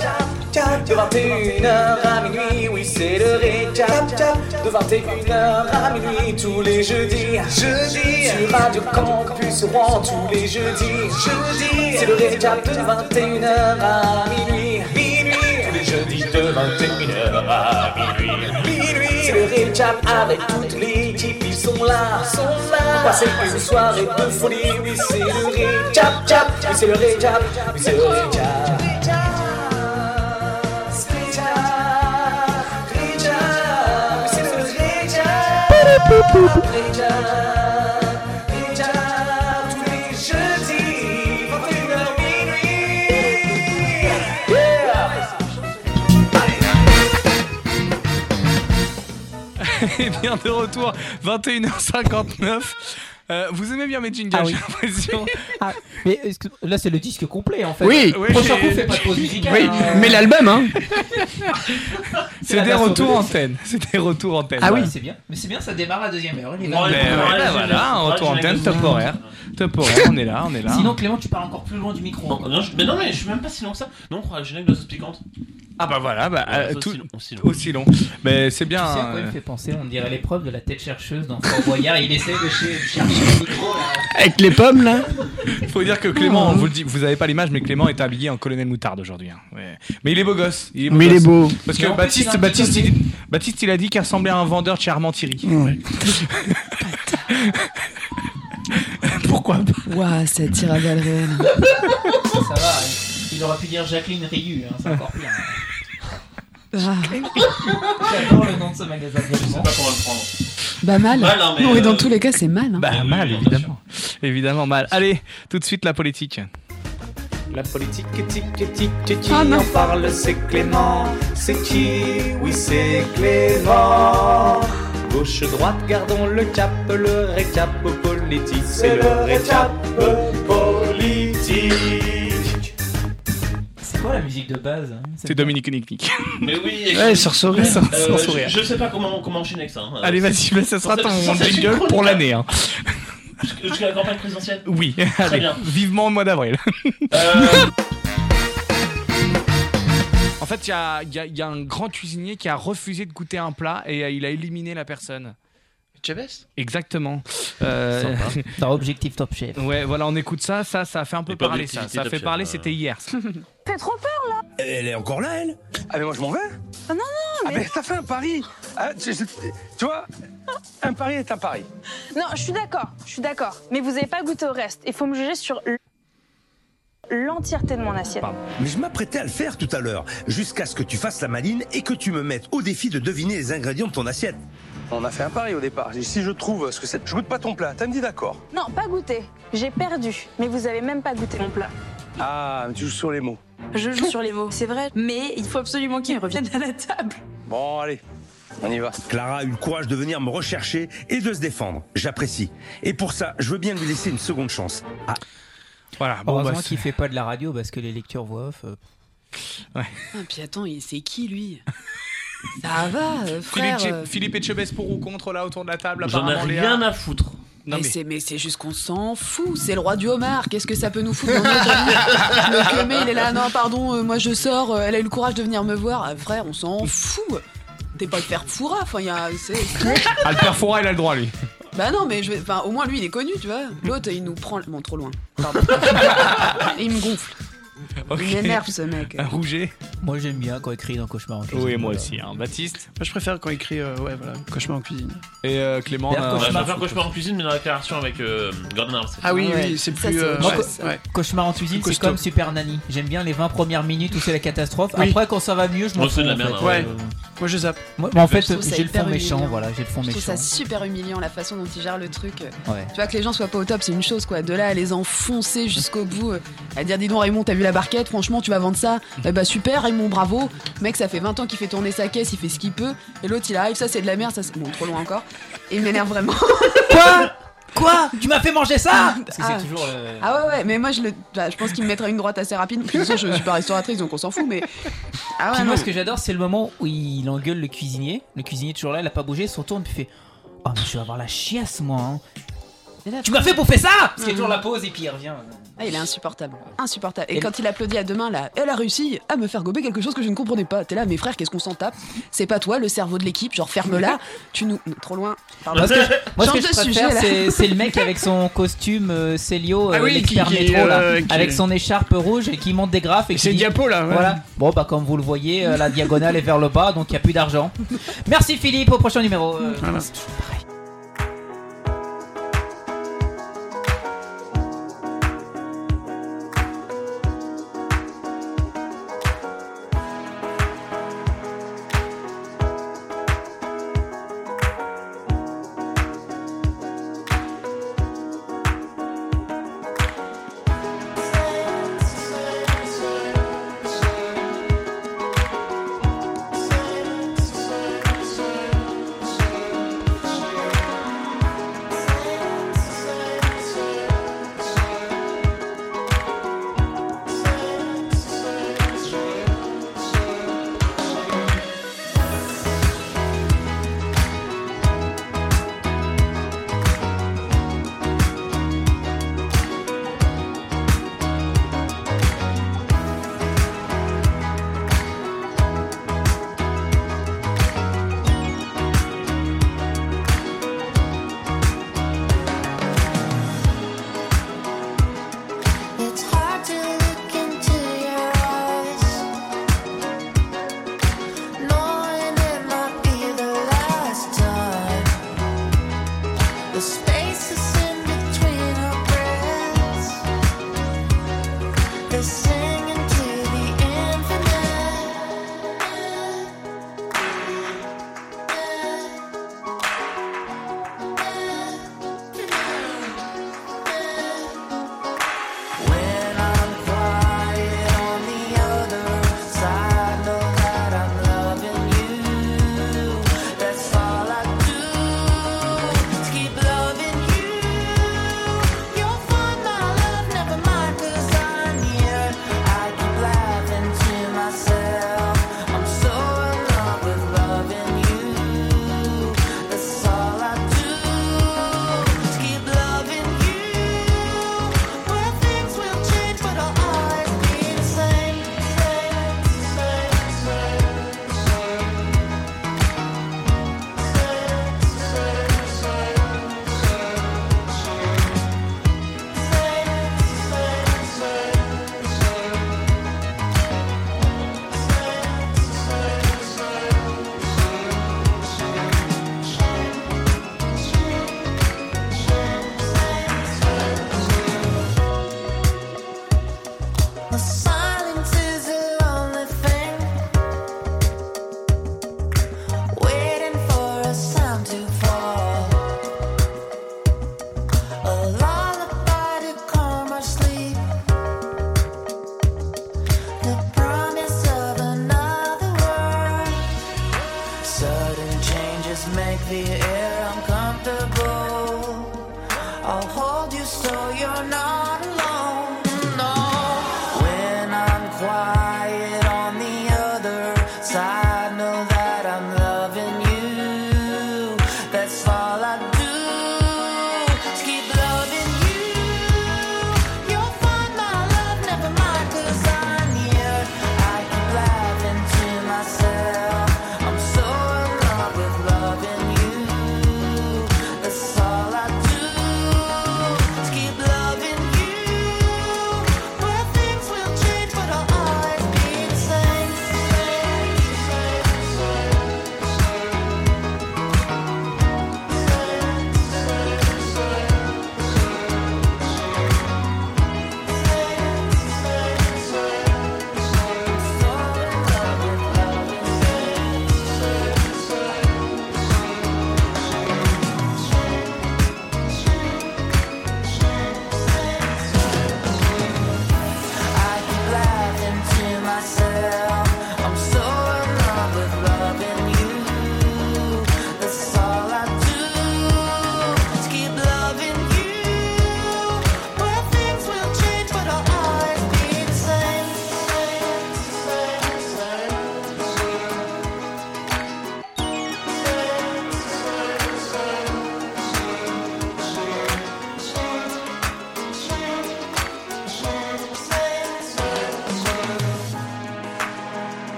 chap, de 21h à minuit, oui, c'est le ré, chap, chap, de 21h à minuit, tous les jeudis, jeudi, sur Radio Campus Rouen, tous les jeudis, jeudi, c'est le ré, chap, de 21h à minuit, minuit,
bah.
tous les jeudis, de 21h à minuit, minuit, c'est le ré, chap, avec toutes les équipes, ils sont là, sont là, passer une soirée de folie, oui, c'est le ré, chap, chap, oui, c'est le ré, chap, oui, c'est le ré, chap.
Et bien de retour, 21h59. Euh, vous aimez bien mes jingles,
Ah oui. Ah.
j'ai l'impression.
Mais excuse- là, c'est le disque complet en fait.
Oui. Oui,
prochain
j'ai-
coup, fais pas de pause musicale.
Oui,
hein.
mais l'album, hein.
C'est
C'est
la
des
version
retours
de-
antennes. C'est des retours antennes.
Ah oui,
voilà.
c'est bien. Mais c'est bien, ça démarre la deuxième heure. il est
Ben
là.
voilà, voilà, un retour antenne, top horaire. Top horaire, on est là, on est là.
Sinon, Oh, Clément, tu parles encore plus loin du micro. hein.
Bon, non, je- mais non, mais je suis même pas si long que ça. Non, on croit à la générique de sauce piquante.
Ah bah voilà, bah, euh,
Ouais,
tout,
aussi long,
aussi,
aussi
long.
long.
Mais c'est bien.
Tu sais à quoi il
euh,
me fait penser On dirait l'épreuve de la tête chercheuse dans Fort Boyard. il essaie de ch- chercher le micro là.
Avec les pommes là Oh. Faut dire que Clément, on vous le dit, vous avez pas l'image, mais Clément est habillé en colonel moutarde aujourd'hui. hein. Ouais. Mais il est beau gosse. est beau
Mais il
gosse.
est beau.
Parce
Et en
que
plus,
Baptiste,
il a un
Baptiste,
petit
il, Baptiste, il a dit qu'il ressemblait à un vendeur de chez Armand Thierry. Pourquoi
pas Ouah, ça tire à balles réelles.
Ça va, hein. il- il aurait pu dire Jacqueline Riu, hein, c'est encore pire.
Ah.
J'adore le nom de ce magasin. Je sais pas
comment le prendre.
Bah mal.
Ouais, non, mais,
non, et dans
euh,
tous les cas, c'est mal. Hein.
Bah mal, évidemment. Évidemment mal. Allez, tout de suite la politique.
La politique, tic, tic, tic, tic, qui
Ah, non.
en parle, c'est Clément. C'est qui Oui, c'est Clément. Gauche, droite, gardons le cap, le récap politique. C'est le récap politique.
C'est quoi la musique de base hein
C'est Dominique Nick.
Mais oui.
Ouais,
écoute,
sans sourire, sans-
euh,
sans
je-
sourire.
Je, sais pas comment, comment enchaîner avec ça. hein.
Allez, vas-y, bah, ça sera
Sans-
ton
sans- sans-
jingle
sans-
pour l'année. hein.
Jusqu'à la campagne présidentielle.
Oui,
Très
allez,
bien. Euh.
vivement au mois d'avril. En fait, il y a, il y a- il y a un grand cuisinier qui a refusé de goûter un plat et euh, il a éliminé la personne. Chavez Exactement. Euh,
Sympa. Dans Objectif Top Chef.
ouais, voilà, on écoute ça. Ça, ça a fait un peu
pas
parler. Ça,
d'objectivité,
ça a
Top
fait
Chef,
parler,
euh.
c'était hier.
Fait trop peur là
Elle est encore là, elle Ah, mais moi, je m'en vais
hein.
Ah non, non,
Ah, mais ça fait un pari Ah, je- je- Tu vois, un pari est un pari.
Non, je suis d'accord, je suis d'accord. Mais vous n'avez pas goûté au reste. Il faut me juger sur l- l'entièreté de mon assiette.
Mais je m'apprêtais à le faire tout à l'heure, jusqu'à ce que tu fasses la maline et que tu me mettes au défi de deviner les ingrédients de ton assiette. On a fait un pari au départ. J'ai dit, si je trouve ce que c'est, je goûte pas ton plat. T'as me dit d'accord.
Non, pas goûté. J'ai perdu. Mais vous avez même pas goûté mon plat.
Ah, mais tu joues sur les mots.
Je joue sur les mots, c'est vrai. Mais il faut absolument qu'ils reviennent à la table.
Bon, allez, on y va. Clara a eu le courage de venir me rechercher et de se défendre. J'apprécie. Et pour ça, je veux bien lui laisser une seconde chance. Ah.
Voilà, bah,
Heureusement qu'il fait pas de la radio parce que les lectures voix off. euh,
Ah, puis attends, il- c'est qui lui Ça va, euh, frère.
Philippe,
euh,
Philippe Etchebest pour ou contre là autour de la table
J'en ai
apparemment, Léa.
rien à foutre.
Non,
mais
mais-
c'est- mais c'est juste qu'on s'en fout, c'est le roi du homard, qu'est-ce que ça peut nous foutre dans notre vie Le Clémé, il est là, non pardon, euh, moi je sors, euh, elle a eu le courage de venir me voir, Ah, frère on s'en fout T'es pas le père Foura, enfin il y a... c'est-
Ah, le père Foura, il a le droit, lui.
Bah non mais je vais... enfin, au moins lui il est connu tu vois, l'autre il nous prend... Bon trop loin, pardon. il me gonfle,
Ok.
il m'énerve ce mec.
Un rouget.
Moi j'aime bien quand il crie dans Cauchemar en cuisine.
Oui, moi aussi. hein. Baptiste
Moi, je préfère quand il crie euh, ouais, voilà, cauchemar en cuisine.
et euh, Clément.
D'ailleurs,
on a-
Ouais, je vais faire cauchemar en cuisine, mais dans la déclaration avec euh, Gordon Ramsay.
Ah oui, oui, c'est plus. euh,
Moi,
ouais,
co-
c'est- ouais.
Cauchemar en cuisine,
Plus
c'est
costaud.
comme Super Nanny. J'aime bien les 20 premières minutes où c'est la catastrophe.
Oui.
Après, quand ça va mieux, je m'en
Moi,
fous.
c'est de la
en
merde,
fait.
hein,
Euh,
ouais.
Moi je zappe. en fait,
bah, Je trouve ça
j'ai le
hyper
fond méchant,
humiliant.
voilà, j'ai le fond
Je trouve
méchant.
ça super humiliant la façon dont ils gèrent le truc.
Ouais.
Tu vois que les gens soient pas au top, c'est une chose quoi. De là à les enfoncer jusqu'au bout, euh, à dire dis donc Raymond, t'as vu la barquette, franchement tu vas vendre ça. Eh bah super Raymond, bravo. Mec, ça fait 20 ans qu'il fait tourner sa caisse, il fait ce qu'il peut. Et l'autre il arrive, ça c'est de la merde, ça c'est. Bon, trop loin encore. Et il m'énerve vraiment. Quoi Quoi Tu m'as fait manger ça
Parce que c'est toujours, euh,
Ah ouais, ouais, mais moi je le. bah, je pense qu'il me mettra une droite assez rapide. Puis de toute façon, je suis pas restauratrice donc on s'en fout, mais. Ah ouais,
Puis
non.
moi, ce que j'adore, c'est le moment où il engueule le cuisinier. Le cuisinier, est toujours là, il a pas bougé, il se retourne, puis il fait Oh, mais je vais avoir la chiasse, moi. hein. Tu m'as fait bouffer ça Parce qu'il y a toujours la pause, et puis il revient.
Ah, il est insupportable. Insupportable. Et,
Et
quand il applaudit à deux mains, là, elle a réussi à me faire gober quelque chose que je ne comprenais pas. T'es là, mes frères, qu'est-ce qu'on s'en tape C'est pas toi, le cerveau de l'équipe, genre ferme-la. Tu nous. Non, Trop loin. Pardon.
Moi, ce que je, moi, ce
Change
que je
de
préfère,
sujet, là.
c'est c'est le mec avec son costume euh, Célio, euh,
Ah oui,
l'expert
qui- qui,
métro, là,
euh, qui-
avec son écharpe rouge et qui monte des graphes. Et
C'est
diapo
Oh là. ouais.
Voilà. Bon, bah, comme vous le voyez, euh, la diagonale est vers le bas, donc il n'y a plus d'argent. Merci Philippe, au prochain numéro. euh, c'est toujours pareil.
It's hard to look into your eyes, knowing it might be the last time. The spaces in between our breaths, they're singing to the infinite.
When I'm quiet on the other side, know that I'm loving you. That's all I do is keep loving you. You'll find my love, never mind, 'cause I'm here. I keep laughing to myself. I'm so in love with loving you. That's all I do is keep loving you. Where things will change, but I'll always be the same, same, same, same, same.
The silence is a lonely thing, waiting for a sound to fall. A lullaby to calm our sleep, the promise of another world.
Sudden changes make the air uncomfortable. I'll hold you so you're not alone. No, when I'm quiet on the other side, know that I'm loving you. That's all I do. is Keep loving you. You'll find my love, never mind, 'cause I'm here. I keep laughing to myself. I'm so in love with loving you. That's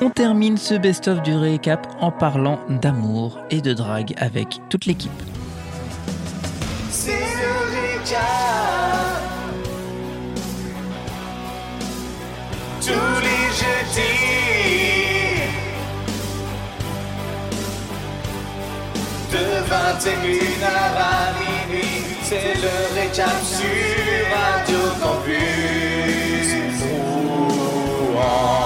On termine ce best-of du récap en parlant d'amour et de drague avec toute l'équipe.
C'est le récap. Tous les jeudis. De 21 à minuit, c'est le récap sur Radio Campus. Rouen.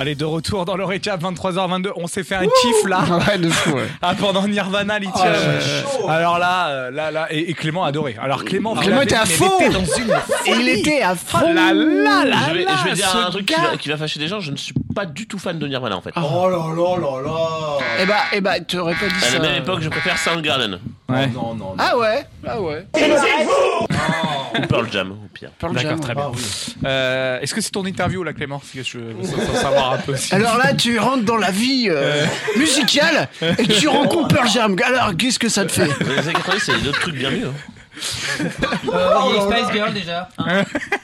Allez, de retour dans le récap, 23h22. On s'est fait un kiff là.
Ouais, de fou, ouais.
Ah, pendant Nirvana, Lithium.
Ah, ouais,
Euh, alors là, euh, là, là, et, et Clément a adoré. Alors Clément, vous
Ah, Clément
l'avez
était à
vu,
fond.
mais il était dans une
Et il
folie.
était à fond.
Oh là là là
je vais,
là,
je vais dire
ce
un truc qui
gars.
va, qui va fâcher des gens. Je ne suis pas du tout fan de Nirvana en fait.
Ah.
Ah.
Oh là là là là
Eh bah, eh bah, tu aurais pas dit
À
ça.
la même époque, je préfère Soundgarden.
Oh,
Ouais.
Non, non,
Ah ouais, ah ouais.
Ou Pearl Jam, au pire.
D'accord, très
Ah
Ah
bien. Euh, Est-ce que c'est ton interview là, Clément Parce que je veux sa- sa- savoir un peu. si-
Alors là, tu rentres dans la vie euh, musicale et tu rencontres Pearl Jam. Alors, qu'est-ce que ça te fait
Les années 90, c'est d'autres trucs bien mieux. hein. Oh,
Oh
Oh,
Il
Oh
y a Spice Girl déjà.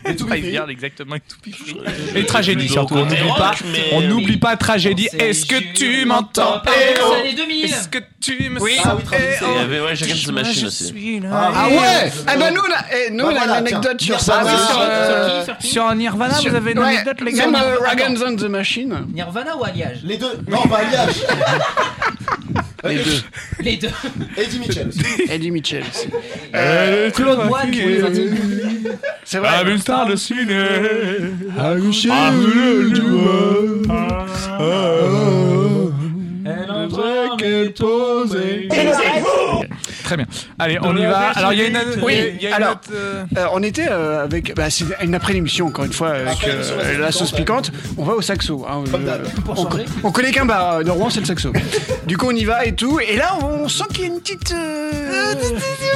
Et tout bien, exactement. Et, tout pipi. Et tragédie surtout. On
côté
n'oublie
rock,
pas.
mais-
On n'oublie pas tragédie. Est-ce que tu m'entends Eh oh Est-ce que tu me
Oui.
sens
Ah oui,
Eh
Et Il y avait ouais, Jagged the Machine aussi.
Ah, ouais Eh ben nous, on a, eh, nous,
Bah
on a
voilà,
une anecdote
tiens.
sur ça.
Ah oui, sur, euh,
Sur qui
sur Nirvana, vous avez une
Ouais,
anecdote, les gars
Même euh,
Attends.
Ragans on the Machine.
Nirvana ou Alliage
Les deux. Non, pas Aliage.
Les deux.
Les deux.
Eddie Mitchell.
Eddie Mitchell. aussi.
Euh, Claude Moine qui les a dit.
C'est vrai.
Un bulletin de ciné.
Ah, Michel,
Ah,
le doigt.
Elle
entre qu'elle pose.
Eh oh Très bien. Allez, on y va. Alors, il y a une.
Oui,
il y a une
alors,
autre, euh,
euh, on était euh, avec. Bah, c'est une après-émission, encore une fois, avec
Après l'émission,
euh, la sauce piquante. On va au saxo. hein, euh,
Pour
on,
changer.
on connaît qu'un bar euh, de Rouen, c'est le saxo. du coup, on y va et tout. Et là, on, on sent qu'il y a une petite. euh,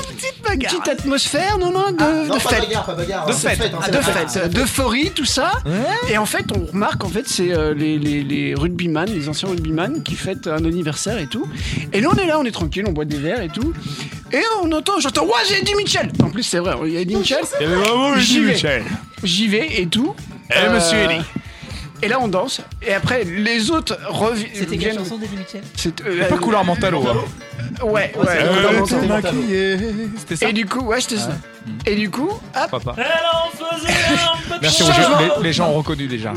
petite bagarre. Petite atmosphère, non, non, de,
Non,
de
pas
fête.
bagarre, pas bagarre.
De
c'est
fête,
fête, hein, c'est
de
la fête.
fête, euh, d'euphorie, tout ça. Et en fait, on remarque, en fait, c'est euh, les, les, les rugbyman, les anciens rugbyman qui fêtent un anniversaire et tout. Et nous, on est là, on est tranquille, on boit des verres et tout. Et on entend, j'entends, ouais, j'ai Eddie Mitchell En plus, c'est vrai, il y a Eddie Mitchell.
Il y avait vraiment Eddie
J'y vais.
Mitchell.
J'y vais et tout. Euh,
Eh, monsieur Eddie.
Et là, on danse. Et après, les autres reviennent.
C'était quelle chanson d'Eddie Mitchell
C'est
C'est pas couleur mentalo. hein.
Ouais, ouais.
c'est
Couleur
Couleur
Mentalo.
Mentalo.
C'était ça Et du coup, ouais, c'était ça. Et du coup, hop.
Pourquoi pas. Merci,
Merci,
on- les, les gens ont reconnu déjà.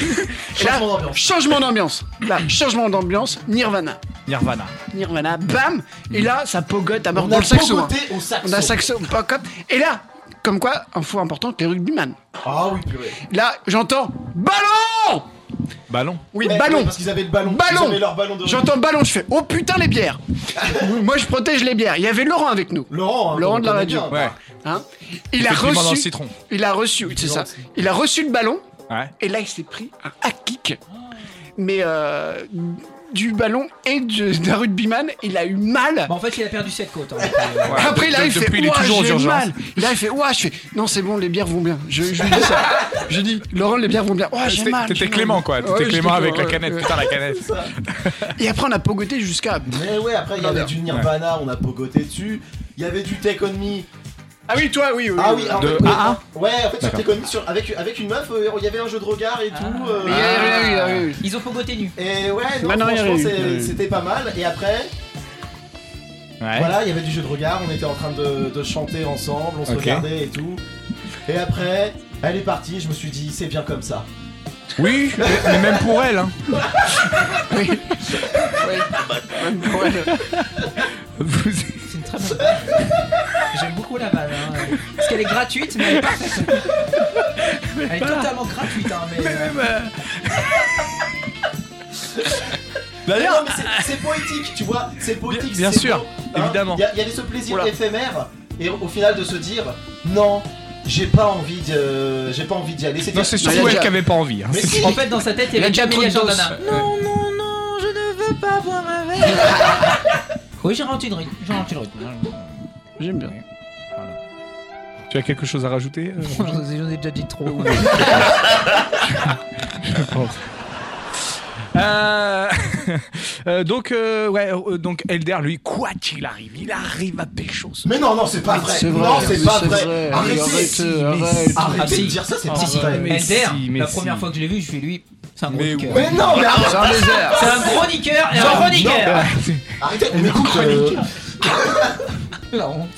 Et là, changement d'ambiance. Là, changement d'ambiance, Nirvana.
Nirvana.
Nirvana, bam Et là, ça pogote à mort
On
dans
a
le saxo.
pogoté
hein.
au saxo.
On a saxo, pogote. Et là, comme quoi, info importante, les rugbyman.
Ah oui, purée.
Là, j'entends ballon
Ballon.
Oui,
Ouais,
ballon
ouais, Parce qu'ils avaient le ballon. Ils
Ballon
avaient leur ballon de
J'entends ballon, je fais oh putain les bières Moi je protège les bières. Il y avait Laurent avec nous.
Laurent, hein,
Laurent de la
qu'on
radio.
connaît bien.
Ouais.
Hein il a
Effectivement,
reçu.
dans le citron.
Il a reçu, c'est ça. Il a reçu le ballon
Ouais.
et là il s'est pris un hack kick. Mais euh, du ballon et de- d'un rugbyman, il a eu mal.
Bah, en fait, il a perdu cette côte.
Après, là,
Donc,
il fait
depuis, il est
Ouah,
toujours aux
j'ai
urgences.
mal. Là, il fait Ouah, je fais Non, c'est bon, les bières vont bien. Je, je lui dis ça. je dis Laurent, les bières vont bien. Ouah, Oh, j'ai
T'étais-
mal. j'ai
T'étais
mal. Oh,
Clément quoi.
Ouais,
T'étais
j'étais
Clément avec la
Clément,
canette.
ouais.
Putain, la canette.
Et après, on a pogoté jusqu'à.
Mais Eh ouais, après,
Ah,
il y avait
Nirvana.
du Nirvana, on a pogoté dessus. Il y avait du Take On Me.
Ah oui, toi, oui. oui
Ah oui,
oui.
alors,
De
ouais,
AA?
Ouais, en fait, sur
D'accord.
Take On Me, sur- avec, avec une meuf, euh, il y avait un jeu de regard et tout. euh,
Il y a- il y a- il y a- il y a-
Ah. Ils ont pogoté nu.
Et ouais, non,
Bah non, il y a
franchement,
eu,
c'est-
il y a eu.
c'était pas mal. Et après,
Ouais.
voilà, il y avait du jeu de regard, on était en train de, de chanter ensemble, on se
Ok.
regardait et tout. Et après, elle est partie, je me suis dit, c'est bien comme ça.
Oui, mais, mais même pour elle. Hein. Vous-
C'est une très bonne balle. J'aime beaucoup la balle. hein. Parce qu'elle est gratuite, mais elle est parfaite. Elle est totalement gratuite. Hein, mais, euh,
Mais Bah, non, mais c'est- c'est poétique, tu vois, c'est poétique.
Bien- bien
c'est
sûr,
beau, hein.
évidemment.
Il y, a- il y avait ce plaisir
Oula.
éphémère, et au final de se dire, non, j'ai pas envie de, j'ai pas envie d'y aller. C'était-
Non, c'est
il y a
surtout elle
déjà-
qui avait pas envie. hein.
Mais si,
En fait, dans sa tête, il y
Il y a
avait
déjà trop
Camélia
de doses.
Jordana. Non, non, non, je ne veux pas boire ma verre. Oui, j'ai rendu le rythme. J'ai rendu le rythme.
J'aime bien.
Tu as quelque chose à rajouter euh,
J'en ai déjà dit trop.
Euh, euh, donc, euh, ouais, euh, donc Elder, lui, quoi qu'il arrive, il arrive à pécho. ce-
Mais non, non, c'est pas vrai. non, c'est pas vrai. Arrêtez, hein. si, mais si,
Ah,
arrêtez de dire ça, c'est pas vrai.
Elder, la première fois que je l'ai vu, je fais lui. C'est un gros niqueur.
Mais non, mais arrête. Ah,
C'est un loser. C'est un gros niqueur et un gros niqueur.
Ah,
Arrêtez, on écoute. euh,
La honte.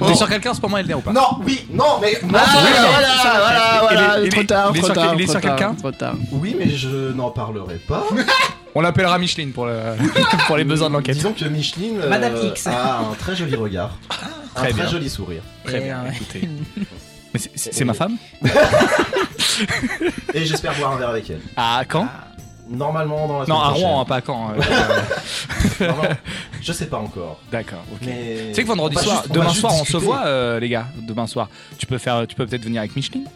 On est sur quelqu'un en ce moment, Elder, ou pas
Non, oui, non, mais. non,
Ah,
c'est vrai.
voilà, voilà, voilà,
Il est- il est-
trop tard,
il est
trop
sur-
tard,
il est
trop
sur
tard,
quelqu'un
trop tard.
Oui, mais je n'en parlerai pas.
On l'appellera Micheline pour, le- pour les besoins de l'enquête.
Disons que Micheline euh, a un très joli regard, un
Très
très,
bien.
joli sourire.
Très bien, écoutez. Mais c'est- c'est c'est ma femme
Et j'espère boire un verre avec elle.
Ah, quand
Normalement dans la
Non,
semaine
à Rouen, hein,
prochaine.
pas à Caen. euh.
Normalement, je sais pas encore.
D'accord, ok.
Mais-
Tu sais que vendredi
on va
soir,
juste- on va
demain
juste
soir, on se
discuter.
voit, euh, les gars. Demain soir, tu peux faire, tu peux peut-être venir avec Micheline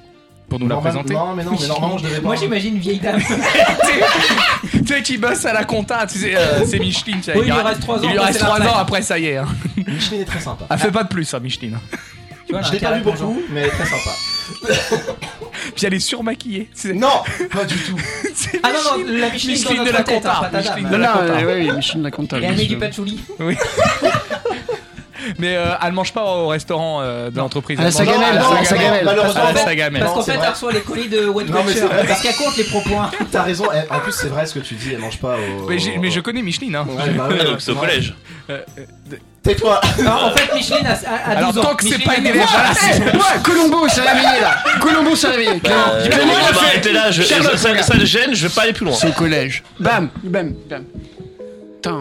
pour nous la
Normal-
présenter.
non, mais non, mais normalement, je devais
Moi
pas.
j'imagine une vieille dame.
tu sais qui bosse à la compta, tu sais, euh, c'est Micheline. tu sais,
Oui, il lui reste trois ans,
Il lui
après,
reste
c'est la
3
plaque.
ans après, ça y est. Hein.
Micheline est très sympa.
Elle fait pas de plus, hein, Micheline.
Tu vois,
je l'ai pas vu beaucoup, mais elle est très sympa.
Puis elle est surmaquillée.
Non, pas du tout.
Ah non, non, la Micheline,
Micheline
dans
de
notre
la
tête, hein,
compta.
pas ta dame.
Micheline
Non,
de la compta.
euh, oui, oui, Micheline la compta.
Et elle met
bien
du
sûr.
patchouli.
Oui. Mais euh, elle mange pas au restaurant euh, de l'entreprise.
À
Ah,
la
Elle mange-
Sagamel,
à la
à la Sagamel.
Malheureusement, à la
Parce qu'en
Sagamel.
Parce qu'en
c'est
fait,
vrai.
elle reçoit les colis de What
Non, mais c'est
Watcher.
vrai.
Parce qu'elle compte les propos. hein.
T'as raison, elle- en plus c'est vrai ce que tu dis, elle mange pas au.
Mais, j'ai- mais je connais Micheline. Hein.
Ouais, bah
Ah,
ouais, Donc, c'est au ouais. collège.
Euh, euh,
Tais-toi
Non, en fait, Micheline a, a, a
Alors
12 ans.
tant que c'est
Micheline
pas une
a
élève.
12 ans.
voilà, c'est-
Ouais, Colombo s'est réveillé là Colombo s'est réveillé Clément,
Euh,
Clément,
on
il
va
a fait.
arrêter là, je-
Sherlock,
ça,
regarde.
ça le gêne, je vais pas aller plus loin.
C'est au collège. Bam, bam, bam.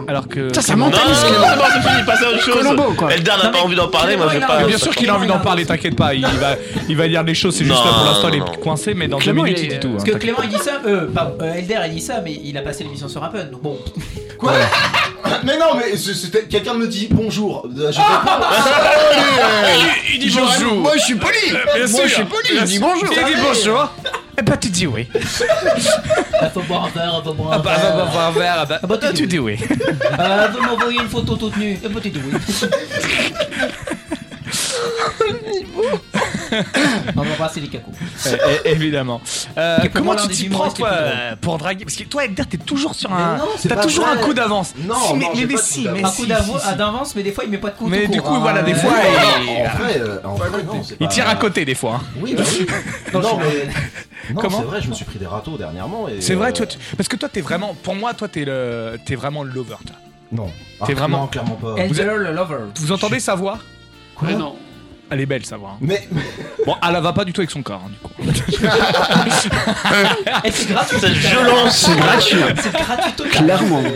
Alors que.
Ça, ça
Non, Euh, non, non,
mentalise Clément.
non, c'est fini, passez à autre chose.
Colombo, quoi.
Elder n'a pas envie d'en parler, moi je vais pas.
Mais bien sûr qu'il a envie d'en parler, t'inquiète pas. Il va, il va dire les choses, c'est juste
Non,
là pour l'instant, il
non,
est coincé, mais dans deux
Clément,
minutes,
il est-
il dit tout.
Parce
hein,
que
t'inquiète.
Clément il dit ça, euh, pardon, euh, Elder il dit ça, mais il a passé l'émission sur Apple, donc bon.
Mais non, mais c'est- c'était- quelqu'un me dit bonjour. Je fais
Ah,
pas.
Il- Il dit bonjour.
Moi, je suis poli.
Bien
Moi, je
sûr.
suis poli. Je dis
Bien
bonjour.
sûr. Il
Ah,
dit bonjour. Eh bah, tu dis oui.
Ah, faut boire un verre, faut boire
Ah
un
bah, bah, bah,
verre.
bah, un verre, ah bah,
bah,
toi, tu dis oui.
Ah, veut m'envoyer une photo toute nue. Ah, bah, t'es doué. On va embrasser bah, les cacos.
Euh, é- Évidemment. Euh,
Qui est pour
Comment
moi
tu
l'un
t'y
des
prends,
humoristes
toi,
les plus
euh, pour draguer Parce que toi, Elder, t'es toujours sur un.
Mais non, c'est
Ah, T'as
pas
toujours un
vrai.
coup d'avance.
Non,
Si, mais-
non, j'ai
mais- mais
pas de
si,
coup
mais
Un
si,
coup
si,
d'avo-
si.
ah, d'avance, mais des fois il met pas de compte.
Mais du coup, voilà, des
Ah,
fois,
Ah, En
il-
vrai, euh, en vrai, non, c'est
il
pas-
tire à côté des fois. hein.
Oui, bah oui.
Non,
Non,
je-
mais. Non,
Comment
c'est vrai, je me suis pris des râteaux dernièrement. et,
C'est vrai,
euh,
toi, tu- parce que toi, t'es vraiment. Pour moi, toi, t'es le, t'es vraiment le lover. toi.
Non.
T'es
Ah,
vraiment-
Non, clairement pas.
Vous
Elder le lover.
Vous entendez sa voix
Mais non.
Elle est belle, sa voix. hein.
Mais.
Bon, elle la va pas du tout avec son corps, hein, du coup.
Et c'est gratuit.
Cette violence,
c'est gratuit. C'est gratuit total.
Clairement.
Moi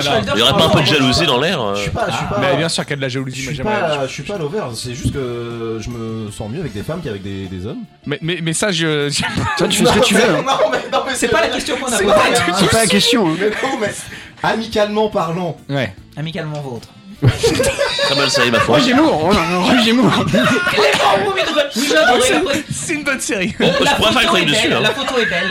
je suis Elder.
Il y aurait
je
pas un peu de
suis
jalousie dans l'air
Je
euh,
suis pas. Je suis pas.
Ah. Mais bien sûr qu'elle a de la jalousie,
Je
moi
suis
j'aimerais.
pas, je suis pas l'over, c'est juste que je me sens mieux avec des femmes qu'avec des, des hommes.
Mais, mais, mais ça, je.
Toi, tu fais ce que tu veux. hein.
Non, mais, non, mais
C'est pas la question qu'on a
C'est
posée.
pas la-
hein.
C'est pas la question. hein.
Mais non, mais amicalement parlant,
Ouais.
Amicalement vôtre.
Très mal ça ma foi.
Roger Moore. oh là là, Roger Moore.
Oui, j'adore, j'adore.
C'est une bonne série.
Bon, je
La
pourrais faire une
photo est
chronique dessus.
belle,
hein.
la photo est belle.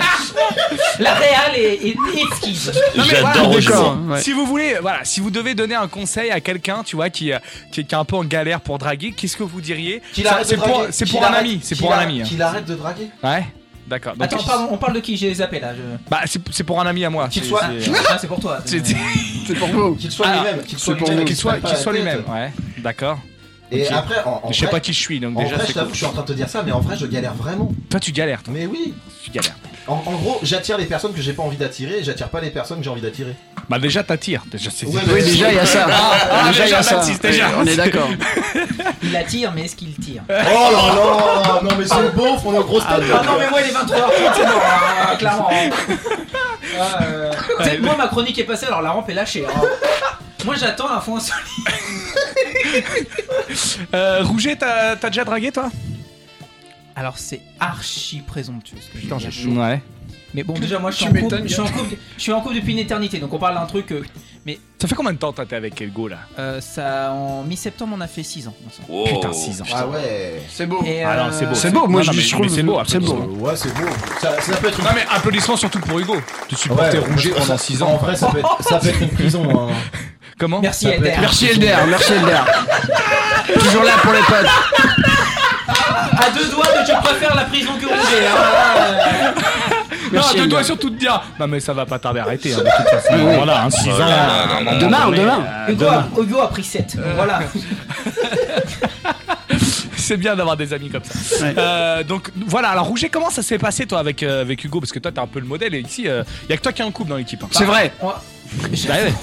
La réal est, est esquive.
J'adore Roger
d'accord.
Moore.
Ouais.
Si vous voulez, voilà, si vous devez donner un conseil à quelqu'un, tu vois, qui, euh, qui, est- qui est un peu en galère pour draguer, qu'est-ce que vous diriez
qu'il
Ça,
arrête
C'est
de
pour,
draguer,
c'est
qu'il
pour un
arrête-
ami. C'est
qu'il
pour un
arrête-
ami. hein.
Qu'il arrête de draguer.
Ouais. D'accord. donc-
Attends, pardon, on parle de qui J'ai zappé là. Je...
Bah, c'est c'est pour un ami à moi.
Qu'il
c'est-
soit-
c'est- euh,
Ah, c'est pour toi.
c'est-
C'est pour vous.
Qu'il soit
Ah,
lui-même. Qu'il soit
c'est pour
lui-même.
vous.
Qu'il soit,
qu'il se
qu'il
prenne
soit
pas la
lui-même.
tête.
Ouais. D'accord.
Et
Ok.
après, en, en
Je sais
vrai-
pas qui je suis, donc
En
déjà
vrai,
c'est
je t'avoue,
cool.
je suis en train de te dire ça, mais en vrai, je galère vraiment.
Toi, tu galères, toi.
Mais oui.
Tu galères.
En, en gros, j'attire les personnes que j'ai pas envie d'attirer, et j'attire pas les personnes que j'ai envie d'attirer.
Bah, déjà, t'attires. Déjà, c'est.
Ouais,
Oui, déjà, il y a ça.
ah,
il y a
déjà,
ça.
Baptiste, déjà.
Oui, On est d'accord.
Il attire, mais est-ce qu'il tire
Oh là là Non mais c'est le beauf, on est en grosse tête
Ah non, mais moi, il est 23h30, c'est mort, hein, hein, clairement. hein. Ah, euh, tu sais, moi, ma chronique est passée, alors la rampe est lâchée. hein. Moi, j'attends un fond insolite.
Euh, Rouget, t'as t'as déjà dragué, toi
Alors, c'est archi présomptueux ce que je dis.
Ouais.
Mais bon, déjà, moi, je suis,
Tu
en couple,
m'étonnes.
je, suis en couple, je suis en couple depuis une éternité, donc on parle d'un truc. euh,
Ça fait combien de temps toi, t'es avec Elgo là
euh, ça, en mi-septembre, on a fait 6 ans. ensemble.
Wow.
Putain, 6 ans.
Ah ouais
C'est beau.
Et,
Ah non,
euh,
c'est beau.
C'est beau, moi
Non, non,
je
mais-
je trouve.
mais c'est beau,
C'est
absolument.
beau.
Ouais c'est beau ça, ça peut être une...
Non, mais applaudissements surtout pour Hugo. De supporter
Ouais, parce que
Rouget pendant
ça-
6
En
ans.
vrai ça peut être, ça peut être une prison hein.
Comment
Merci,
Ça peut
Elder.
être-
Merci Elder, merci Elder. Toujours là pour les potes.
À deux doigts de je préfère la prison que Rouget. hein.
Non,
Merci,
de
Elliot.
toi surtout de dire. Non, mais ça va pas tarder à arrêter. hein, de toute façon,
Oui, oui.
voilà, 6 ans.
Demain,
à un moment
demain,
donné,
demain.
euh,
Hugo,
demain. Euh.
a- Hugo a pris 7. Voilà.
C'est bien d'avoir des amis comme ça. Euh, donc voilà, alors Rouget, comment ça s'est passé toi avec, euh, avec Hugo Parce que toi, t'es un peu le modèle et ici, il y a que toi qui es en couple dans l'équipe. hein.
C'est vrai. Moi-
Bah, ouais.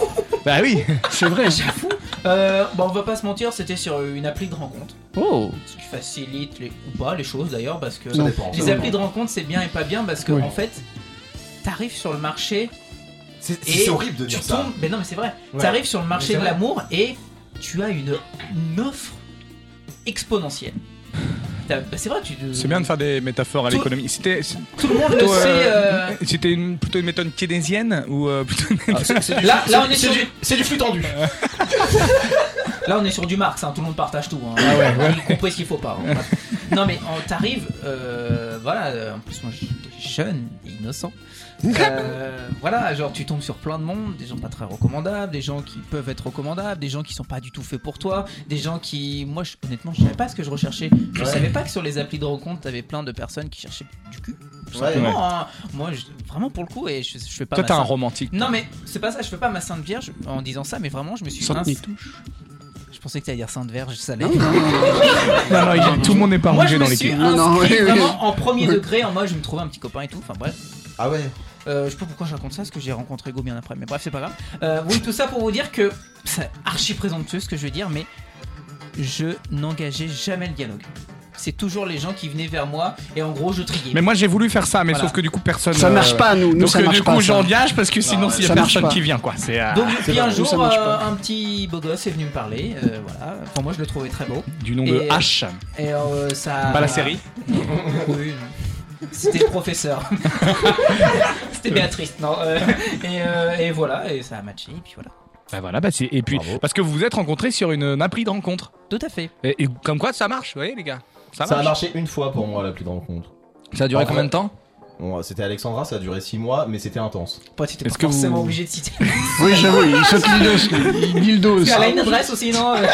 Bah oui,
c'est vrai. J'avoue. Euh, bon, on va pas se mentir, c'était sur une appli de rencontre.
Oh
Ce qui facilite les, ou pas les choses d'ailleurs, parce que
Ça dépend.
les
Ça
applis de
dépend.
rencontre, c'est bien et pas bien, parce que
Oui.
en fait, t'arrives sur le marché.
C'est
et
c'est horrible de dire
tu
ça.
tombes- Mais non, mais c'est vrai.
Ouais.
T'arrives sur le marché
Mais c'est
de
vrai.
l'amour et tu as une, une offre exponentielle. T'as- bah, c'est vrai, tu.
c'est bien de faire des métaphores à l'économie. C'était c'est
Tout le monde le
plutôt,
sait,
euh,
euh, Ah,
C'était une- plutôt une méthode keynésienne ou euh, plutôt une
c'est- c'est du- Là- là, on est sur du-
c'est flux tendu.
Là, on est sur du Marx, hein, tout le monde partage tout. Hein,
Ah ouais, ouais.
Y compris ce qu'il faut pas. hein. non, mais on t'arrive, euh, voilà, euh, en plus, moi j'étais jeune et innocent. Euh, voilà, genre tu tombes sur plein de monde, des gens pas très recommandables, des gens qui peuvent être recommandables, des gens qui sont pas du tout faits pour toi, des gens qui. Moi, je- honnêtement, je savais pas ce que je recherchais. Je
Ouais.
savais pas que sur les applis de rencontre, t'avais plein de personnes qui cherchaient du cul. Tout
Ouais.
simplement,
Ouais.
hein. Moi, je- vraiment pour le coup, et je, je fais pas.
Toi,
ma
t'es un
sainte-
romantique,
Non,
toi.
mais c'est pas ça, je fais pas ma sainte vierge en disant ça, mais vraiment, je me suis.
Sainte
ins-
Nitouche.
Je pensais que t'allais dire sainte vierge, ça l'est.
Non, non, il- tout le monde n'est pas
Moi,
rangé
je me
dans
suis
l'équipe.
inscrit
Non, non, oui, oui.
vraiment en premier
Oui.
degré, en mode je me trouvais un petit copain et tout, enfin bref. Euh,
Ah ouais
Je sais pas pourquoi je raconte ça, parce que j'ai rencontré Hugo bien après, mais bref, c'est pas grave. Euh, oui, tout ça pour vous dire que c'est archi présomptueux ce que je veux dire, mais je n'engageais jamais le dialogue. C'est toujours les gens qui venaient vers moi et en gros je triais.
Mais moi j'ai voulu faire ça, mais
Voilà.
sauf que du coup personne.
Ça marche pas, nous, nous,
Donc
ça
euh,
marche
du
pas,
coup
ça.
j'engage parce que
Non,
sinon
Ah,
ouais,
s'il y a
ça marche
personne
pas.
qui vient quoi. C'est. euh,
Donc
c'est
puis un
vrai.
jour, euh, un petit beau gosse est venu me parler, euh, voilà. Enfin moi je le trouvais très beau.
Du nom de
Et-
H.
Et euh, ça.
Pas la série
Oui. C'était le professeur. C'était Béatrice, non. euh, et, euh, et voilà, et ça a matché, et puis voilà.
Bah voilà, bah c'est. Et puis parce que vous vous êtes rencontrés sur une, une appli de rencontre.
Tout à fait.
Et, et comme quoi ça marche, vous voyez les gars. Ça,
Ça, a marché une fois pour moi, la plus de rencontre.
Ça a duré combien de temps
Bon, euh, c'était Alexandra, ça a duré 6 mois, mais c'était intense.
Pas, t'étais pas forcément obligé de citer.
Oui, j'avoue, il saute
l'île
l'île
Parce qu'elle a une adresse aussi, non euh,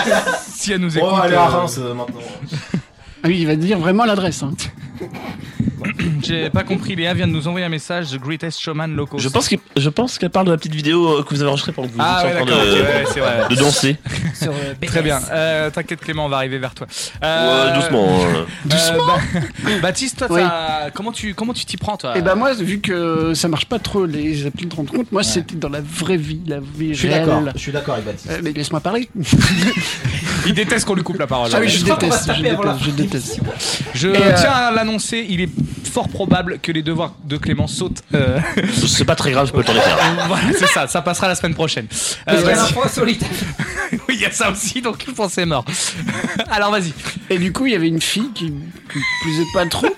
Si elle nous
écoute. Oh, elle est
euh,
à Reims euh, maintenant.
Ah oui, il va dire vraiment l'adresse. hein.
J'ai pas compris. Léa vient de nous envoyer un message. The greatest showman local.
Je pense qu'il- je pense qu'elle parle de la petite vidéo euh, que vous avez enregistrée pendant que vous
Ah
étiez
ouais,
en train
d'accord,
de,
ok, ouais, ouais, c'est vrai.
de danser.
Très bien. Euh, T'inquiète Clément, on va arriver vers toi.
Ouais, doucement, hein.
doucement. Baptiste, toi,
Oui.
t'as- comment tu comment tu t'y prends
Ah.
toi
Et ben moi, vu que ça marche pas trop les applis de rencontre, moi c'était dans la vraie vie, la vie
Je suis
réelle.
d'accord, je suis d'accord avec Baptiste.
Euh, mais laisse-moi parler.
Il déteste qu'on lui coupe la parole.
Ah oui, je
Je crois qu'on va
déteste,
se taper
je
avant la
déteste, je déteste.
Je
Et, euh,
tiens à l'annoncer, il est fort probable que les devoirs de Clément sautent. euh,
C'est pas très grave, je peux le temps les faire.
voilà, c'est ça, ça passera la semaine prochaine.
Parce
euh,
qu'il y a
vas-y.
un point solitaire.
oui, il y a ça aussi, donc je pense que c'est mort. Alors vas-y.
Et du coup, il y avait une fille qui qui me plaisait pas trop.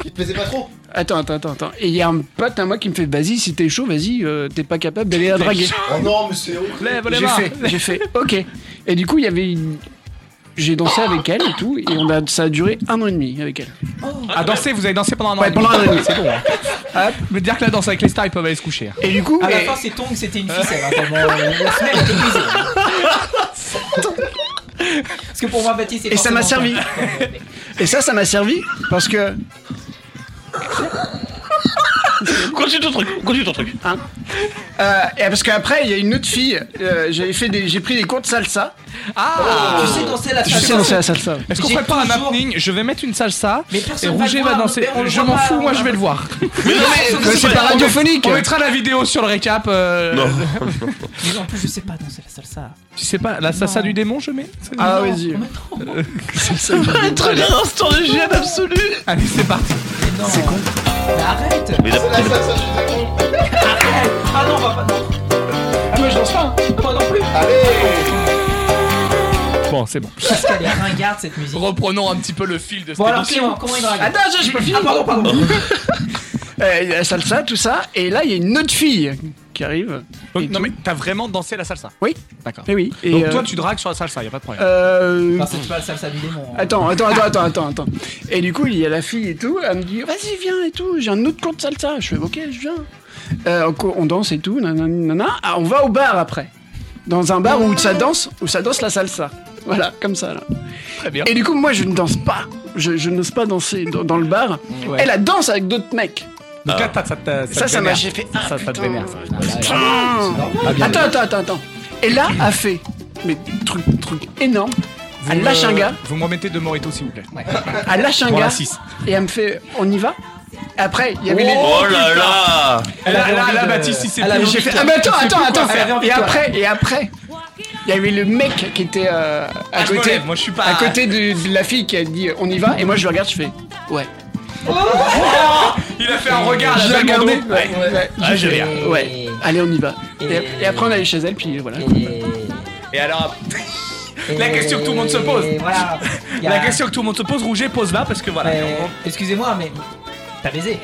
Qui te plaisait pas trop
Attends, attends, attends, attends. Et il y a un pote à moi qui me fait Vas-y, si t'es chaud, vas-y, euh, t'es pas capable d'aller la draguer.
Oh non, mais c'est horrible.
J'ai fait, j'ai fait, ok. Et du coup, il y avait une. J'ai dansé avec elle et tout, et on a, ça a duré un an et demi avec elle.
Oh.
À danser, vous avez dansé pendant un an.
Ouais,
et demi.
pendant un an et demi.
C'est bon. hein. Hop, me dire que la danse avec les stars, ils peuvent aller se coucher. hein.
Et du coup,
À la
et-
fin, c'est ton que c'était une ficelle. hein, tellement, euh, la semaine était brisée. Parce que pour moi, Baptiste, c'est
Et ça m'a
forcément
servi.
ton.
Et ça, ça m'a servi parce que.
Continue ton truc, continue ton truc.
Hein Euh, et parce qu'après, il y a une autre fille. euh, J'avais fait des, j'ai pris des cours de salsa.
Ah Tu sais danser la
Je
salsa.
sais danser la salsa.
Est-ce qu'on ferait pas un happening Je vais mettre une salsa et
personne va
Rouget
le
va
voir,
danser.
mais on le
Je
voit
m'en
pas,
fous,
on
moi
le
je vais le voir.
Mais non, mais
On
c'est
met-
pas
on met-
radiophonique.
On mettra la vidéo sur le récap. euh,
Mais en plus, je sais pas danser la salsa.
Tu sais pas, la salsa du démon, je mets
Ah, vas-y.
Ça va
être un
instant de gêne absolu Allez, c'est parti
C'est con. Arrête Arrête Ah non, on va pas.
Ah, moi je danse pas.
Moi non plus.
Bon, c'est bon.
Parce qu'elle est ringarde cette musique.
Reprenons un petit peu le fil de
Bon, alors, Clément, comment il drague
Attends, je- je peux finir.
Ah, pardon, pardon.
Euh, il y a la salsa, tout ça. Et là, il y a une autre fille qui arrive.
Oh,
non, mais t'as vraiment dansé la salsa
Oui.
D'accord.
Et oui. Et
Donc
euh,
toi, tu dragues sur la salsa, y a pas de problème.
Euh...
Non, c'est pas la salsa du démon. hein.
Attends, attends, attends, attends, attends, attends. Et du coup, il y a la fille et tout, elle me dit, vas-y, viens et tout, j'ai un autre cours de salsa. Je fais, ok, je viens. Euh, on co- on danse et tout, nanana, nanana. Ah, on va au bar après. Dans un bar où ça danse, où ça danse la salsa. Voilà, comme ça, là.
Très bien.
Et du coup, moi, je ne danse pas. Je, je n'ose pas danser dans, dans le bar.
Ouais.
Elle, la danse avec d'autres mecs.
Donc
Ah.
là, t'as- ça te-
Ça,
te
ça m'a-
vénère.
j'ai fait, ah,
Ça, ça te
putain. Ah,
vénère. ça. Ah,
Putain. Attends, attends, attends, attends. Et là, a fait, mais truc, truc énorme.
Vous
Elle
me-
lâche un gars,
Vous me remettez deux moritos, s'il vous plaît.
elle lâche un
Pour la
gars,
six.
et elle me fait, on y va Après, il y avait les.
Oh là là
Elle
Là,
avait
là,
envie
là,
de-
Baptiste, il s'est
Elle avait-
plus
J'ai
envie
fait,
de-
ah, mais attends,
il sait
attends,
plus quoi
attends.
faire. Elle avait envie
Et
de toi.
après, et après, il y avait le mec qui était euh, à
Ah, je me
côté,
lève, moi, je suis pas-
à côté de, de la fille qui a dit, on y va, et moi je le regarde, je fais, ouais.
Il a fait un regard,
Je
il
l'ai
a
regardé.
Oh. regardé.
Ouais, ouais.
Ah, je
J'ai fait,
viens.
Ouais. Allez, on y va. Et, et après, on allait chez elle, puis voilà.
Et alors, la question que tout le monde se pose.
voilà. Y a-
La question que tout le monde se pose, Rouget pose là parce que voilà.
Mais, Excusez-moi, mais t'as baisé.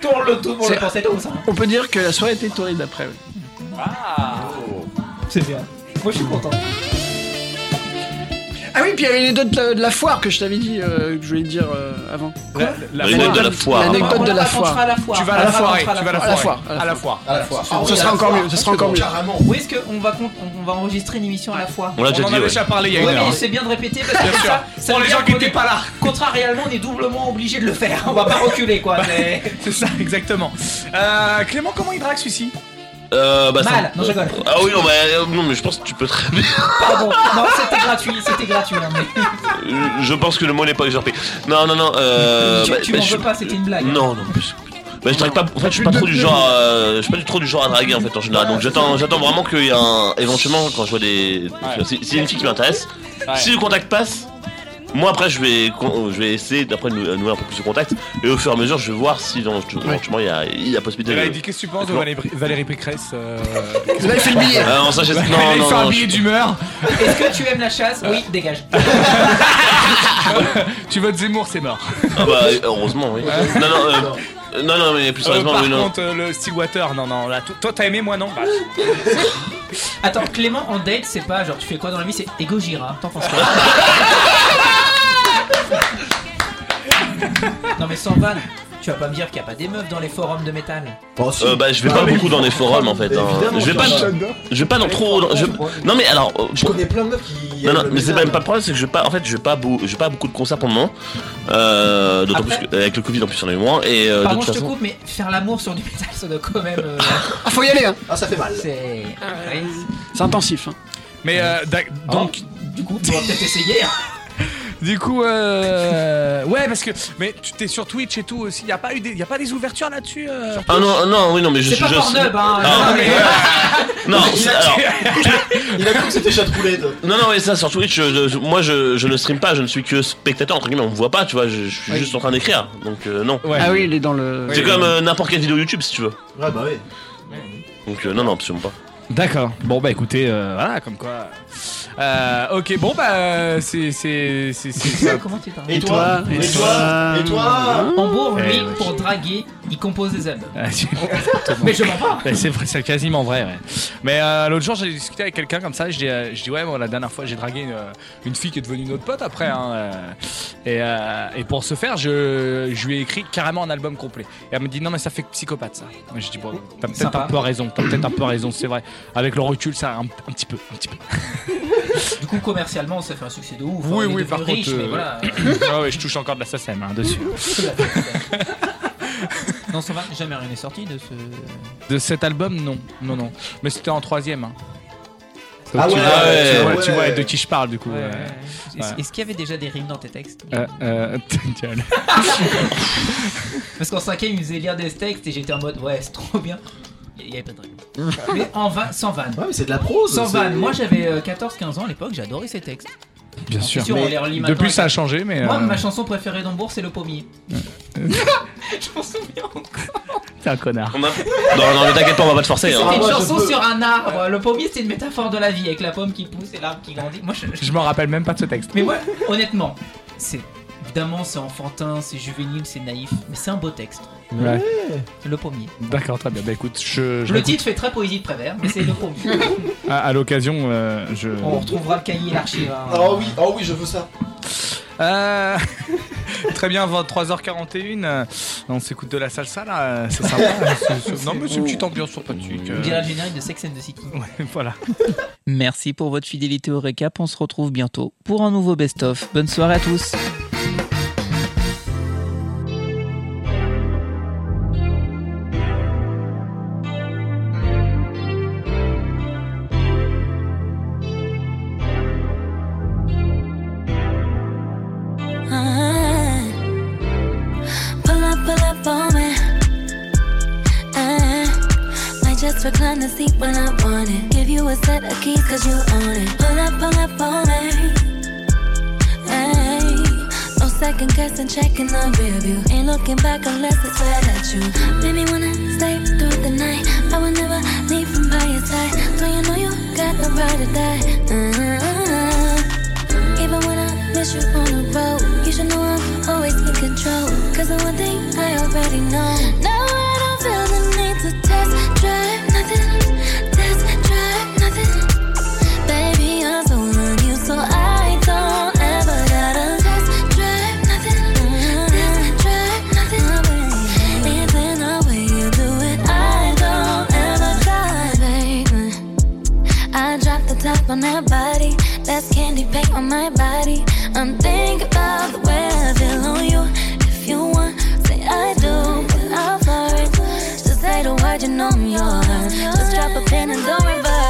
Tourne le tout pour le
C'est-
penser d'eau, ça.
On peut dire que la soirée était torride après. oui.
Ah C'est bien. Moi, je suis content.
Ah oui, puis il y avait l'anecdote de, la- de la foire que je t'avais dit, euh, que je voulais dire euh, avant. Quoi
La- la- L'anecdote de la foire.
L'anecdote
On
de
la
la
racontera
foire.
à la foire.
Tu vas
On
à
la
la foire.
racontera à la
À la
foire.
foire.
À la foire.
À la foire.
Ah
Ce sera encore mieux. Ce sera encore mieux.
Où est-ce qu'on va, con- on va enregistrer une émission à la fois
On l'a On déjà en dit, avait ouais. déjà parlé il y a
Ouais,
une heure.
mais c'est bien de répéter parce que
Bien sûr.
ça, ça
Pour les gens qui n'étaient pas là.
Contrariellement, on est doublement obligé de le faire. On va pas reculer quoi. mais-
Bah, C'est ça, exactement. Euh, Clément, comment il drague celui-ci
Euh, bah, ça-
Mal. Non, je rigole.
Ah oui, non, bah, euh, non, mais je pense que tu peux très bien.
Pardon. Non, c'était gratuit. C'était gratuit. hein,
Ah
mais-
Je- Je pense que le mot n'est pas usurpé. Non, non, non. Euh,
tu
bah,
tu
bah,
m'en
je-
veux pas, c'était une blague.
Non, non. Bah, je drague pas. En fait, je suis pas trop du genre. à- je suis pas du trop du genre à draguer en fait en général. Donc j'attends, j'attends vraiment qu'il y ait un. Éventuellement, quand je vois des. Si, si y a une fille qui m'intéresse, si le contact passe, moi après je vais, con- je vais essayer d'après de nou- euh, nouer un peu plus le contact. Et au fur et à mesure, je vais voir si dans éventuellement il y a, il y a possibilité.
Et là,
de-
il dit Qu'est-ce que tu penses de
Non.
Valérie, Valérie Pécresse euh,
Là, il fait le billet. Ah non, ça, j'ai- non,
Là, il
non,
fait un
non,
billet
je-
d'humeur.
Est-ce que tu aimes la chasse Oui, dégage.
Tu votes Zemmour, c'est mort.
Ah bah heureusement, oui. non, non, euh, non, non, mais plus
Euh,
sérieusement,
par
oui, non.
contre, euh, le Stillwater, non, non, là, t- toi t'as aimé, moi non. Bah,
Attends, Clément en date, c'est pas genre tu fais quoi dans la vie, c'est Ego Gira. T'en penses quoi Non mais sans vanne, tu vas pas me dire qu'il y a pas des meufs dans les forums de métal.
Oh,
Euh, bah, je vais
Ah,
pas
mais
beaucoup dans les forums en fait.
bah,
hein.
Évidemment,
Je vais pas,
j'adore.
je vais pas dans trop. dans- je- Non mais alors, euh,
Je connais plein de meufs qui.
Non, non,
aiment le
mais c'est
métal.
même pas le problème, c'est que je vais pas, en fait, je vais pas, beau- je vais pas beaucoup de concerts pour le moment. Euh, D'autant plus
Après-
que, avec le Covid en plus, on a eu moins. Et euh, de
Pardon,
toute
je te
façon.
coupe, mais faire l'amour sur du métal, ça doit quand même. euh,
Ah, faut y aller, hein.
Ah, ça fait mal.
C'est.
C'est intensif. Hein.
Mais euh, d'ac- donc.
du coup, tu vas peut-être essayer.
hein. Du coup, euh, ouais, parce que. Mais tu t'es sur Twitch et tout aussi. Y a pas eu des, y a pas des ouvertures là-dessus euh
Ah non, ah non, oui, non, mais je
C'est
suis.
pas
je-
Pornhub, hein.
Ah,
Non, mais-
Non, c'est- alors.
Il a cru que c'était chat de poulet. toi.
Non, non, mais ça, sur Twitch, je- je- moi je, je ne stream pas, je ne suis que spectateur, entre guillemets, on me voit pas, tu vois, je, je suis juste en train d'écrire, donc euh, non.
Ah oui, il est dans le.
C'est comme euh, n'importe quelle vidéo YouTube si tu veux.
Ouais, bah oui.
Donc euh, non, non, absolument pas.
D'accord. Bon bah écoutez, euh, voilà, comme quoi. Euh, ok, bon bah euh, c'est c'est c'est. c'est-
Comment tu parles
Et toi Et toi Et toi
En gros, lui,
Eh ouais.
pour draguer, il compose des albums.
Ah, tu-
Mais je mens pas.
Ouais, C'est vrai, c'est quasiment vrai. ouais. Mais euh, l'autre jour, j'ai discuté avec quelqu'un comme ça. Je dis, euh, je dis ouais, moi, la dernière fois, j'ai dragué une, euh, une fille qui est devenue notre pote après. hein, euh, et, euh, et pour ce faire, je, je lui ai écrit carrément un album complet. Et elle me dit non, mais ça fait psychopathe ça. Moi, je dis bon, t'as peut-être
Sympa.
un peu raison. T'as peut-être un peu raison, c'est vrai. Avec le recul, ça un, un petit peu, un petit peu.
Du coup, commercialement, ça fait un succès de ouf. hein.
oui,
On est
oui,
devenu
par contre,
riche, mais
euh,
voilà.
ouais, ouais, je touche encore de la SACEM hein, dessus.
Non, ça va, jamais rien n'est sorti de ce.
De cet album, non, non, non. Mais c'était en troisième. hein.
Ah
tu
ouais,
vois,
ouais,
tu vois,
ouais.
tu vois de qui je parle du coup.
Ouais.
euh,
Est-ce
ouais.
est-ce qu'il y avait déjà des rimes dans tes textes
Euh, euh, ta gueule.
Parce qu'en cinquième, ils me faisaient lire des textes et j'étais en mode ouais, c'est trop bien. Il n'y avait pas de rime. mais en van, sans van.
Ouais, mais c'est de la prose,
Sans
c'est-
van. Moi, j'avais 14-15 ans à l'époque, j'adorais ces textes.
Bien
sûr.
sûr.
sûr, on les relit maintenant
Depuis,
avec-
ça a changé, mais.
Moi,
euh,
ma chanson préférée d'Ambourg, c'est Le Pommier. Je m'en souviens encore.
T'es un connard.
Non, non, mais t'inquiète pas, on va pas te forcer.
C'était
hein.
Ah,
une chanson sur un arbre. Le pommier, c'est une métaphore de la vie, avec la pomme qui pousse et l'arbre qui grandit. Moi, je-
Je m'en rappelle même pas de ce texte.
Mais moi, honnêtement, c'est évidemment c'est enfantin, c'est juvénile, c'est naïf, mais c'est un beau texte.
Ouais.
Le pommier.
D'accord, très bien. Bah écoute, je. je
le
l'écoute.
titre fait très poésie de Prévert, mais c'est le pommier.
À, à l'occasion, euh, je.
On retrouvera le cahier et l'archive. hein.
Oh oui, oh oui, je veux ça.
Euh, Très bien, 23h41. euh, On s'écoute de la salsa là. euh, C'est sympa. C'est- c'est- non, mais c'est une petite ambiance sur Patrick. euh.
On dirait le générique de Sex and the City.
voilà.
Merci pour votre fidélité au récap. On se retrouve bientôt pour un nouveau best-of. Bonne soirée à tous.
Uh-huh. Uh, the seat when I want it. Give you a set of keys cause you own it. Pull up, pull up all night. Ay, No second guessing, checking the rear view. Ain't looking back unless it's right at you. Made me wanna stay through the night. I will never leave from by your side. So you know you got the right to die. Uh-uh. Even when I miss you on the road, you should know I'm always in control. Cause the one thing I already know. Now I don't feel the need to test drive nothing. Test drive nothing. Baby, I'm so on you, so I don't ever gotta test drive nothing. Test drive nothing. Anything the way you do it, I don't ever gotta baby. I drop the top on that body. That's candy paint on my body. I'm thinking about the way I feel on you. If you want, say I do, but I'll flirt. Just say the word, you know I'm yours. Just drop a pin and don't reverse. Uh-huh.